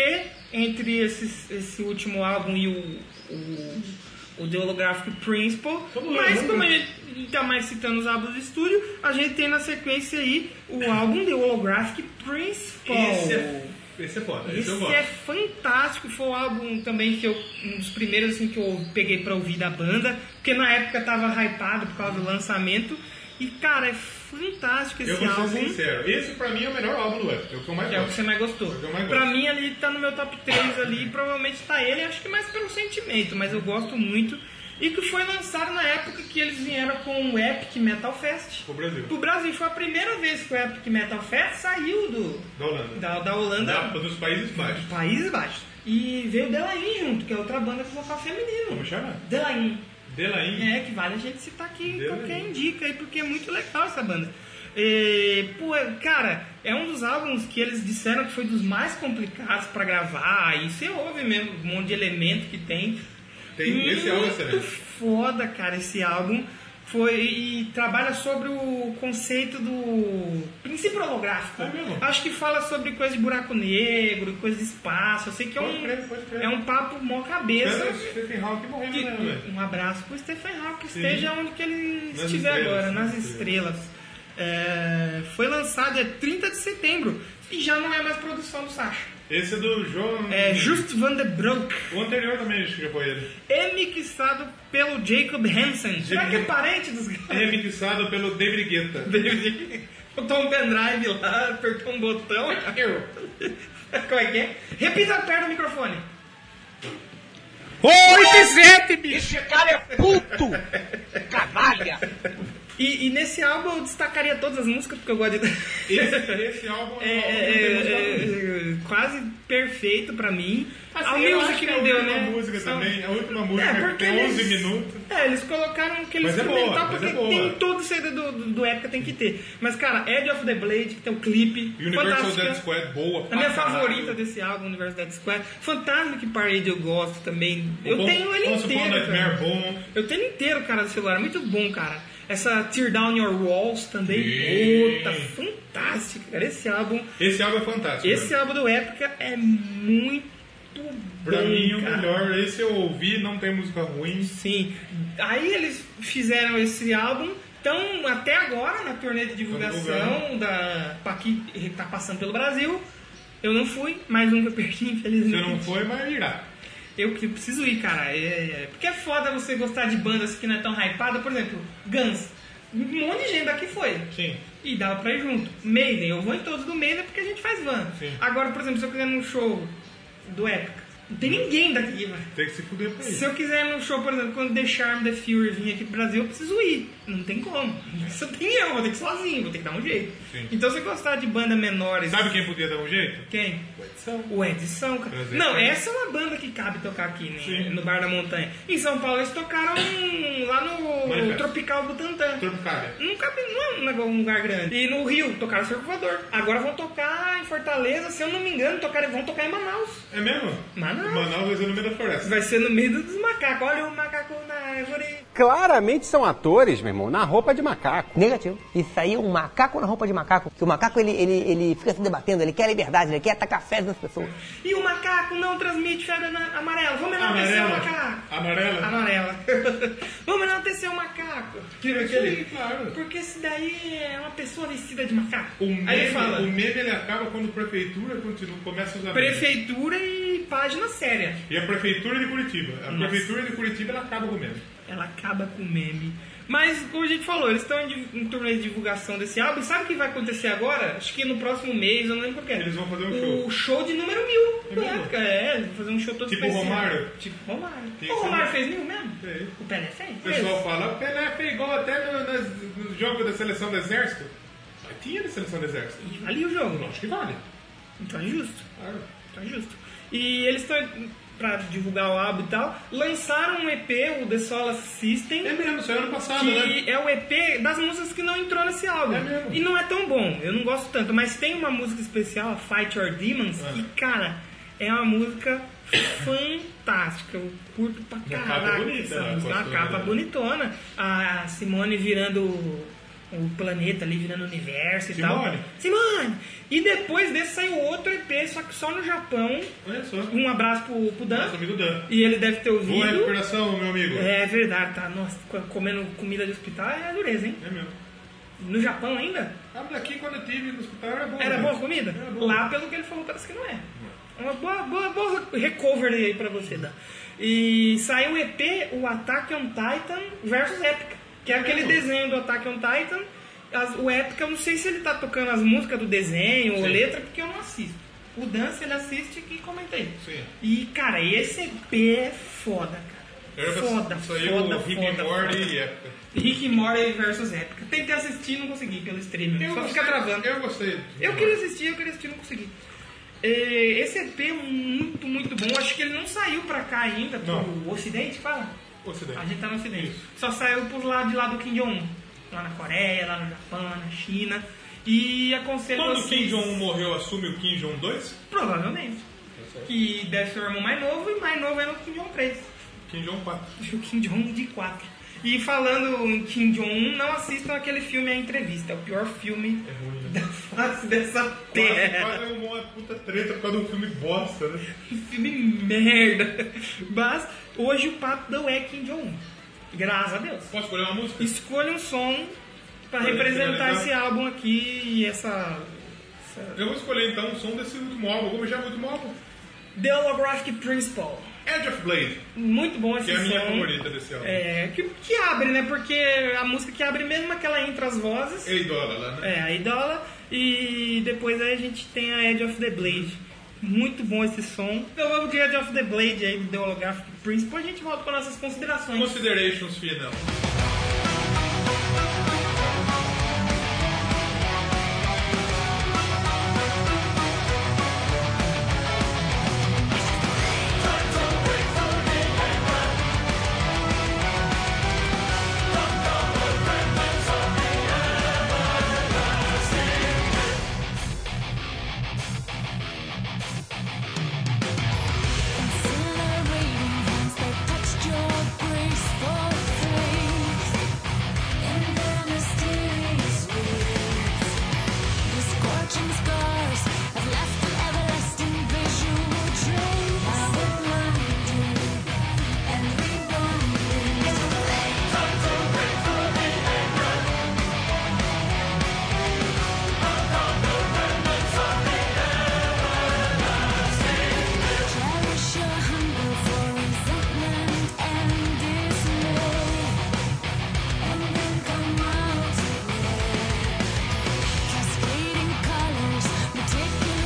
Speaker 1: entre esses, esse último álbum e o. o o The Holographic Principle,
Speaker 2: Vamos lá,
Speaker 1: mas
Speaker 2: vamos
Speaker 1: como a
Speaker 2: lá.
Speaker 1: gente tá mais citando os álbuns de estúdio, a gente tem na sequência aí o álbum The Holographic Principle.
Speaker 2: Esse é, esse é foda, esse, eu
Speaker 1: Esse
Speaker 2: gosto.
Speaker 1: é fantástico, foi um álbum também que eu. Um dos primeiros assim, que eu peguei pra ouvir da banda, porque na época tava hypado por causa do lançamento. E cara, é fantástico esse
Speaker 2: eu vou ser
Speaker 1: álbum.
Speaker 2: sincero, esse pra mim é o melhor álbum do Up, é o que eu mais
Speaker 1: Que é o que
Speaker 2: gosto.
Speaker 1: você mais gostou.
Speaker 2: É o que eu mais
Speaker 1: pra
Speaker 2: gosto.
Speaker 1: mim, ele tá no meu top 3 ali, e provavelmente tá ele, acho que mais pelo sentimento, mas eu gosto muito. E que foi lançado na época que eles vieram com o Epic Metal Fest.
Speaker 2: Pro Brasil,
Speaker 1: Pro Brasil, foi a primeira vez que o Epic Metal Fest saiu do,
Speaker 2: da Holanda.
Speaker 1: da, da Holanda,
Speaker 2: Da- dos Países Baixos.
Speaker 1: Países Baixos. E veio o Delain junto, que é outra banda com vocal feminino.
Speaker 2: Vamos chamar.
Speaker 1: Delain.
Speaker 2: Delain.
Speaker 1: É, que vale a gente citar aqui
Speaker 2: Delain.
Speaker 1: qualquer indica aí, porque é muito legal essa banda. E, pô, é- cara, é um dos álbuns que eles disseram que foi dos mais complicados pra gravar, e você ouve mesmo um monte de elemento que tem.
Speaker 2: Tem- esse álbum é
Speaker 1: Muito
Speaker 2: excelente.
Speaker 1: foda, cara, esse álbum. Foi, e trabalha sobre o conceito do princípio holográfico.
Speaker 2: É mesmo?
Speaker 1: Acho que fala sobre coisa de buraco negro, coisa de espaço. Eu sei que é
Speaker 2: Pode
Speaker 1: um,
Speaker 2: crer, pode crer. é
Speaker 1: é um papo mó cabeça.
Speaker 2: Cara, Stephen Hawking morreu,
Speaker 1: é Que-
Speaker 2: né, velho?
Speaker 1: um abraço pro Stephen Hawking,
Speaker 2: Sim.
Speaker 1: esteja onde que ele
Speaker 2: Nas
Speaker 1: estiver
Speaker 2: estrelas,
Speaker 1: agora, nas
Speaker 2: nas
Speaker 1: estrelas. É, foi lançado dia 30 de setembro e já não é mais produção do Sacha.
Speaker 2: Esse é do João.
Speaker 1: É Just van der Broek.
Speaker 2: O anterior também acho que já foi ele.
Speaker 1: É mixado pelo Jacob Hansen. Será que é parente dos
Speaker 2: É remixado pelo David Guetta.
Speaker 1: David botou um pendrive lá, apertou um botão. Como é que é? Repita perto do microfone.
Speaker 11: 8 e 7, bicho. Esse cara é puto. Canalha.
Speaker 1: E, e nesse álbum eu destacaria todas as músicas, porque eu gosto de.
Speaker 2: Esse, esse álbum
Speaker 1: É,
Speaker 2: não tem
Speaker 1: é,
Speaker 2: música
Speaker 1: é, é, quase perfeito pra mim.
Speaker 2: Assim,
Speaker 1: a
Speaker 2: eu
Speaker 1: música
Speaker 2: acho
Speaker 1: que
Speaker 2: que
Speaker 1: não
Speaker 2: a
Speaker 1: deu,
Speaker 2: última
Speaker 1: né?
Speaker 2: música
Speaker 1: São-
Speaker 2: também, a última música tem 11 minutos.
Speaker 1: É, eles colocaram aquele
Speaker 2: Mas é boa,
Speaker 1: instrumental
Speaker 2: mas
Speaker 1: porque
Speaker 2: é boa.
Speaker 1: tem todo o CD do, do, do época tem que ter. Mas, cara, Edge of the Blade, que tem o clipe.
Speaker 2: Universal
Speaker 1: fantástica.
Speaker 2: Dead Squad, boa.
Speaker 1: A minha
Speaker 2: pra caralho.
Speaker 1: favorita desse álbum, Universo Dead Squad. Fantasmic Parade eu gosto também. Eu
Speaker 2: Bom,
Speaker 1: tenho ele
Speaker 2: Once Upon a
Speaker 1: inteiro.
Speaker 2: um Nightmare,
Speaker 1: cara.
Speaker 2: bom.
Speaker 1: Eu tenho inteiro, cara, do celular. É Muito bom, cara. Essa Tear Down Your Walls também.
Speaker 2: Sim.
Speaker 1: Puta, fantástica, cara. Esse álbum.
Speaker 2: Esse álbum é fantástico.
Speaker 1: Esse álbum do Épica é muito bom.
Speaker 2: Pra mim, é o
Speaker 1: cara.
Speaker 2: melhor. Esse eu ouvi, não tem música ruim.
Speaker 1: Sim. Aí eles fizeram esse álbum. Então, até agora, na turnê de divulgação
Speaker 2: divulgando.
Speaker 1: da pra que tá passando pelo Brasil, eu não fui, mas nunca perdi,
Speaker 2: Se
Speaker 1: infelizmente.
Speaker 2: não foi, mas irá.
Speaker 1: Eu que preciso ir, cara. É- é- porque é foda você gostar de bandas que não é tão hypada. Por exemplo, Guns. Um monte de gente daqui foi.
Speaker 2: Sim.
Speaker 1: E dava pra ir junto. Maiden, eu vou em todos do Maiden porque a gente faz van.
Speaker 2: Sim.
Speaker 1: Agora, por exemplo, se eu quiser ir num show do Épica, não
Speaker 2: Uhum.
Speaker 1: tem ninguém daqui, velho.
Speaker 2: Tem que se fuder pra
Speaker 1: Se
Speaker 2: isso.
Speaker 1: eu quiser ir num show, por exemplo, quando The Charm The Fury vir aqui pro Brasil, eu preciso ir. Não tem como. Só tem eu, vou ter que ir sozinho, vou ter que dar um jeito.
Speaker 2: Sim.
Speaker 1: Então, se você gostar de bandas menores.
Speaker 2: Sabe quem podia dar um jeito?
Speaker 1: Quem?
Speaker 2: O Edição.
Speaker 1: O Edição, cara.
Speaker 2: Prazer,
Speaker 1: Não,
Speaker 2: cara.
Speaker 1: essa é uma banda que cabe tocar aqui né?
Speaker 2: Sim.
Speaker 1: no Bar da Montanha. Em São Paulo eles tocaram um lá no
Speaker 2: Manifesto.
Speaker 1: Tropical Butantã.
Speaker 2: Tropicália.
Speaker 1: Não cabe, não é um negócio- um lugar grande. E no Rio, tocaram Circo Voador. Agora vão tocar em Fortaleza, se eu não me engano, tocaram, vão tocar em Manaus.
Speaker 2: É mesmo?
Speaker 1: Manaus.
Speaker 2: Manaus vai ser no meio da floresta.
Speaker 1: Vai ser no meio dos macacos. Olha o macaco na árvore.
Speaker 10: Claramente são atores, meu irmão, na roupa de macaco.
Speaker 12: Negativo. Isso aí é um macaco na roupa de macaco. Que o macaco ele, ele, ele fica se debatendo, ele quer liberdade, ele quer atacar fezes nas pessoas.
Speaker 1: E o macaco não transmite febre na- amarela. Vamos enaltecer o
Speaker 2: Amarela.
Speaker 1: macaco.
Speaker 2: Amarela.
Speaker 1: Amarela. Vamos enaltecer o macaco.
Speaker 2: Sim, claro.
Speaker 1: Porque esse daí é uma pessoa vestida de macaco.
Speaker 2: O Um meme,
Speaker 1: Aí ele fala,
Speaker 2: o meme ele acaba quando a prefeitura continua, começa a usar meme.
Speaker 1: prefeitura e página séria.
Speaker 2: E a prefeitura de Curitiba. A
Speaker 1: Nossa.
Speaker 2: prefeitura de Curitiba ela acaba com o meme.
Speaker 1: Ela acaba com o meme. Mas, como a gente falou, eles estão em, div- em turnê de divulgação desse álbum. E sabe o que vai acontecer agora? Acho que no próximo mês, eu não lembro qual que é.
Speaker 2: Eles vão fazer um
Speaker 1: O show de número mil.
Speaker 2: É
Speaker 1: da
Speaker 2: mesmo?
Speaker 1: época. É, eles vão fazer um show todo
Speaker 2: Tipo
Speaker 1: especial.
Speaker 2: Romário?
Speaker 1: Tipo Romário.
Speaker 2: Tem
Speaker 1: o
Speaker 2: que ser
Speaker 1: Romário
Speaker 2: um-
Speaker 1: fez mil mesmo?
Speaker 2: Fez.
Speaker 1: O Pelé fez?
Speaker 2: O pessoal
Speaker 1: Fez.
Speaker 2: fala, o Pelé pegou até no, nas- no jogo da seleção do exército. Mas tinha da seleção do exército.
Speaker 1: E valia o jogo.
Speaker 2: Acho que vale.
Speaker 1: Então é justo.
Speaker 2: Claro.
Speaker 1: tá justo. E eles estão, pra divulgar o álbum e tal, lançaram um EP, o The Solar System. É
Speaker 2: mesmo, saiu ano passado, né?
Speaker 1: que é o EP das músicas que não entrou nesse álbum. É mesmo. E não é tão bom, eu não gosto tanto, mas tem uma música especial, a Fight Your Demons, que, cara, é uma música fantástica. Eu curto pra
Speaker 2: E a
Speaker 1: caraca
Speaker 2: capa bonita,
Speaker 1: essa
Speaker 2: né?
Speaker 1: música. Uma
Speaker 2: Gosto
Speaker 1: capa
Speaker 2: dela.
Speaker 1: bonitona. A Simone virando o- o planeta ali, virando o universo e tal.
Speaker 2: Simone?
Speaker 1: Simone! E depois desse saiu outro EP, só que só no Japão.
Speaker 2: Olha só.
Speaker 1: Um abraço pro, pro Dan.
Speaker 2: Nosso amigo Dan.
Speaker 1: E ele deve ter ouvido.
Speaker 2: Boa recuperação, meu amigo.
Speaker 1: Uhum. É verdade, tá? Nossa, co- comendo comida de hospital é dureza, hein?
Speaker 2: É mesmo.
Speaker 1: No Japão ainda?
Speaker 2: Ah, daqui quando eu tive no hospital era boa.
Speaker 1: Era
Speaker 2: né?
Speaker 1: boa a comida?
Speaker 2: Era boa.
Speaker 1: Lá, pelo que ele falou, parece que não é. Uma boa, boa, boa recovery aí pra você, Dan. E saiu o EP, o Attack on Titan versus Epica. Que é aquele desenho do Attack on Titan. As- o Epica, eu não sei se ele tá tocando as músicas do desenho ou
Speaker 2: Sim.
Speaker 1: letra, porque eu não assisto. O Dance, ele assiste e comenta aí.
Speaker 2: Sim.
Speaker 1: E, cara, esse EP é foda, cara.
Speaker 2: Era pra-
Speaker 1: Foda,
Speaker 2: É, saiu
Speaker 1: foda,
Speaker 2: o Rick
Speaker 1: foda,
Speaker 2: and Morty
Speaker 1: foda.
Speaker 2: e Epica.
Speaker 1: Rick and Morty versus Epica. Tentei assistir, não consegui pelo streaming.
Speaker 2: Eu
Speaker 1: Só
Speaker 2: gostei-
Speaker 1: fica travando.
Speaker 2: Eu gostei.
Speaker 1: Eu queria assistir, eu queria assistir, não consegui. É, Esse EP é muito, muito bom. Acho que ele não saiu pra cá ainda, pro
Speaker 2: Não. É.
Speaker 1: Ocidente, fala?
Speaker 2: Ocidente.
Speaker 1: A gente tá no Ocidente. Só saiu por lá de lá do Kim Jong-un. Lá na Coreia, lá no Japão, na China. E aconselho
Speaker 2: Quando o
Speaker 1: vocês...
Speaker 2: Kim Jong-un morreu, assume o Kim Jong 2?
Speaker 1: Provavelmente. Que deve ser o irmão mais novo e mais novo é no Kim Jong 3.
Speaker 2: Kim Jong 4.
Speaker 1: O Kim Jong de 4. E falando em Kim Jong-un, não assistam aquele filme A Entrevista. É né? o pior filme da face dessa terra.
Speaker 2: Quase é uma puta treta por causa de um filme bosta, né?
Speaker 1: filme merda. Mas hoje o papo não é Kim Jong-un. Graças a Deus.
Speaker 2: Posso escolher uma música?
Speaker 1: Escolha um som pra
Speaker 2: Olha,
Speaker 1: representar
Speaker 2: que legal.
Speaker 1: esse álbum aqui e essa.
Speaker 2: Eu vou escolher então o som desse último álbum. Como já é o último álbum?
Speaker 1: The Holographic Principle.
Speaker 2: Edge of Blade.
Speaker 1: Muito bom esse
Speaker 2: Que é a minha
Speaker 1: som.
Speaker 2: favorita desse álbum.
Speaker 1: É, que, que abre, né? Porque a música que abre mesmo é que ela entra as vozes.
Speaker 2: Ei, dólar lá, né?
Speaker 1: É, a Idola. E depois aí a gente tem a Edge of the Blade. Muito bom esse som. Eu amo que Edge of the Blade aí do The Holographic Principle. A gente volta com nossas considerações.
Speaker 2: Considerations final.
Speaker 3: Cascading colors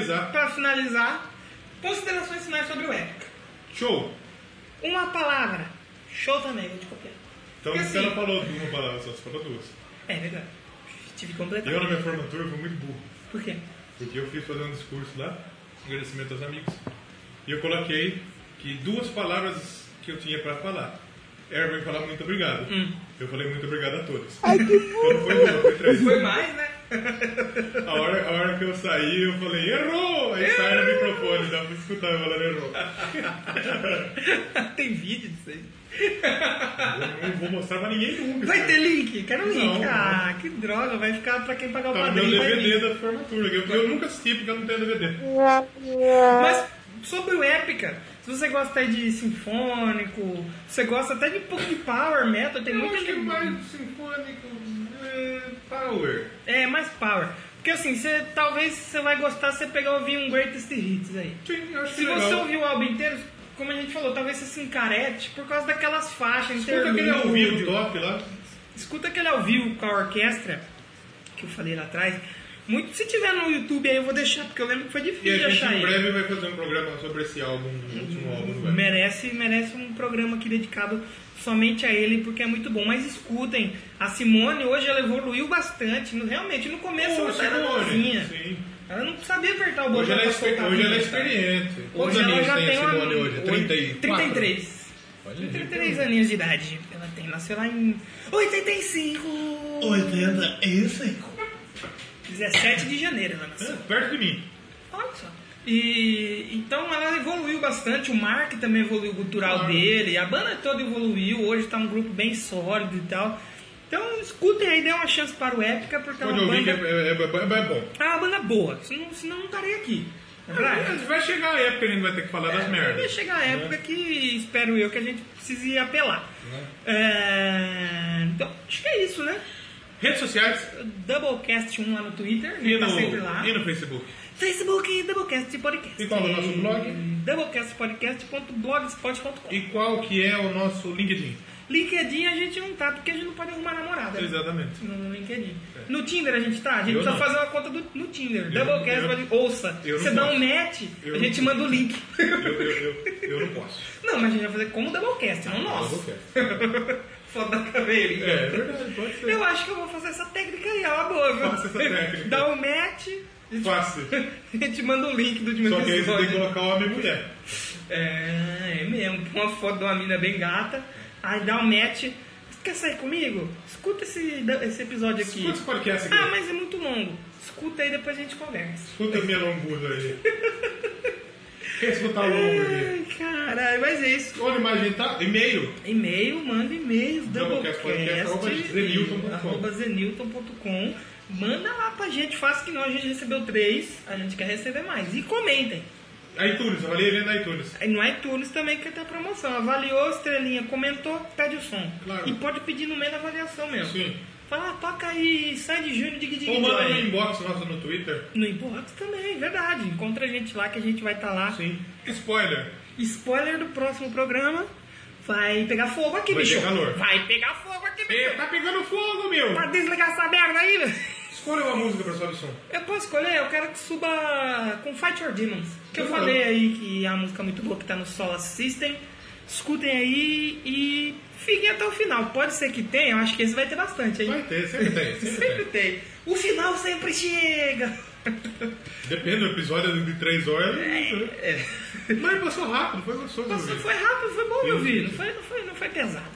Speaker 1: Então
Speaker 2: tá
Speaker 1: finalizar, considerações finais sobre o épica.
Speaker 2: Show.
Speaker 1: Uma palavra. Show também, vou te copiar.
Speaker 2: Então
Speaker 1: Porque,
Speaker 2: você
Speaker 1: assim,
Speaker 2: não falou uma palavra só, você falou duas.
Speaker 1: É verdade. Tive que completar.
Speaker 2: Eu, na minha formatura, fui muito burro.
Speaker 1: Por quê?
Speaker 2: Porque eu fui fazer um discurso lá, agradecimento aos amigos, e eu coloquei que duas palavras que eu tinha pra falar. Erwin falar muito obrigado.
Speaker 1: Hum.
Speaker 2: Eu falei muito obrigado a todos. Ai, que então foi duas, foi três.
Speaker 1: Foi mais, né?
Speaker 2: A hora, a hora que eu saí, eu falei, errou! Aí sai no microfone, dá pra escutar eu falando errou.
Speaker 1: Tem vídeo disso aí.
Speaker 2: Eu não vou mostrar pra ninguém nunca.
Speaker 1: Vai
Speaker 2: cara.
Speaker 1: ter link? Quero link.
Speaker 2: Não.
Speaker 1: ah, que droga. Vai ficar pra quem pagar o
Speaker 2: Tá no
Speaker 1: padrinho.
Speaker 2: meu
Speaker 1: vai
Speaker 2: DVD
Speaker 1: vir.
Speaker 2: da formatura, que eu, eu nunca assisti porque eu não tenho DVD.
Speaker 1: Mas sobre o Épica, se você gosta aí de sinfônico, se você gosta até de um pouco de power metal, tem
Speaker 2: Eu
Speaker 1: muito
Speaker 2: acho que é mais sinfônico, é, power.
Speaker 1: É, mais power. Porque assim, você, talvez você vai gostar se você pegar e ouvir um Greatest Hits aí.
Speaker 2: Sim, eu acho
Speaker 1: se
Speaker 2: que é
Speaker 1: você
Speaker 2: legal.
Speaker 1: ouvir o álbum inteiro, como a gente falou, talvez você se encarete por causa daquelas faixas.
Speaker 2: Escuta aquele
Speaker 1: um
Speaker 2: ao vivo top lá.
Speaker 1: Escuta aquele ao vivo com a orquestra, que eu falei lá atrás. Muito, se tiver no YouTube aí, eu vou deixar, porque eu lembro que foi
Speaker 2: E
Speaker 1: difícil de
Speaker 2: a gente
Speaker 1: achar
Speaker 2: em
Speaker 1: ele.
Speaker 2: breve vai fazer um programa sobre esse álbum, o último álbum do Web.
Speaker 1: merece, merece um programa aqui dedicado somente a ele, porque é muito bom. Mas escutem, a Simone hoje ela evoluiu bastante. No- Realmente, no começo ela era novinha.
Speaker 2: é Sim.
Speaker 1: Ela não sabia apertar o botão.
Speaker 2: Hoje ela, é
Speaker 1: pra
Speaker 2: exper-
Speaker 1: soltar a
Speaker 2: hoje ela é
Speaker 1: música.
Speaker 2: experiente. Quantos
Speaker 1: Hoje ela
Speaker 2: aninhos
Speaker 1: já
Speaker 2: tem a
Speaker 1: tem uma-
Speaker 2: Simone hoje? É 34?
Speaker 1: 33.
Speaker 2: Olha aí.
Speaker 1: 33 aninhos de idade. Ela tem, nasceu lá em 85.
Speaker 2: 85.
Speaker 1: 17 de janeiro ela nasceu.
Speaker 2: É, Perto de mim.
Speaker 1: Olha só. E então ela evoluiu bastante, o Mark também evoluiu o cultural
Speaker 2: Claro.
Speaker 1: dele, a banda toda evoluiu, hoje tá um grupo bem sólido e tal. Então escutem aí, dê uma chance para o Épica, porque é
Speaker 2: Pode
Speaker 1: uma
Speaker 2: ouvir que é,
Speaker 1: banda.
Speaker 2: é, é, é- é bom.
Speaker 1: É uma banda boa, senão, senão não estaria aqui. na verdade?
Speaker 2: Vai chegar a época que a gente vai ter que falar
Speaker 1: É.
Speaker 2: das merdas.
Speaker 1: Vai chegar a época que espero eu que a gente precise apelar.
Speaker 2: Né?
Speaker 1: É, Então, acho que é isso, né?
Speaker 2: Redes sociais
Speaker 1: Doublecast1 lá no Twitter,
Speaker 2: e
Speaker 1: tá sempre lá.
Speaker 2: no, e no Facebook.
Speaker 1: Facebook Doublecast Podcast.
Speaker 2: E qual é o nosso blog?
Speaker 1: Doublecastpodcast.blogspot.com
Speaker 2: E qual que é o nosso LinkedIn?
Speaker 1: LinkedIn a gente não tá, porque a gente não pode arrumar namorada. né?
Speaker 2: Exatamente.
Speaker 1: No LinkedIn. No Tinder a gente tá? A gente
Speaker 2: É. Eu
Speaker 1: precisa
Speaker 2: não.
Speaker 1: fazer uma conta do, no Tinder.
Speaker 2: Eu-
Speaker 1: Doublecast,
Speaker 2: eu-
Speaker 1: pode- ouça.
Speaker 2: eu não
Speaker 1: Você dá um
Speaker 2: posso.
Speaker 1: match,
Speaker 2: Eu
Speaker 1: a
Speaker 2: não
Speaker 1: gente
Speaker 2: posso.
Speaker 1: manda o link.
Speaker 2: Eu, eu, eu, eu não posso.
Speaker 1: Não, mas a gente vai fazer como Doublecast, não
Speaker 2: Eu não
Speaker 1: nosso.
Speaker 2: quero.
Speaker 1: Foda da cabeça.
Speaker 2: É, é verdade, pode ser.
Speaker 1: Eu acho que eu vou fazer essa técnica aí, é uma boa, viu?
Speaker 2: Faça essa técnica.
Speaker 1: Dá um match, a gente,
Speaker 2: Fácil.
Speaker 1: a gente manda o link do Dimensão
Speaker 2: Só que aí você tem que
Speaker 1: Psicológica.
Speaker 2: colocar homem e mulher.
Speaker 1: É, é mesmo. Põe uma foto de uma mina bem gata, aí dá um match. Você quer sair comigo? Escuta esse, esse episódio aqui.
Speaker 2: Escuta esse podcast aqui.
Speaker 1: Ah, mas é muito longo. Escuta aí, depois a gente conversa.
Speaker 2: Escuta a minha longuda aí. Quer escutar o longo aqui?
Speaker 1: Ai, caralho, mas é isso.
Speaker 2: Onde mais a gente tá? E-mail.
Speaker 1: E-mail, manda e-mails,
Speaker 2: Doublecast, podcast, arroba
Speaker 1: doublecast,
Speaker 2: zenilton.com.
Speaker 1: arroba zenilton.com. Manda lá pra gente, faça que nós, a gente recebeu três, a gente quer receber mais. E comentem.
Speaker 2: iTunes, eu falei ele é na iTunes.
Speaker 1: Aí no iTunes é também que tem a promoção. Avaliou, estrelinha, comentou, pede o som.
Speaker 2: Claro.
Speaker 1: E pode pedir no meio da avaliação mesmo.
Speaker 2: Sim.
Speaker 1: Fala, ah, toca aí, sai de Júnior, dig dig
Speaker 2: Assim. Ou manda no
Speaker 1: dói.
Speaker 2: inbox nosso no Twitter.
Speaker 1: No inbox também, verdade. Encontra a gente lá que a gente vai estar lá.
Speaker 2: Sim. Spoiler.
Speaker 1: Spoiler do próximo programa. Vai pegar fogo aqui,
Speaker 2: Vai ter
Speaker 1: bicho.
Speaker 2: calor.
Speaker 1: Vai pegar fogo aqui,
Speaker 2: Ei,
Speaker 1: bicho.
Speaker 2: tá pegando fogo, meu!
Speaker 1: Pra desligar essa merda aí, velho.
Speaker 2: Escolha uma música pra sobe som.
Speaker 1: Eu posso escolher? Eu quero que suba com Fight Your Demons. Que eu
Speaker 2: Demorou.
Speaker 1: falei aí que é uma música muito boa que tá no solo Assistem. Escutem aí e fiquem até o final. Pode ser que tenha, eu acho que esse vai ter bastante, hein?
Speaker 2: Vai ter, sempre tem, sempre
Speaker 1: Sempre tem. O final sempre chega.
Speaker 2: Depende do episódio é de 3 horas. né? Mas passou rápido, foi gostoso.
Speaker 1: Passou-
Speaker 2: viu?
Speaker 1: foi rápido, foi bom de
Speaker 2: Eu
Speaker 1: ouvir.
Speaker 2: vi.
Speaker 1: Não foi, não, foi, não foi pesado.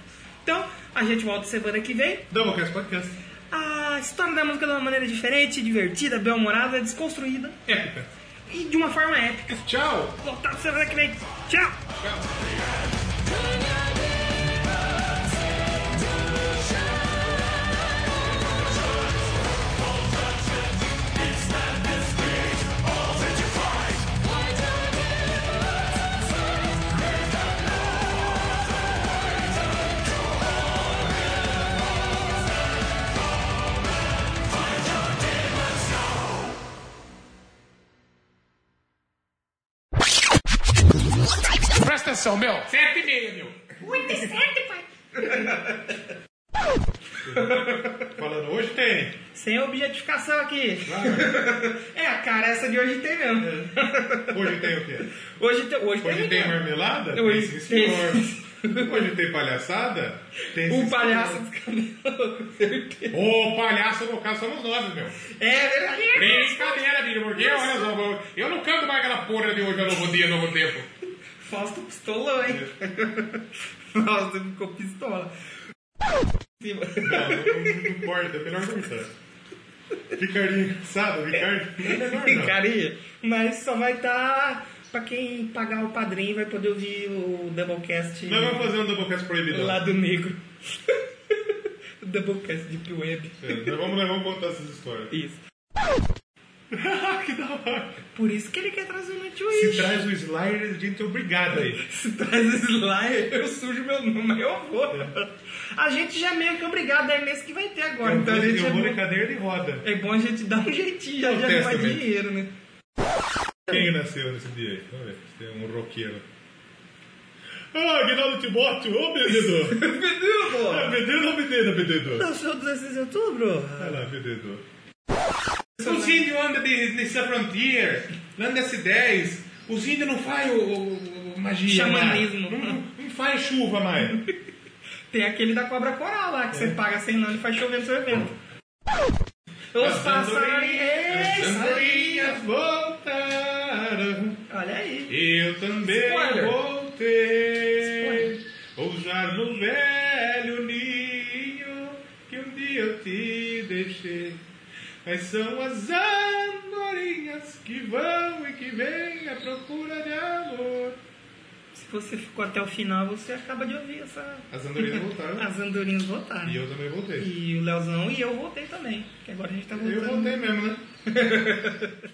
Speaker 1: Então, a gente volta semana que vem.
Speaker 2: Doublecast Podcast.
Speaker 1: A história da música de uma maneira diferente, divertida, bem-humorada, desconstruída
Speaker 2: Épica.
Speaker 1: e de uma forma épica.
Speaker 2: Tchau!
Speaker 1: Voltar semana que vem. Tchau!
Speaker 6: Presta atenção, meu. Sete e meia, meu.
Speaker 1: Muito certo, pai.
Speaker 2: Falando, hoje tem.
Speaker 1: Sem objetificação aqui. é, cara, essa de hoje tem mesmo.
Speaker 2: Hoje tem o quê?
Speaker 1: É. Hoje tem, hoje
Speaker 2: Hoje
Speaker 1: tem,
Speaker 2: tem marmelada? Tem
Speaker 1: Hoje
Speaker 2: sim,
Speaker 1: tem.
Speaker 2: senhor. Hoje tem palhaçada? Tem
Speaker 1: O
Speaker 2: sim, senhor.
Speaker 1: Um palhaço dos cabelos. com certeza.
Speaker 2: Ô, palhaço, no caso, somos nós, meu.
Speaker 1: É verdade.
Speaker 2: Brincadeira, bicho, porque olha só, eu- eu não canto mais aquela porra de hoje é novo dia, novo tempo.
Speaker 1: Fausto pistolou, hein? Fausto ficou pistola.
Speaker 2: Não, não, não importa, é melhor cortar. Ricardinho, sabe, Ricardo? Não é melhor, não.
Speaker 1: Ficaria. Mas só vai estar. Tá... Pra quem pagar o padrinho vai poder ouvir o Doublecast.
Speaker 2: Nós vamos fazer um Doublecast proibido.
Speaker 1: Lado negro. o Doublecast Deep Web.
Speaker 2: É, nós vamos, nós vamos contar essas histórias.
Speaker 1: Isso.
Speaker 2: que da hora.
Speaker 1: Por isso que ele quer trazer o Nightwish.
Speaker 2: Se traz o Slayer, a gente é obrigado aí.
Speaker 1: Se traz o Slayer, eu sujo meu nome, mas eu vou. A gente já é meio que obrigado, é nesse que vai ter agora.
Speaker 2: Eu
Speaker 1: então
Speaker 2: vou,
Speaker 1: a gente
Speaker 2: eu
Speaker 1: é
Speaker 2: vou
Speaker 1: bom-
Speaker 2: na cadeira de roda.
Speaker 1: É bom a gente dar um jeitinho, já de
Speaker 2: Protesto
Speaker 1: arrumar
Speaker 2: mesmo.
Speaker 1: dinheiro, né?
Speaker 2: Quem nasceu nesse dia aí? Vamos ver, se tem um roqueiro. Ah, Aguinaldo Timóteo, ô vendedor!
Speaker 1: Pediu,
Speaker 2: Ah, vendedor ou vendedor,
Speaker 1: pô!
Speaker 2: vendedor?
Speaker 1: Nasceu 16 de outubro?
Speaker 2: Vai lá, vendedor. Os índios andam de, dessa frontier, andam S10, os índios não faz o, o- o- magia.
Speaker 1: Xamanismo.
Speaker 2: mais. Não, não faz chuva mais.
Speaker 1: Tem aquele da cobra coral lá, que
Speaker 2: É.
Speaker 1: você paga 100 anos e faz chover no seu evento. Os passarinhos.
Speaker 2: As andorinhas voltaram.
Speaker 1: Olha aí.
Speaker 2: Eu também
Speaker 1: Spoiler.
Speaker 2: voltei. Pousar no velho ninho que um dia eu te deixei. Mas são as andorinhas que vão e que vêm à procura de amor.
Speaker 1: Se você ficou até o final, você acaba de ouvir essa.
Speaker 2: As andorinhas voltaram.
Speaker 1: As andorinhas voltaram.
Speaker 2: E eu também voltei.
Speaker 1: E o Leozão e eu voltei também. Que agora a gente tá voltando.
Speaker 2: Eu voltei mesmo, né?